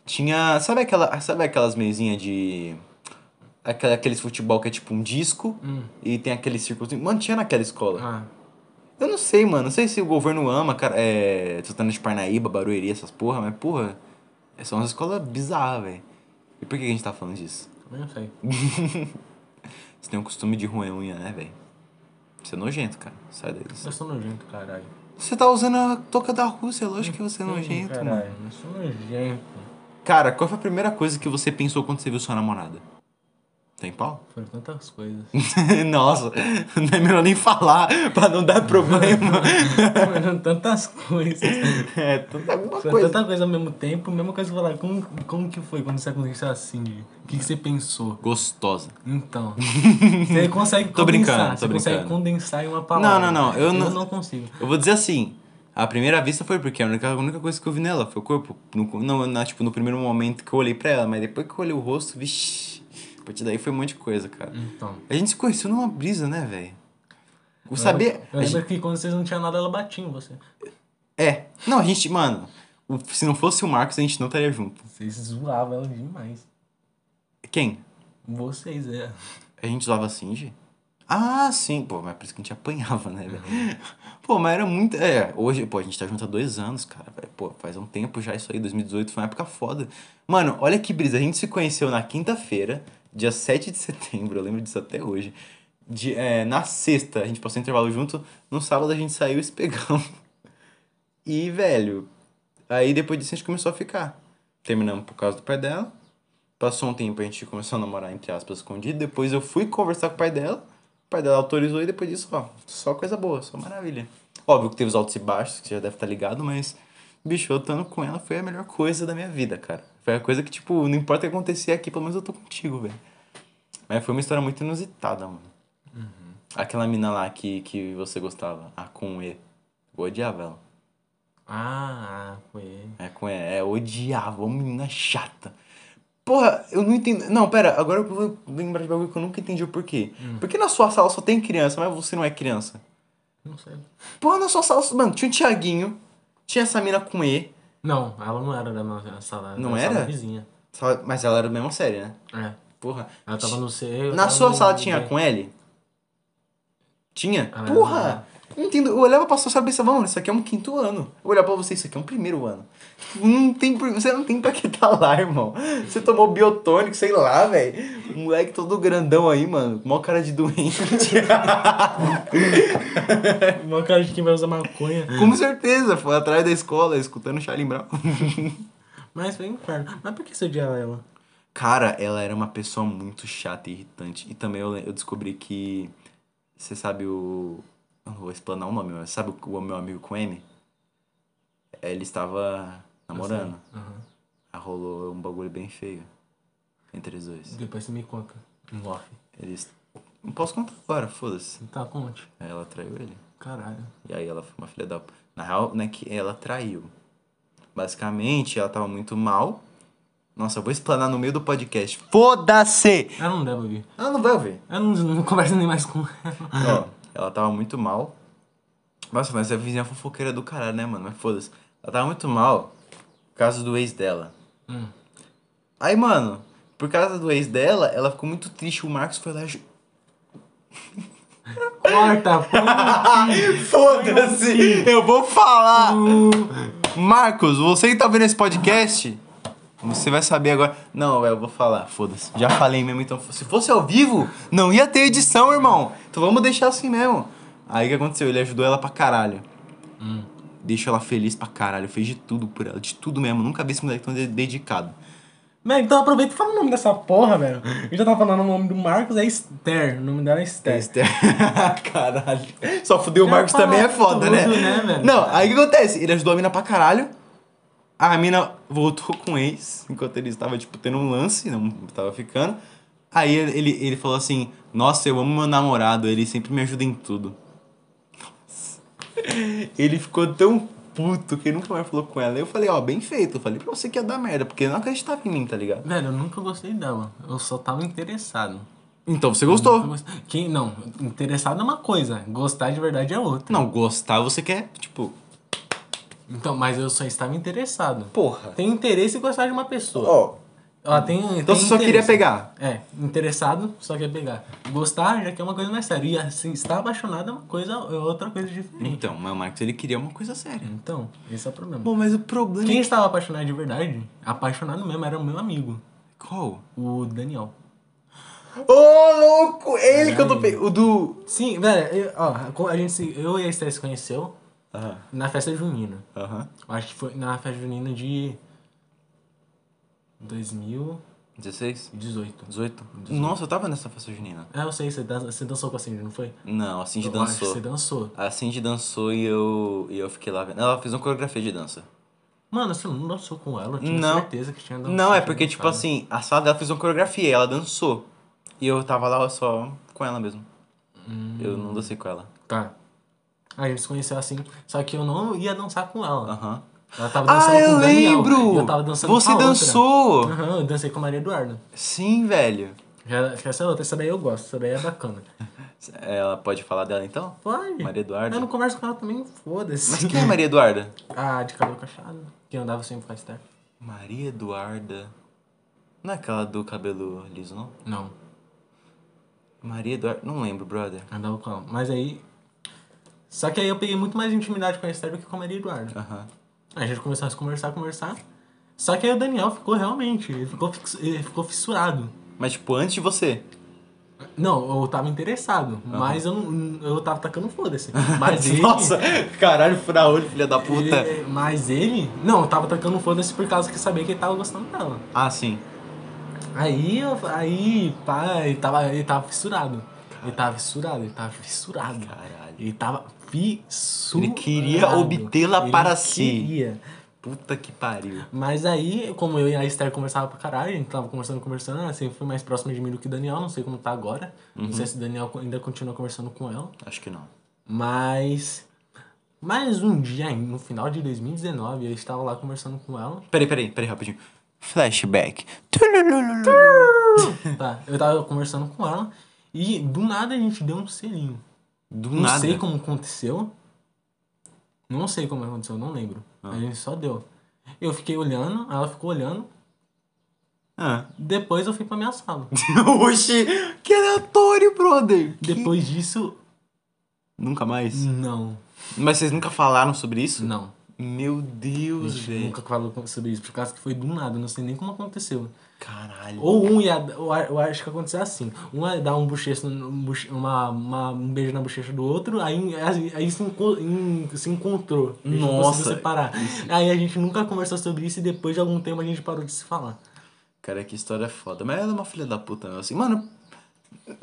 Tinha. Sabe, aquela, sabe aquelas mesinhas de. Aquela, aqueles futebol que é tipo um disco
Hum.
e tem aquele círculozinho. Mano, tinha naquela escola.
Ah,
Eu não sei, mano. Não sei se o governo ama, cara. É. Santana de Parnaíba, Barueri, essas porra, mas porra. é São umas escolas bizarras, velho. E por que que a gente tá falando disso?
eu não sei.
Você tem um costume de roer unha, né, velho? Você é nojento, cara. Sai daí.
Eu sou nojento, caralho.
Você tá usando a toca da Rússia, lógico que você é
Hum,
nojento,
caralho,
mano.
Eu sou nojento.
Cara, qual foi a primeira coisa que você pensou quando você viu sua namorada? Tem pau?
Foram tantas coisas.
Nossa, não é melhor nem falar pra não dar problema.
Foram tantas coisas.
é, tanta alguma
Foi
coisa.
tanta coisa ao mesmo tempo, mesma coisa que falar, como, como que foi quando você aconteceu assim? Gui? O que, que você pensou?
Gostosa.
Então. Você consegue
Tô
condensar.
brincando, tô
você
brincando.
consegue condensar em uma palavra.
Não, não, não, eu não-
Eu não consigo.
Eu vou dizer assim, à primeira vista foi porque a única, a única coisa que eu vi nela foi o corpo. No, não, na, tipo, no primeiro momento que eu olhei pra ela, mas depois que eu olhei o rosto, vixi. A partir daí foi um monte de coisa, cara.
Então.
A gente se conheceu numa brisa, né, velho? O saber...
É, Eu
a
lembro
gente-
que quando vocês não tinham nada, ela batia em você.
É. Não, a gente, mano... o- Se não fosse o Marcos, a gente não estaria junto.
Vocês zoavam ela demais.
Quem?
Vocês, é.
A gente usava Singe? Ah, sim. Pô, mas por isso que a gente apanhava, né, velho? Pô, mas era muito. É, hoje, pô, a gente tá junto há dois anos, cara, velho. Pô, faz um tempo já isso aí, 2018 foi uma época foda. Mano, olha que brisa. A gente se conheceu na quinta-feira, dia 7 de setembro, eu lembro disso até hoje. De, é, na sexta, a gente passou um intervalo junto. No sábado a gente saiu e se pegamos. E, velho, aí depois disso a gente começou a ficar. Terminamos por causa do pai dela. Passou um tempo, a gente começou a namorar, entre aspas, escondido. Depois eu fui conversar com o pai dela. O pai dela autorizou e depois disso, ó, só coisa boa, só maravilha. Óbvio que teve os altos e baixos, que você já deve estar ligado, mas, bicho, eu estando com ela foi a melhor coisa da minha vida, cara. Foi a coisa que, tipo, não importa o que acontecer aqui, pelo menos eu tô contigo, velho. Mas foi uma história muito inusitada, mano. Aquela mina lá que, que você gostava, a com E. Eu odiava ela.
Ah, ah, foi ele.
É, com é, é odiava, uma menina chata. Porra, eu não entendo. Não, pera, agora eu vou lembrar de bagulho que eu nunca entendi o porquê. Por que na sua sala só tem criança, mas você não é criança?
Não sei.
Porra, na sua sala. Mano, tinha o Tiaguinho, tinha essa mina com E,
Não, ela não era da nossa sala.
Não
da Sala
era?
vizinha.
só- mas ela era da mesma série, né?
É.
Porra.
Ela tava no C. eu
Na
tava
sua
no
sala
D.
tinha com L? Tinha?
Ah,
Porra! Não entendo. Eu olhava pra sua sala e pensava, mano, isso aqui é um quinto ano. Eu olhava pra você, isso aqui é um primeiro ano. Não tem, por- você não tem pra que tá lá, irmão. Você tomou biotônico, sei lá, velho. Moleque todo grandão aí, mano. Mó cara de doente.
É, Uma cara de quem vai usar maconha.
Com certeza, foi atrás da escola, escutando Charlie Brown.
Mas foi um inferno. Mas por que você odiava ela?
Cara, ela era uma pessoa muito chata e irritante. E também eu, le- eu descobri que. Você sabe o. Eu não vou explanar o nome, mas sabe o, o meu amigo com M? Ele estava namorando.
Aham.
Aí rolou um bagulho bem feio entre os dois.
Depois você me conta. Em off.
Eles. Não posso contar agora, foda-se.
Tá, conte.
Aí ela traiu ele.
Caralho.
E aí ela foi uma filha da. p- Na real, né, que ela traiu. Basicamente, ela tava muito mal. Nossa, eu vou explanar no meio do podcast. Foda-se!
Ela não deve ouvir.
Ela não vai ouvir.
Ela não, não conversa nem mais com ela.
Ó, ela tava muito mal. Nossa, mas a vizinha é fofoqueira do caralho, né, mano? Mas foda-se. Ela tava muito mal por causa do ex dela.
Hum.
Aí, mano, por causa do ex dela, ela ficou muito triste. O Marcos foi lá. e ju-
Corta! pô.
Foda-se! Eu vou falar! Marcos, você que tá vendo esse podcast, você vai saber agora. Não, eu vou falar, foda-se. Já falei mesmo, então se fosse ao vivo, não ia ter edição, irmão. Então vamos deixar assim mesmo. Aí o que aconteceu? Ele ajudou ela pra caralho. Deixou ela feliz pra caralho. Fez de tudo por ela, de tudo mesmo. Nunca vi esse moleque tão de- dedicado.
Mano, então aproveita e fala o nome dessa porra, velho. Eu já tava falando o nome do Marcos, é Esther. O nome dela é Esther.
Esther. caralho. Só fuder o
Já
Marcos também é
falou
foda, né?
tudo, né, velho?
Não, aí o que acontece? Ele ajudou a mina pra caralho. A mina voltou com o ex, enquanto ele estava, tipo, tendo um lance, não tava ficando. Aí ele, ele falou assim, nossa, eu amo meu namorado, ele sempre me ajuda em tudo. Ele ficou tão puto que nunca mais falou com ela. Eu falei, ó, bem feito. Eu falei pra você que ia dar merda, porque não acreditava em mim, tá ligado?
Velho, eu nunca gostei dela. Eu só tava interessado.
Então você gostou.
Eu gost- Quem, não, interessado é uma coisa, gostar de verdade é outra.
Não, gostar você quer, tipo,
Então, mas eu só estava interessado.
porra.
Tem interesse em gostar de uma pessoa.
Ó,
Ela tem,
Então
tem
você só
interesse.
queria pegar.
É, interessado só quer pegar. Gostar já que é uma coisa mais séria. E assim, estar apaixonado é uma coisa, é outra coisa diferente.
Então, mas o Marcos ele queria uma coisa séria.
Então, esse é o problema.
Bom, mas o problema
Quem
é.
estava apaixonado de verdade, apaixonado mesmo, era o meu amigo,
Qual?
o Daniel.
Ô, louco! É Ele que eu tô pegando. O do.
Sim, velho, eu, ó, a gente, se- eu e a Esther se conheceu
Aham.
na festa junina.
Aham.
Eu acho que foi na festa junina de 2018.
16? 18? Nossa, eu tava nessa festa junina.
Ah, eu sei, você, dan- você dançou com a Cindy, não foi?
Não, a Cindy
Eu acho que
dançou.
Você dançou.
A Cindy dançou e eu. E eu fiquei lá vendo. Ela fez uma coreografia de dança.
Mano, você não dançou com ela, eu tinha
Não.
certeza que tinha dançado.
Não, é porque, tipo assim, a sala dela fez uma coreografia e ela dançou. E eu tava lá só com ela mesmo. Eu não dancei com ela.
Tá. A gente se conheceu assim, só que eu não ia dançar com ela.
Aham.
Ela tava dançando
Ah,
com
eu
o Daniel,
lembro!
e Eu tava dançando
Você
com a outra.
dançou!
Aham, eu dancei com a Maria Eduarda.
Sim, velho.
Que ela- que Essa é outra, essa daí eu gosto, essa daí é bacana.
Ela pode falar dela então?
Pode.
Maria Eduarda.
Eu não converso com ela também, foda-se.
Mas quem é Maria Eduarda?
Ah, de cabelo cachado. Que andava sempre com a Esther.
Maria Eduarda. Não é aquela do cabelo liso, não?
Não,
Maria Eduarda. Não lembro, brother.
andava com ela. Mas aí... Só que aí eu peguei muito mais intimidade com a Esther do que com a Maria Eduarda.
Aham.
Aí a gente começou a se conversar, conversar. Só que aí o Daniel ficou realmente, ele ficou, fix- ele ficou fissurado.
Mas, tipo, antes de você.
Não, eu tava interessado, mas eu, não- eu tava tacando foda-se. Mas ele.
Nossa, caralho, fraolho, filha da puta.
ele- Mas ele. Não, eu tava tacando foda-se por causa que sabia que ele tava gostando dela.
Ah, sim.
Aí, eu, aí, pá, ele tava, ele tava fissurado. Ele tava fissurado, ele tava fissurado.
Caralho.
Ele tava fissurado.
Ele queria obtê-la
Ele
para si.
queria.
Puta que pariu.
Mas aí, como eu e a Esther conversava pra caralho, a gente tava conversando, conversando, ela sempre foi mais próxima de mim do que o Daniel, não sei como tá
Uhum.
agora. Não sei se o Daniel ainda continua conversando com ela.
Acho que não.
Mas Mas um dia, no final de 2019, eu estava lá conversando com ela.
Peraí, peraí, peraí, rapidinho. Flashback.
Tá, eu tava conversando com ela e do nada a gente deu um selinho.
Do
Não
nada.
sei como aconteceu. Não sei como aconteceu, não lembro.
Ah.
A gente só deu. Eu fiquei olhando, ela ficou olhando.
Ah.
Depois eu fui pra minha sala.
Oxi, que aleatório, brother. Hum.
Depois disso,
Nunca mais.
não.
Mas vocês nunca falaram sobre isso?
Não.
Meu Deus, velho.
Nunca falou com- sobre isso, por causa que foi do nada, não sei nem como aconteceu.
Caralho.
Ou um ia. Eu a- eu acho que aconteceu assim. Um ia dar um bochecho, no- um boche- uma, uma- um beijo na bochecha do outro, aí, aí, aí se, enco- em- se encontrou. A gente não
Nossa.
conseguiu separar. Aí a gente nunca conversou sobre isso e depois de algum tempo a gente parou de se falar.
Cara, que história foda. Mas ela é uma filha da puta, não. Assim, mano,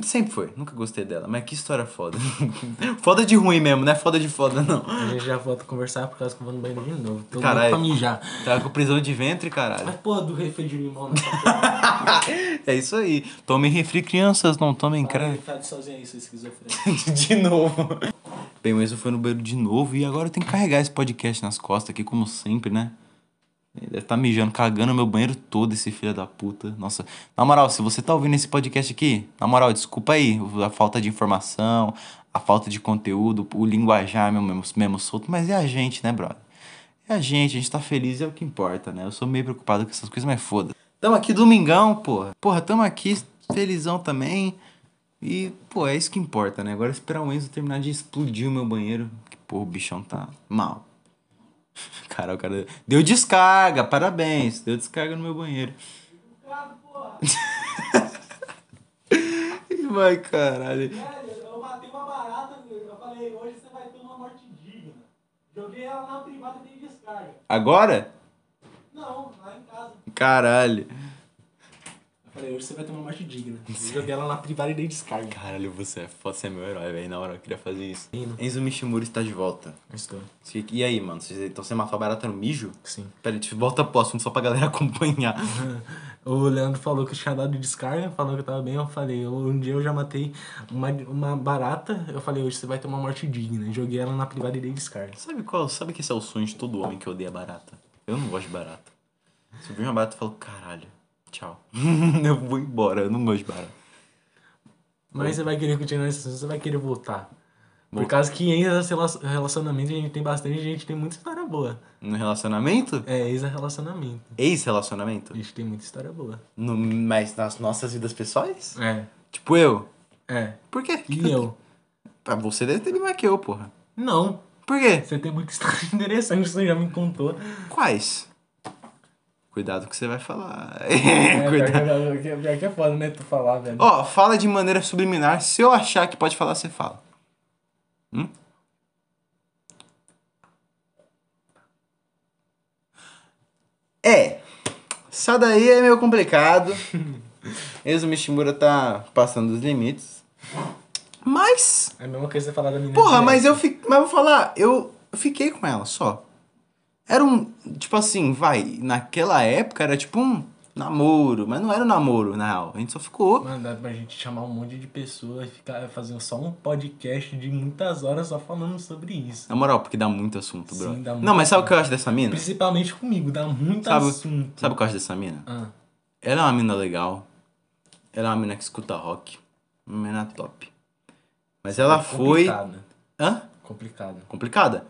sempre foi. Nunca gostei dela. Mas que história foda. foda de ruim mesmo, não é foda de foda, não.
A gente já volta a conversar por causa que eu vou no banheiro de novo. Tô
Caralho.
Caralho. pra mijar.
Tava Tá com prisão de ventre, caralho.
Mas porra do refri de limão
É isso aí. Tomem refri, crianças, não tomem
na
creme.
Tá sozinho aí, seu esquizofrênico.
de novo. Bem, mas eu fui no banheiro de novo e agora eu tenho que carregar esse podcast nas costas aqui, como sempre, né? Ele deve estar mijando, cagando meu banheiro todo, esse filho da puta. Nossa, na moral, se você tá ouvindo esse podcast aqui, na moral, desculpa aí a falta de informação, a falta de conteúdo, o linguajar mesmo, mesmo, mesmo solto, mas é a gente, né, brother? É a gente, a gente tá feliz, é o que importa, né? Eu sou meio preocupado com essas coisas, mas foda. Tamo aqui domingão, porra. Porra, tamo aqui felizão também. E, pô, é isso que importa, né? Agora esperar o Enzo terminar de explodir o meu banheiro. Que, porra, o bichão tá mal. Cara, o cara. Deu descarga, parabéns. Deu descarga no meu banheiro. Ih, Vai, caralho.
Velho, eu matei uma barata, eu falei, hoje você vai ter uma morte digna. Joguei ela na privada e dei descarga.
Agora?
Não, lá em casa.
Caralho.
Eu falei, hoje você vai ter uma morte digna. Joguei ela na privada e dei descarga.
Caralho, você é foda, você é meu herói, velho. Na hora eu queria fazer isso.
Ih, não.
Enzo Mishimura está de volta.
Estou,
E- E aí, mano? vocês- Então você matou a barata no mijo?
sim.
Pera aí, deixa eu- volta pro assunto só pra galera acompanhar.
O Leandro falou que eu tinha dado descarga, falou que eu tava bem. Eu falei, um dia eu já matei uma, uma barata. Eu falei, hoje você vai ter uma morte digna. Joguei ela na privada e dei descarga.
Sabe qual? Sabe que esse é o sonho de todo homem que odeia barata? Eu não gosto de barata. Se eu ver uma barata, eu falo, caralho, tchau. eu vou embora, eu não gosto de barata.
Mas você vai querer continuar nesse assunto, você vai querer voltar. Por causa que em relaciona- relacionamento a gente tem bastante gente, tem muita história boa.
No relacionamento?
É, ex-relacionamento.
Ex-relacionamento?
A gente tem muita história boa.
No- Mas nas nossas vidas pessoais?
É,
Tipo eu?
é.
Por quê?
E eu?
Ah, Você deve ter mais que eu, porra.
Não.
Por quê?
Você tem muita história interessante, você já me contou.
Quais? Cuidado com o que você vai falar.
É, pior,
Cuidado.
que, pior que- pior que é foda, né? Tu falar, velho.
Ó, fala de maneira subliminar. Se eu achar que pode falar, você fala. Hum? É. Essa daí é meio complicado. Enzo Mishimura tá passando dos limites. Mas.
É a mesma coisa que você falar da menina.
Porra,
de
mas
Leia.
eu fi... mas vou falar, eu fiquei com ela só. Era um, tipo assim, vai, naquela época era tipo um namoro, mas não era um namoro, na real. A gente só ficou.
Mano, dá pra gente chamar um monte de pessoa e ficar fazendo só um podcast de muitas horas só falando sobre isso.
Na moral, porque dá muito assunto,
Sim,
bro.
dá muito
não, mas sabe o que eu acho dessa mina?
Principalmente comigo, dá muito
Sabe-
assunto.
Sabe o que eu acho dessa mina?
Ah,
Ela é uma mina legal. Ela é uma mina que escuta rock. Uma mina top. Mas ela foi.
é Complicado.
Hã?
Complicado.
complicada.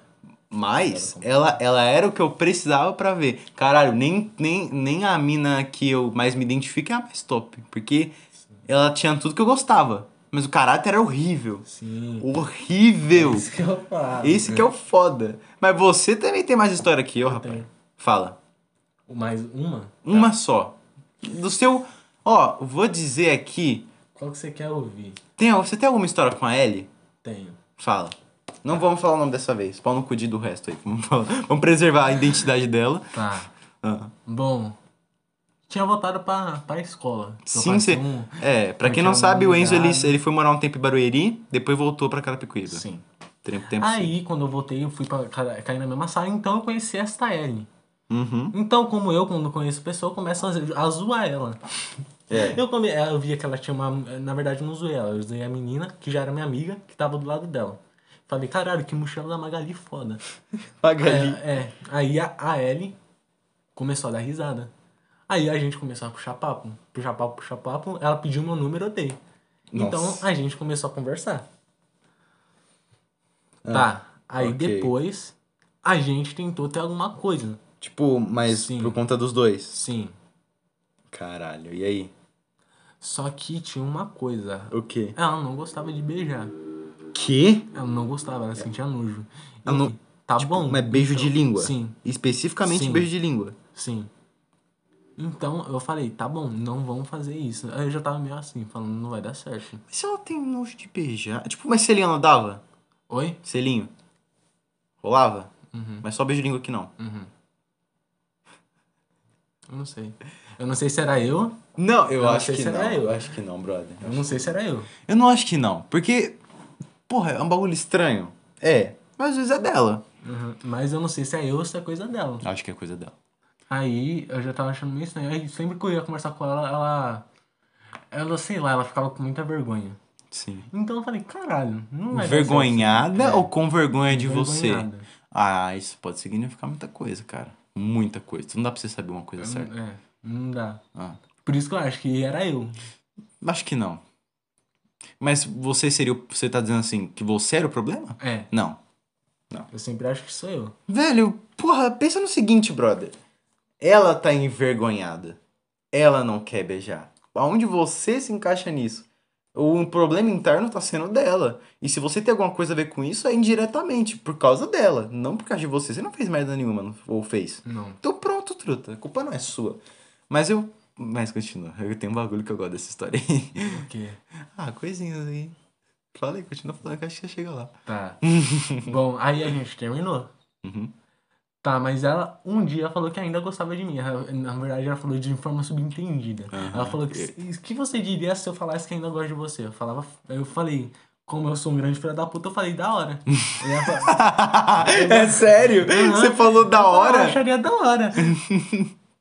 Mas
Era
ela, ela era o que eu precisava pra ver. Caralho, nem, nem, nem a mina que eu mais me identifico é a mais top. Porque ela tinha tudo que eu gostava. Mas o caráter era horrível.
Sim.
Horrível!
Isso que eu falo.
Esse que é o foda. Mas você também tem mais história que eu, rapaz.
tenho.
Fala.
Mais uma?
Uma só. Do seu. Ó, vou dizer aqui.
Qual que você quer ouvir?
Tem, você tem alguma história com a Ellie?
Tenho.
Fala.
Tá.
Não vamos falar o nome dessa vez. Pau no cu de do resto aí. Vamos, falar- vamos preservar a identidade dela.
Tá.
Ah.
Bom. Tinha voltado pra, pra escola. que eu
Sim,
passei
cê...
um-
É, pra
eu
quem não
tinha um
sabe, o Enzo ele,
lugar.
ele foi morar um tempo em Barueri, depois voltou pra Carapicuíba.
Sim.
Tempo,
É
tempo sim.
Aí, quando eu voltei, eu fui pra cara- cair na mesma sala, então eu conheci esta Ellen.
Uhum.
Então, como eu, quando conheço pessoa, eu começo a, a zoar ela.
É.
Eu, come, eu via que ela tinha uma. Na verdade, eu não zoei ela, eu zoei a menina, que já era minha amiga, que tava do lado dela. Falei, caralho, que mochila da Magali foda.
Magali.
É, é. aí a, a Ellie começou a dar risada. Aí a gente começou a puxar papo, puxar papo, puxar papo. Ela pediu meu número, eu dei. Então
Nossa.
a gente começou a conversar. tá, aí
Ah, ok.
depois a gente tentou ter alguma coisa.
Tipo, mas
Sim.
por conta dos dois.
Sim,
Caralho, e aí?
só que tinha uma coisa.
O quê?
Ela não gostava de beijar.
Quê?
Ela não gostava, ela sentia nojo.
É. Ela não-
E, tá bom.
Tipo, Mas beijo de língua.
Sim,
Especificamente
Sim.
beijo de língua.
sim. Então eu falei, tá bom, não vamos fazer isso. Aí eu já tava meio assim, falando, não vai dar certo.
Mas se ela tem nojo de beijar. Tipo, mas selinho ela dava?
Oi?
Selinho. Rolava?
Uhum.
Mas só beijo de língua que não.
Uhum. Eu não sei. Eu não sei se era eu.
Não, eu
Eu não
acho
sei
que
se
não.
era eu.
Eu acho que não, brother.
Eu não sei se era eu.
Eu não acho que não, porque. Porra, é um bagulho estranho. É, mas às vezes é dela.
Uhum. Mas eu não sei se é eu ou se é coisa dela.
Acho que é coisa dela.
Aí eu já tava achando meio estranho. Aí sempre que eu ia conversar com ela, ela. Ela, sei lá, ela ficava com muita vergonha.
Sim.
Então eu falei, caralho, não vai dar
Vergonhada
certo.
ou com vergonha de você?
Envergonhada.
Ah, isso pode significar muita coisa, cara. Muita coisa. Não dá pra você saber uma coisa certa.
É, não dá.
Ah.
Por isso que eu acho que era eu.
Acho que não. Mas você seria. o- Você tá dizendo assim, que você era o problema?
É,
Não.
eu sempre acho que sou eu.
Velho, porra, pensa no seguinte, brother. Ela tá envergonhada. Ela não quer beijar. Aonde você se encaixa nisso? O problema interno tá sendo dela. E se você tem alguma coisa a ver com isso, é indiretamente, por causa dela. Não por causa de você. Você não fez merda nenhuma, não- ou fez.
Não.
Então pronto, truta. A culpa não é sua. Mas eu. Mas continua. Eu tenho um bagulho que eu gosto dessa história aí.
Porque.
Ah, coisinhas aí. Fala aí, continua falando que eu acho que você chega lá.
Tá. Bom, aí a gente terminou.
Uhum.
Tá, mas ela um dia falou que ainda gostava de mim. Ela- Na verdade, ela falou de forma subentendida.
Aham.
Ela falou que "O que você diria se eu falasse que ainda gosto de você? Eu falava, eu falei, como eu sou um grande filho da puta, eu falei da hora. E ela falou,
é sério? Você falou da
"Ah, eu
hora?
acharia da hora.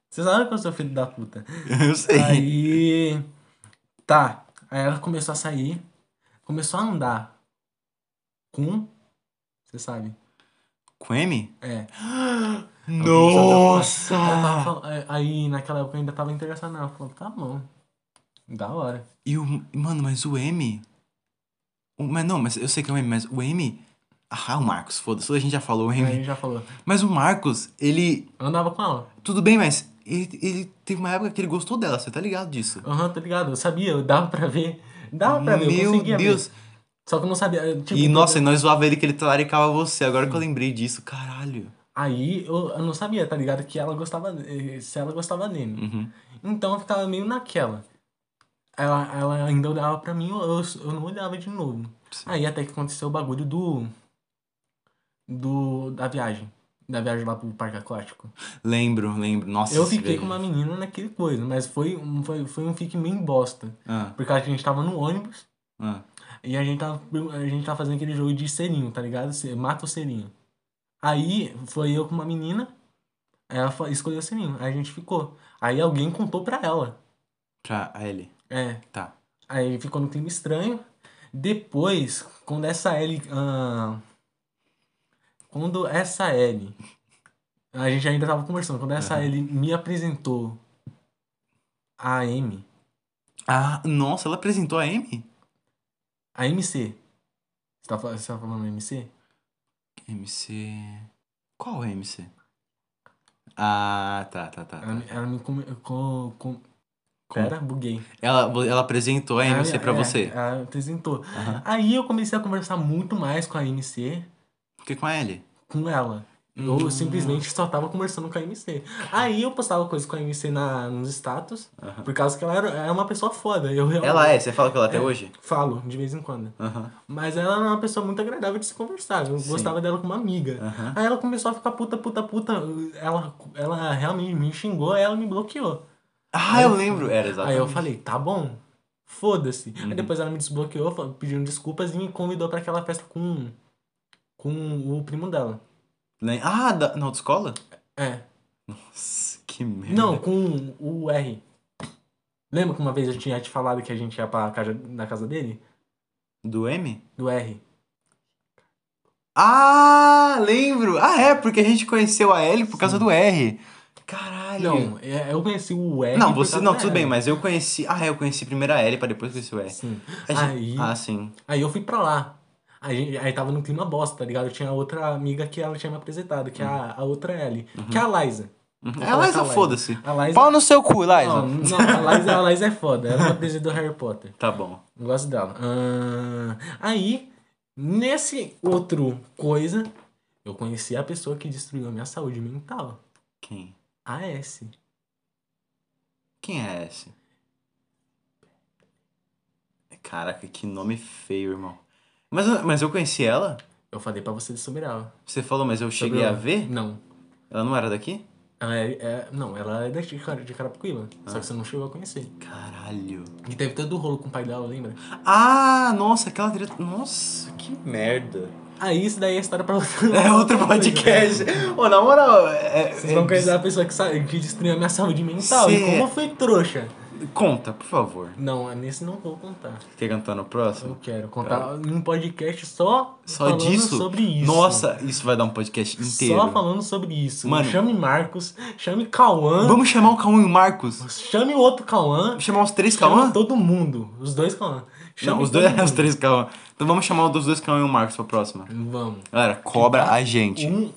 Você sabe que eu sou filho da puta.
Eu sei.
Aí. Tá. Aí ela começou a sair. Começou a andar. Com. Você sabe.
Com M?
É. Ela tava
Nossa!
fal- é, Aí naquela época eu ainda tava interessado nela. Falou, tá bom. Da hora.
E o. Mano, mas o M. o- mas não, mas eu sei que é o M, mas o M. Ah, o Marcos, foda-se, a gente já falou o
Aí a
M.
gente já falou.
Mas o Marcos, ele.
Eu andava com ela.
Tudo bem, mas ele, ele teve uma época que ele gostou dela, você tá ligado disso?
Aham, tá ligado? Eu sabia, eu dava pra ver. Dava pra ver, eu
Meu
conseguia ver.
Deus!
Só que eu não sabia. eu, tipo,
E nossa, e nós zoava ele que ele talaricava você. Agora que eu lembrei disso, caralho.
Aí eu, eu não sabia, tá ligado? Que ela gostava. eh, Se ela gostava dele.
Uhum.
Então eu ficava meio naquela. Ela, ela ainda olhava pra mim, eu, eu- eu não olhava de novo. Aí até que aconteceu o bagulho do. do da viagem. Da viagem lá pro parque aquático.
Lembro, lembro. Nossa,
eu
esse
fiquei
velho.
com uma menina naquele coisa, mas foi, um- foi, foi um fique meio bosta.
Ah,
Porque a gente tava no ônibus
ah.
e a gente tava, a gente tava fazendo aquele jogo de selinho, tá ligado? Você mata o selinho. Aí foi eu com uma menina, ela fa- escolheu o selinho, aí a gente ficou. Aí alguém contou pra ela.
Pra L.
É,
Tá.
Aí ficou no clima estranho. Depois, quando essa L. ah, quando essa L. A gente ainda tava conversando. Quando essa L me apresentou a M.
Ah, nossa, ela apresentou a M?
A MC. Você tá, fal- você tá falando MC?
MC. Qual é MC? Ah, tá, tá, tá. tá.
Ela, me- ela me. Com, com, com, pera, buguei.
Ela, vo- ela apresentou a MC pra
é,
você.
Ela apresentou.
Aham.
Aí eu comecei a conversar muito mais com a MC.
Porque com a L?
com ela. Eu
Hum.
simplesmente só tava conversando com a MC. Aí eu postava coisas com a MC na, nos status, por causa que ela era, era uma pessoa foda. Eu, eu
Uhum. Ela é, você fala com ela até
É.
hoje?
falo de vez em quando.
Aham.
Mas ela era uma pessoa muito agradável de se conversar. Eu gostava dela como amiga.
Aham.
Aí ela começou a ficar puta, puta, puta. Ela, ela realmente me xingou, aí ela me bloqueou.
Ah, eu lembro. Era exatamente. Uhum.
Aí eu falei, tá bom, foda-se. Aí depois ela me desbloqueou, fa- pedindo desculpas e me convidou pra aquela festa com, com o primo dela.
Lem- Ah, da... na autoescola?
É.
Nossa, que merda.
Não, com o R. Lembra que uma vez eu tinha te falado que a gente ia pra casa, na casa dele?
Do M?
Do R.
Ah, lembro. Ah, é, porque a gente conheceu a Ellie por causa do R. Caralho.
Não, é- eu conheci o R.
Não,
por
você
causa
não,
da
tudo
Ellie.
bem, mas eu conheci. Ah, é, eu conheci primeiro a Ellie pra depois conhecer o R.
Sim.
A
Aí,
gente- Ah, sim.
aí eu fui pra lá. Aí, aí tava num clima bosta, tá ligado? Eu tinha outra amiga que ela tinha me apresentado, que é a, a outra Ellie, que é a Liza. Vou
É a
falar
Liza,
que é a
foda-se.
A Liza.
Pau no seu cu, Liza.
Não, não, a Liza, a Liza é foda. Ela é a atriz do Harry Potter.
Tá bom.
Eu gosto dela. Ah, aí, nesse outro coisa, eu conheci a pessoa que destruiu a minha saúde mental.
Quem?
A S.
Quem é esse? Caraca, que nome feio, irmão. Mas, eu- mas eu conheci ela?
Eu falei pra você sobre ela.
Você falou, mas eu cheguei
Sobre
a
ela.
ver?
Não.
Ela não era daqui?
Ela é, é- não, ela é daqui de Cara- de Carapicuíba.
Ah.
Só que você não chegou a conhecer.
Caralho.
E teve todo o rolo com o pai dela, lembra?
Ah, nossa, aquela treta. Nossa, que merda.
Aí isso daí é história pra outro.
É outro podcast. Ô, na moral, é,
né? Vocês
é-
vão conhecer a pessoa que, sa- que destruiu a minha saúde mental.
Cê-
E como foi trouxa?
Conta, por favor.
Não, nesse não vou contar.
Quer cantar no
Eu
próximo?
quero contar um podcast só,
Tá. Só
falando
disso?
sobre isso.
Nossa, isso vai dar um podcast inteiro.
Só falando sobre isso.
Mano.
Chame Marcos, chame Cauã,
Vamos chamar o Cauã e o Marcos?
chame o outro Cauã,
Chamar os três
chame
Cauã?
todo mundo. Os dois Cauã.
Não,
Chame
os dois é
todo
os
mundo.
três Cauã. Então vamos chamar os dois Cauã e o Marcos pra próxima.
Vamos.
Galera, cobra a gente.
Um,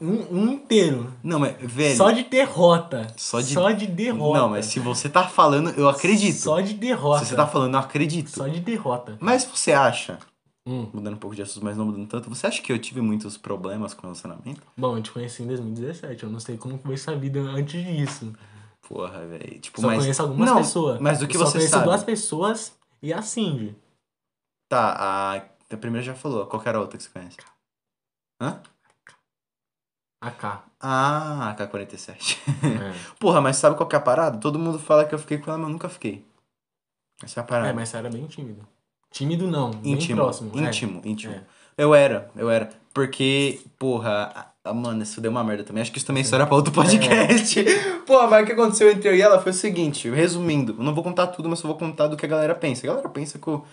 um, um inteiro.
Não, mas, velho.
Só de derrota.
Só de-
derrota.
Não, mas se você tá falando, eu acredito.
Só de derrota.
Se você tá falando, eu acredito.
Só de derrota.
Mas você acha,
Hum.
mudando um pouco de assunto, mas não mudando tanto, você acha que eu tive muitos problemas com relacionamento?
Bom, eu te conheci em 2017. Eu não sei como foi sua vida antes disso.
Porra, velho. Tipo,
Só
mas.
conheço algumas
não,
pessoas.
Mas do que
Só
você
conheço
sabe?
duas pessoas e a Cindy.
Tá, a... a primeira já falou. Qual que era a outra que você conhece?
A K.
Ah, a K-47. Porra, mas sabe qual que é a parada? Todo mundo fala que eu fiquei com ela, mas eu nunca fiquei. Essa é a parada.
É, mas você era bem tímido. Tímido não, bem
íntimo,
próximo. é.
íntimo, íntimo.
É.
Eu era, eu era. Porque, porra, a- a- mano, isso deu uma merda também. Acho que isso também é história pra outro podcast. Porra, mas o que aconteceu entre eu e ela foi o seguinte, resumindo. Eu não vou contar tudo, mas só vou contar do que a galera pensa. A galera pensa que eu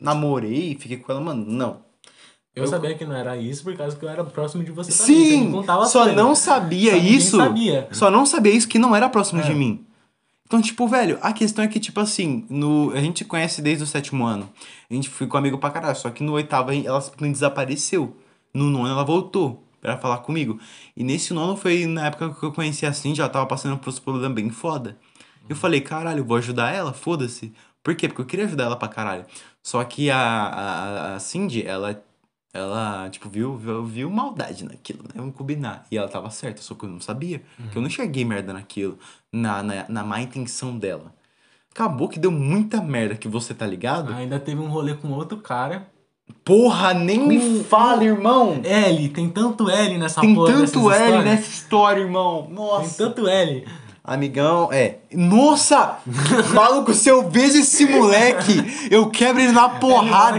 namorei e fiquei com ela, mano, não.
Eu,
Eu-
sabia que não era isso por causa que eu era próximo de você também. Você
Sim!
me contava
Só
tudo.
não sabia
Só ninguém
isso.
sabia.
É. Só não sabia isso que não era próximo
É.
de mim. Então, tipo, velho, a questão é que, tipo assim, no, a gente conhece desde o sétimo ano. A gente ficou amigo pra caralho. Só que no oitavo a gente- ela simplesmente desapareceu. No nono ela voltou pra falar comigo. E nesse nono foi na época que eu conheci a Cindy, ela tava passando por uns problemas bem foda. Eu falei, caralho, eu vou ajudar ela, foda-se. Por quê? Porque eu queria ajudar ela pra caralho. Só que a, a, a- a Cindy, ela, ela tipo, viu, viu, viu maldade naquilo, né? Vamos combinar. E ela tava certa, só que eu não sabia.
Uhum.
Que eu não enxerguei merda naquilo, na, na, na má intenção dela. Acabou que deu muita merda que você tá ligado?
Ainda teve um rolê com outro cara.
Porra, nem me fala, irmão!
L, tem tanto L nessa
Tem
porra dessas
tanto L
histórias.
nessa história, irmão.
Tem um
Nossa.
tanto L.
Amigão, é. Nossa! Maluco, se eu vejo esse moleque, eu quebro ele na
Ele mora aqui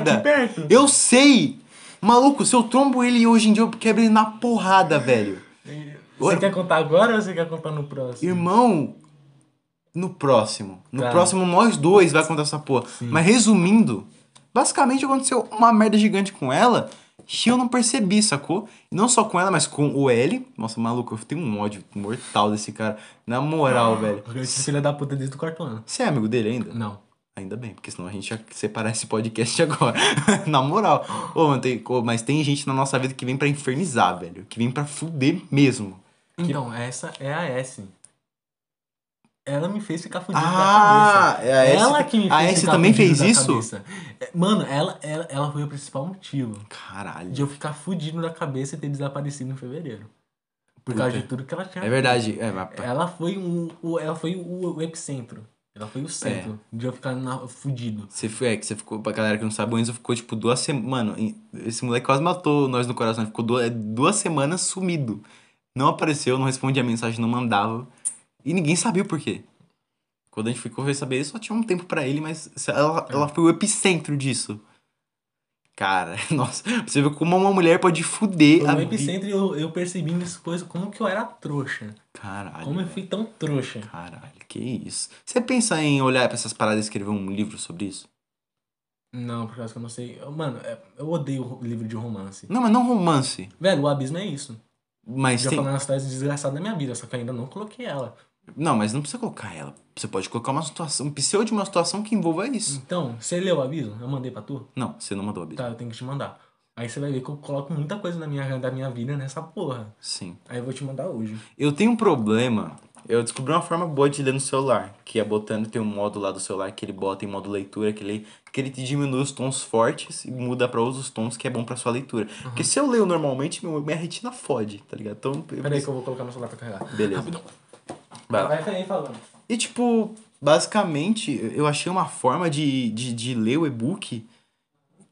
porrada.
perto.
Eu sei! Maluco, se eu trombo ele hoje em dia, eu quebro ele na porrada, velho.
Você quer contar agora ou você quer contar no próximo?
Irmão, no próximo. No
Tá.
próximo, nós dois vai contar essa porra. Mas resumindo, basicamente aconteceu uma merda gigante com ela que eu não percebi, sacou? E não só com ela, mas com o L. Nossa, maluco, eu tenho um ódio mortal desse cara. Na moral, velho.
Porque esse filho da puta desde o quarto ano.
Você é amigo dele ainda?
Não.
Ainda bem, porque senão a gente ia separar esse podcast agora. na moral. Ô, mano, tem- ô, mas tem gente na nossa vida que vem pra infernizar, velho. Que vem pra fuder mesmo.
Então, essa é a S. Ela me fez ficar fudido da
Ah,
cabeça.
é a S
Ela
que-
que me fez
a S
ficar
também
fudido
fez
da
isso?
cabeça. É, Mano, ela, ela, ela foi o principal motivo
Caralho.
de eu ficar fudido da cabeça e ter desaparecido em fevereiro. Por
Puta.
causa de tudo que ela tinha.
É verdade. É, mas-
Ela foi, um, o, ela foi o, o epicentro. Ela foi o centro de eu ficar na, fudido.
Você foi, é que você ficou, pra galera que não sabe, o Enzo ficou tipo duas semanas. Mano, em- esse moleque quase matou nós no coração. Ele Ficou duas, é, duas semanas sumido. Não apareceu, não respondia a mensagem, não mandava. E ninguém sabia o porquê. Quando a gente ficou saber, só tinha um tempo pra ele, mas se-
É.
ela, ela foi o epicentro disso. Cara, nossa, pra você ver como uma mulher pode fuder
No
a vida.
um epicentro eu, eu percebi minhas coisas, como que eu era trouxa.
Caralho.
Como é eu
velho.
fui tão trouxa.
Caralho, que isso. Você pensa em olhar pra essas paradas e escrever um livro sobre isso?
Não, por causa que eu não sei. eu- Mano, é- eu odeio ro- livro de romance.
Não, mas não romance.
Velho, o abismo é isso.
Mas
Já
tem.
falei uma cidade desgraçada da minha vida, só que eu ainda não coloquei ela.
Não, mas não precisa colocar ela. Você pode colocar uma situação, um pseudo de uma situação que envolva isso.
Então, você leu o aviso? Eu mandei pra tu?
Não, você não mandou a
Tá, eu tenho que te mandar. Aí você vai ver que eu coloco muita coisa na minha, da minha vida nessa porra.
Sim.
Aí eu vou te mandar hoje.
Eu tenho um problema. Eu descobri uma forma boa de ler no celular, que é botando, tem um modo lá do celular que ele bota em modo leitura, que ele, que ele te diminui os tons fortes e muda pra outros tons que é bom pra sua leitura.
Uhum.
Porque se eu leio normalmente, meu- minha retina fode, tá ligado? Então, eu Tá.
Pera aí que eu vou colocar meu celular pra carregar.
Beleza. Vai lá.
aí falando.
E, tipo, basicamente, eu achei uma forma de, de, de ler o e-book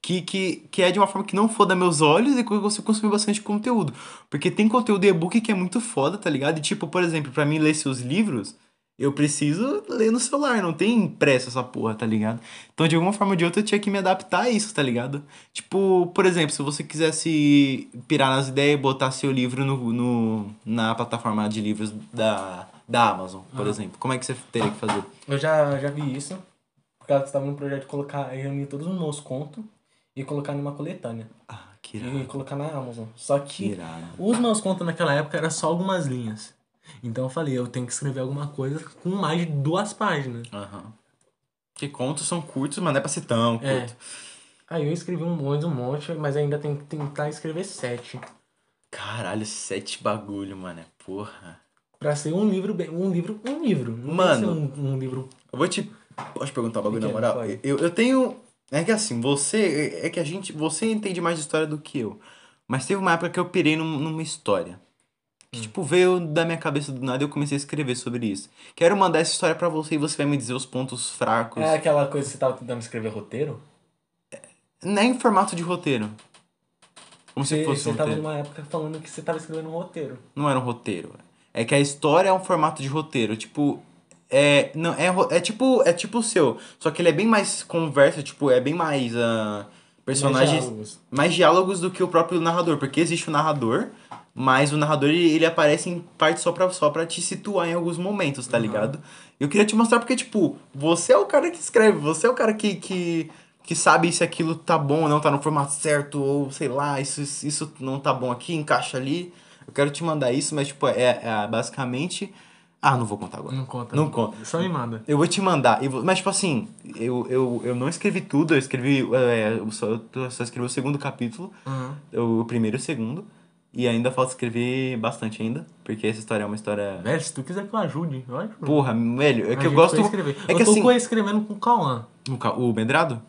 que, que, que é de uma forma que não foda meus olhos e que eu consigo consumir bastante conteúdo. Porque tem conteúdo de e-book que é muito foda, tá ligado? E, tipo, por exemplo, pra mim ler seus livros, eu preciso ler no celular, não tem impresso essa porra, tá ligado? Então, de alguma forma ou de outra, eu tinha que me adaptar a isso, tá ligado? Tipo, por exemplo, se você quisesse pirar nas ideias e botar seu livro no, no, na plataforma de livros da, da Amazon, por exemplo, como é que você teria que fazer?
Eu já, já vi isso. Por causa que estava no projeto de colocar, reunir todos os meus contos e colocar numa coletânea.
Ah, que
E
irado.
colocar na Amazon. Só
Que
que
irado.
os meus contos naquela época eram só algumas linhas. Então eu falei, eu tenho que escrever alguma coisa com mais de duas páginas.
Aham. Porque contos são curtos, mas não é pra ser tão
É.
curto.
Aí eu escrevi um monte, um monte, mas ainda tenho que tentar escrever sete.
Caralho, sete bagulho, mano. é Porra.
Pra ser um livro, bem- um livro, um livro. Não tem
Mano.
que ser Um, um livro.
Eu vou te. Posso te perguntar um bagulho na
Fica,
moral?
pode.
Eu, eu tenho. É que assim, você. É que a gente. Você entende mais de história do que eu. Mas teve uma época que eu pirei num- numa história. Que,
Hum.
tipo, veio da minha cabeça do nada e eu comecei a escrever sobre isso. Quero mandar essa história pra você e você vai me dizer os pontos fracos.
É aquela coisa que você tava tentando escrever roteiro?
Nem em formato de roteiro. Como se
Você,
fosse um
você tava
roteiro.
numa época falando que você tava escrevendo um roteiro.
Não era um roteiro. É que a história é um formato de roteiro. Tipo. É, não, é, ro- é tipo é tipo o seu. Só que ele é bem mais conversa, tipo, é bem mais. ah, personagens.
diálogos.
mais diálogos do que o próprio narrador, porque existe o narrador, mas o narrador ele, ele aparece em parte só pra, só pra te situar em alguns momentos, tá ligado? Eu queria te mostrar porque, tipo, você é o cara que escreve, você é o cara que, que, que sabe se aquilo tá bom ou não, tá no formato certo, ou sei lá, isso, isso não tá bom aqui, encaixa ali. Eu quero te mandar isso, mas, tipo, é, é basicamente. Ah, não vou contar agora.
Não conta.
Não conta.
Só me manda.
Eu vou te mandar. e vou- Mas, tipo assim, eu, eu, eu não escrevi tudo, eu escrevi. é, eu, só, eu só escrevi o segundo capítulo,
Aham.
o, o primeiro e o segundo. E ainda falta escrever bastante ainda, porque essa história é uma história.
Velho, se tu quiser que eu ajude, eu ajudo.
Porra, velho, é
A
que eu
gente
gosto.
foi Escrever.
É
eu
que
tô
assim.
coescrevendo com o Cauã.
O ca- O Medrado?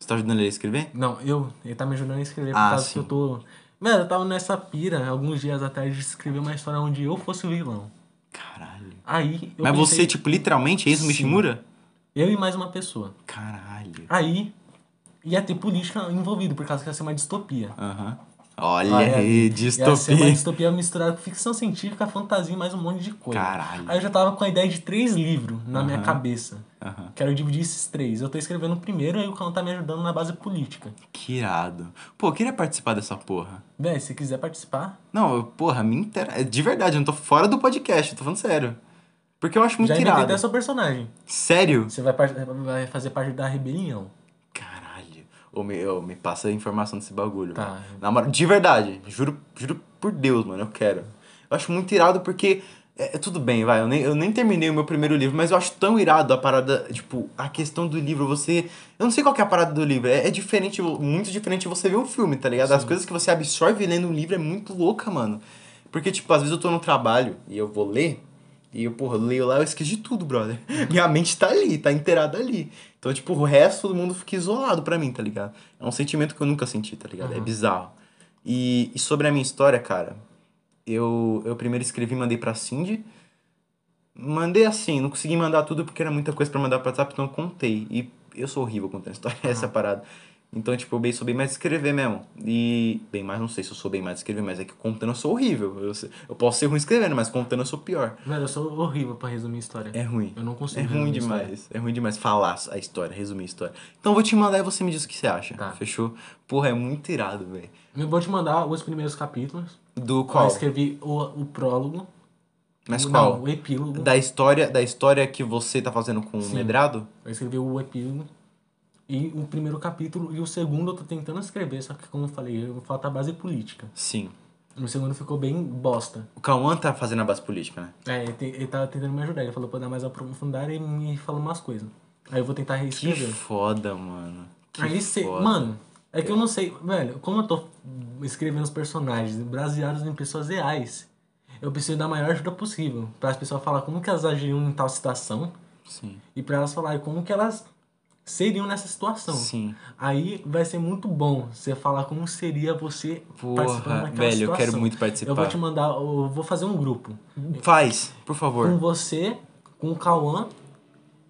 Você tá ajudando ele a escrever?
Não, eu. Ele tá me ajudando a escrever por
Ah,
causa que
sim.
eu tô. Mano, eu tava nessa pira alguns dias atrás de escrever uma história onde eu fosse o vilão.
Caralho.
Aí eu.
Mas
pensei-
você, tipo, literalmente é isso,
Sim.
Mishimura?
Eu e mais uma pessoa.
Caralho.
Aí ia ter política envolvida, por causa que ia ser uma distopia.
Aham. Olha
Olha
aí,
Ia ser uma
distopia.
distopia misturada com ficção científica, fantasia e mais um monte de coisa.
Caralho.
Aí eu já tava com a ideia de três livros na minha cabeça.
Aham.
Quero dividir esses três. Eu tô escrevendo o primeiro e o Cão tá me ajudando na base política.
Que irado. Pô, eu queria participar dessa porra.
Véi, se quiser participar,
Não, eu- porra, me interessa. De verdade, eu não tô fora do podcast, eu tô falando sério. Porque eu acho muito
já inventei
irado.
até seu personagem.
Sério?
Você vai, par- vai fazer parte da rebelião.
Caralho. Ô, me, ô, me passa a informação desse bagulho.
Tá.
mano. Na moral, de verdade, juro, juro por Deus, mano, eu quero. Eu acho muito irado porque. É, é tudo bem, vai. Eu nem, eu nem terminei o meu primeiro livro, mas eu acho tão irado a parada. Tipo, a questão do livro, você. Eu não sei qual que é a parada do livro. É, é diferente, muito diferente de você ver um filme, tá ligado? As coisas que você absorve lendo um livro é muito louca, mano. Porque, tipo, às vezes eu tô no trabalho e eu vou ler. E eu, porra, leio lá, eu esqueci de tudo, brother. Minha mente tá ali, tá inteirada ali. Então, tipo, o resto do mundo fica isolado pra mim, tá ligado? É um sentimento que eu nunca senti, tá ligado? É bizarro. E, e sobre a minha história, cara, eu, eu primeiro escrevi e mandei pra Cindy. Mandei assim, não consegui mandar tudo porque era muita coisa pra mandar pra WhatsApp, então eu contei. E eu sou horrível contando história, essa é a parada. Então, tipo, eu bem, sou bem mais de escrever mesmo. E, bem mais, não sei se eu sou bem mais de escrever, mas é que contando eu sou horrível. Eu, se- eu posso ser ruim escrevendo, mas contando eu sou pior.
Velho, eu sou horrível pra resumir história.
É ruim.
Eu não consigo.
É ruim
resumir história.
demais. É ruim demais falar a história, resumir a história. Então eu vou te mandar e você me diz o que você acha.
Tá.
Fechou? Porra, é muito irado, velho.
Eu vou te mandar os primeiros capítulos.
Do
Eu
qual?
escrevi o, o prólogo.
Mas
Não,
qual?
o epílogo.
Da história, da história que você tá fazendo com o
Sim.
Medrado?
Eu escrevi o epílogo. E o primeiro capítulo e o segundo eu tô tentando escrever, só que como eu falei, eu falta a base política.
Sim.
O segundo ficou bem bosta.
O Cauã tá fazendo a base política, né?
É, ele, te- ele tava tentando me ajudar, ele falou pra eu dar mais aprofundar e me falou umas coisas. Aí eu vou tentar
Que
reescrever.
foda, mano. Que
Aí você.
foda.
Mano, é que eu não sei, velho, como eu tô escrevendo os personagens baseados em pessoas reais, eu preciso da maior ajuda possível. Pra as pessoas falar como que elas agiriam em tal situação
Sim.
e pra elas falarem como que elas seriam nessa situação.
Sim.
Aí vai ser muito bom você falar como seria você participando
Porra,
daquela
velho, eu
situação.
quero muito participar.
Eu vou te mandar, eu vou fazer um grupo
Faz, por favor.
com você, com o Cauã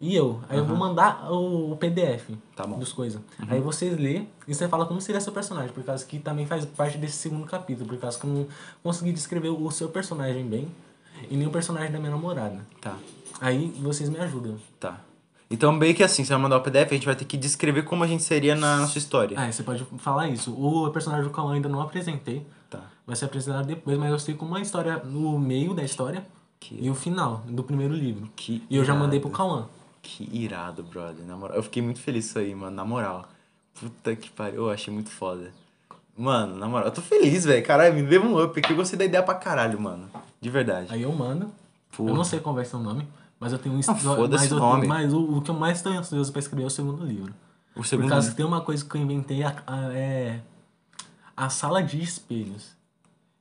e eu. Aí eu vou mandar o, o PDF
Tá bom.
dos coisas. Aí vocês lê e você fala como seria seu personagem, por causa que também faz parte desse segundo capítulo, por causa que eu não consegui descrever o seu personagem bem e nem o personagem da minha namorada.
Tá,
Aí vocês me ajudam.
tá. Então, meio que assim, você vai mandar o PDF, a gente vai ter que descrever como a gente seria na nossa história.
Ah, você pode falar isso. O personagem do Cauã ainda não apresentei.
Tá.
Vai ser apresentado depois, mas eu sei como é a história, no meio da história
Que-
e o final do primeiro livro.
Que
e eu já mandei pro
irado.
Cauã.
Que irado, brother. Na moral, eu fiquei muito feliz com isso aí, mano. Na moral. Puta que pariu. Eu achei muito foda. Mano, na moral, eu tô feliz, velho. Caralho, me deu um up aqui. Eu gostei da ideia pra caralho, mano. De verdade.
Aí eu mando.
Porra.
Eu não sei qual vai ser o nome, mas eu tenho um
Ah, foda-se
mas, eu
o
tenho-
nome.
mas o, o que eu mais estou ansioso pra escrever é o segundo livro.
o
Por
segundo.
causa que tem uma coisa que eu inventei, a- a- é a sala de espelhos.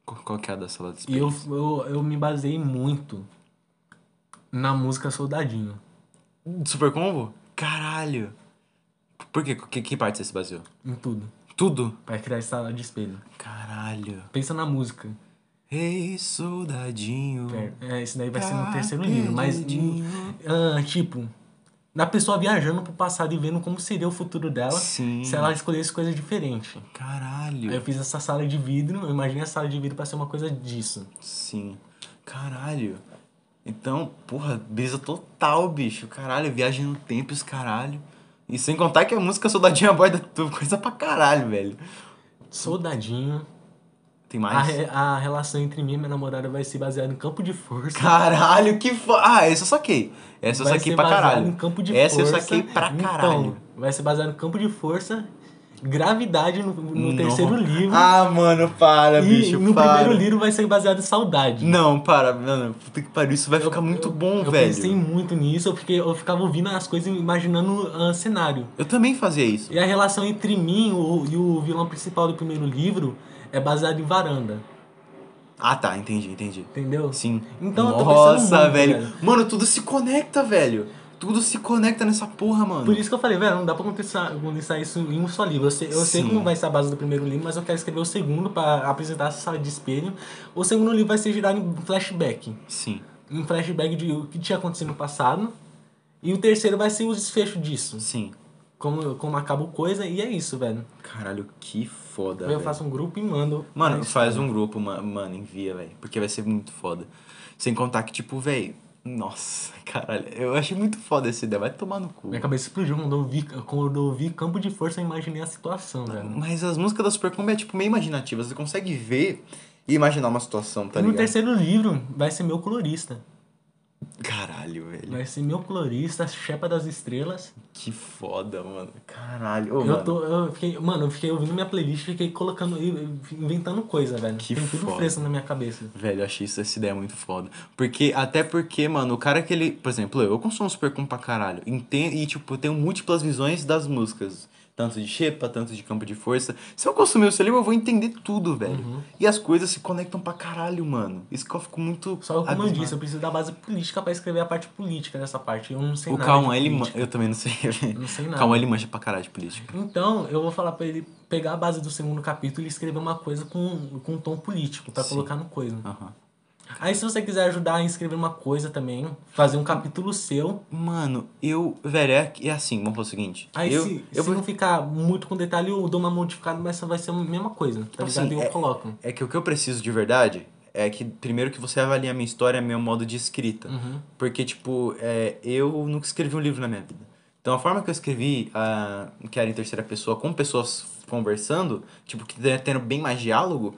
Qual- Qual que é a da sala de
E eu,
espelhos?
eu, eu me baseei muito na música Soldadinho.
Super combo? Caralho. Por quê? Que, que parte você se baseou?
Em tudo.
Tudo?
Pra criar essa sala de espelho.
Caralho.
Pensa na música.
Ei, soldadinho.
É, esse daí vai ser
Tá
no terceiro livro, mas. ah, tipo, da pessoa viajando pro passado e vendo como seria o futuro dela
Sim.
se ela escolhesse coisas diferentes.
Caralho.
Aí eu fiz essa sala de vidro, eu imaginei a sala de vidro pra ser uma coisa disso.
Sim. Caralho. Então, porra, brisa total, bicho. Caralho, viagem no tempo, e os caralho. E sem contar que a música Soldadinha aborda tudo, coisa pra caralho, velho.
Soldadinho.
Tem
A,
mais?
re- a relação entre mim e minha namorada vai ser baseada em campo de força.
Caralho, que fo... Ah, essa eu saquei. Essa eu
vai
saquei
ser
pra
baseado
caralho.
Em campo de
essa
força.
eu saquei pra
Então,
caralho.
vai ser baseado em campo de força, gravidade no, no
Não.
terceiro um livro.
Ah, mano, para,
e
bicho,
no
para.
primeiro livro vai ser baseado em saudade.
Não, para, mano. Puta que pariu, isso vai ficar muito bom,
Eu
velho.
pensei muito nisso, porque eu ficava ouvindo as coisas e imaginando ah, cenário.
Eu também fazia isso.
E a relação entre mim o- e o vilão principal do primeiro livro é baseada em varanda,
Ah, tá, entendi, entendi.
entendeu?
Sim.
Então eu tô
Nossa,
pensando muito,
velho.
velho.
Mano, tudo se conecta, velho. Tudo se conecta nessa porra, mano.
Por isso que eu falei, velho, não dá pra condensar, condensar isso em um só livro. Eu sei, eu sei
Sim.
como vai ser a base do primeiro livro, mas eu quero escrever o segundo pra apresentar essa sala de espelho. O segundo livro vai ser girado em flashback.
Sim,
Um flashback de o que tinha acontecido no passado. E o terceiro vai ser o desfecho disso.
sim.
Como, como acaba o coisa, e é isso, velho.
Caralho, que foda,
Aí eu
velho.
faço um grupo e mando.
Tá Mano,
Mas-
faz um grupo, ma- mano, envia, velho. Porque vai ser muito foda. Sem contar que, tipo, velho. Nossa, caralho. Eu achei muito foda essa ideia. Vai tomar no cu.
Minha cabeça explodiu quando eu vi, quando eu vi campo de força, eu imaginei a situação, velho.
Mas as músicas da Supercombi é, tipo, meio imaginativas. Você consegue ver e imaginar uma situação, tá
e no
ligado?
terceiro livro vai ser meu colorista.
Caralho, velho.
Vai ser meu colorista, Chepa das Estrelas.
Que foda, mano. Caralho. Ô,
Eu
mano.
tô, eu fiquei, mano, eu fiquei ouvindo minha playlist, fiquei colocando, inventando coisa, velho.
Que
Tem tudo
foda.
fresco na minha cabeça.
Velho, eu achei isso, essa ideia muito foda. Porque, até porque, mano, o cara que ele. Por exemplo, eu, eu consumo super com pra caralho. Enten- e, tipo, eu tenho múltiplas visões das músicas. Tanto de Xepa, tanto de Campo de Força. Se eu consumir o seu livro, eu vou entender tudo, velho.
Uhum.
E as coisas se conectam pra caralho, mano. Isso que eu fico muito.
Só como eu
abismado.
disse, eu preciso da base política pra escrever a parte política dessa parte. Eu não sei
O
nada. de
Cauã, ele. man-
política.
Eu também não sei.
Não sei
O
nada.
Cauã, ele manja pra caralho de política.
Então, eu vou falar pra ele pegar a base do segundo capítulo e escrever uma coisa com, com um tom político, pra colocar no coisa.
Aham.
Aí se você quiser ajudar a escrever uma coisa também, fazer um capítulo seu.
Mano, eu. Velho, é, é assim, vamos fazer o seguinte.
Aí
eu,
se,
eu
se
vou-
não ficar muito com detalhe, eu dou uma modificada, mas só vai ser a mesma coisa, tá
Assim,
ligado? E eu
é-
coloco.
É que o que eu preciso de verdade é que primeiro que você avalie a minha história, meu modo de escrita.
Uhum.
Porque, tipo, é, eu nunca escrevi um livro na minha vida. Então a forma que eu escrevi, ah, que era em terceira pessoa, com pessoas conversando, tipo, que tenha- tendo bem mais diálogo,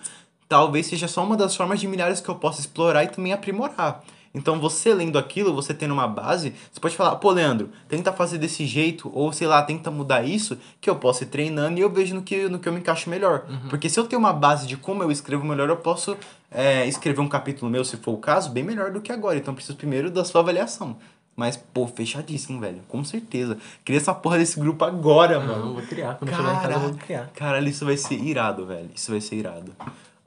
talvez seja só uma das formas de milhares que eu possa explorar e também aprimorar. Então você lendo aquilo, você tendo uma base, você pode falar, pô, Leandro, tenta fazer desse jeito, ou sei lá, tenta mudar isso, que eu posso ir treinando e eu vejo no que, no que eu me encaixo melhor.
Uhum.
Porque se eu tenho uma base de como eu escrevo melhor, eu posso é, escrever um capítulo meu, se for o caso, bem melhor do que agora. Então eu preciso primeiro da sua avaliação. Mas, pô, fechadíssimo, velho. Com certeza. Cria essa porra desse grupo agora,
Não,
mano.
eu vou criar. Quando chegar em casa, eu vou
Tá Caraca,
criar.
caralho, isso vai ser irado, velho. Isso vai ser irado.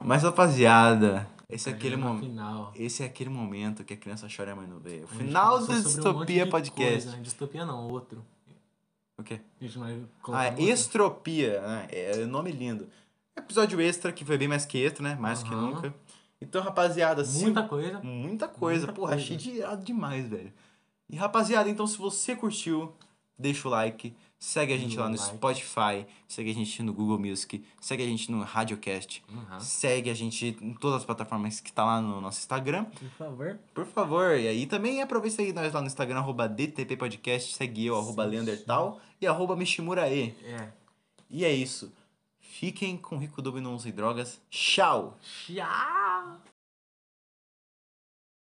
Mas, rapaziada, esse é aquele
Chega na
momento.
Uhum. Final.
Esse é aquele momento que a criança chora e a mãe não vê. O
A gente
final
conversou
do
sobre um monte
Distopia
de
Podcast.
coisa. Distopia não, outro.
O quê?
A gente vai colocar
Ah,
outro.
Estropia, né? É nome lindo. Episódio extra, que foi bem mais que extra, né? Mais que
Aham.
nunca. Então, rapaziada, sim.
Muita coisa.
Muita coisa,
Muita
porra,
coisa.
achei de irado demais, velho. E rapaziada, então se você curtiu, deixa o like, segue a gente lá no
Like.
Spotify, segue a gente no Google Music, segue a gente no Radiocast,
Uhum.
segue a gente em todas as plataformas que tá lá no nosso Instagram.
Por favor.
Por favor, e aí também aproveita aí nós lá no Instagram, arroba DTP Podcast, segue eu, arroba
Sim,
Leandertal e arroba Mishimurae.
É.
E é isso. Fiquem com Rico Dobe não usem drogas. Tchau!
Tchau!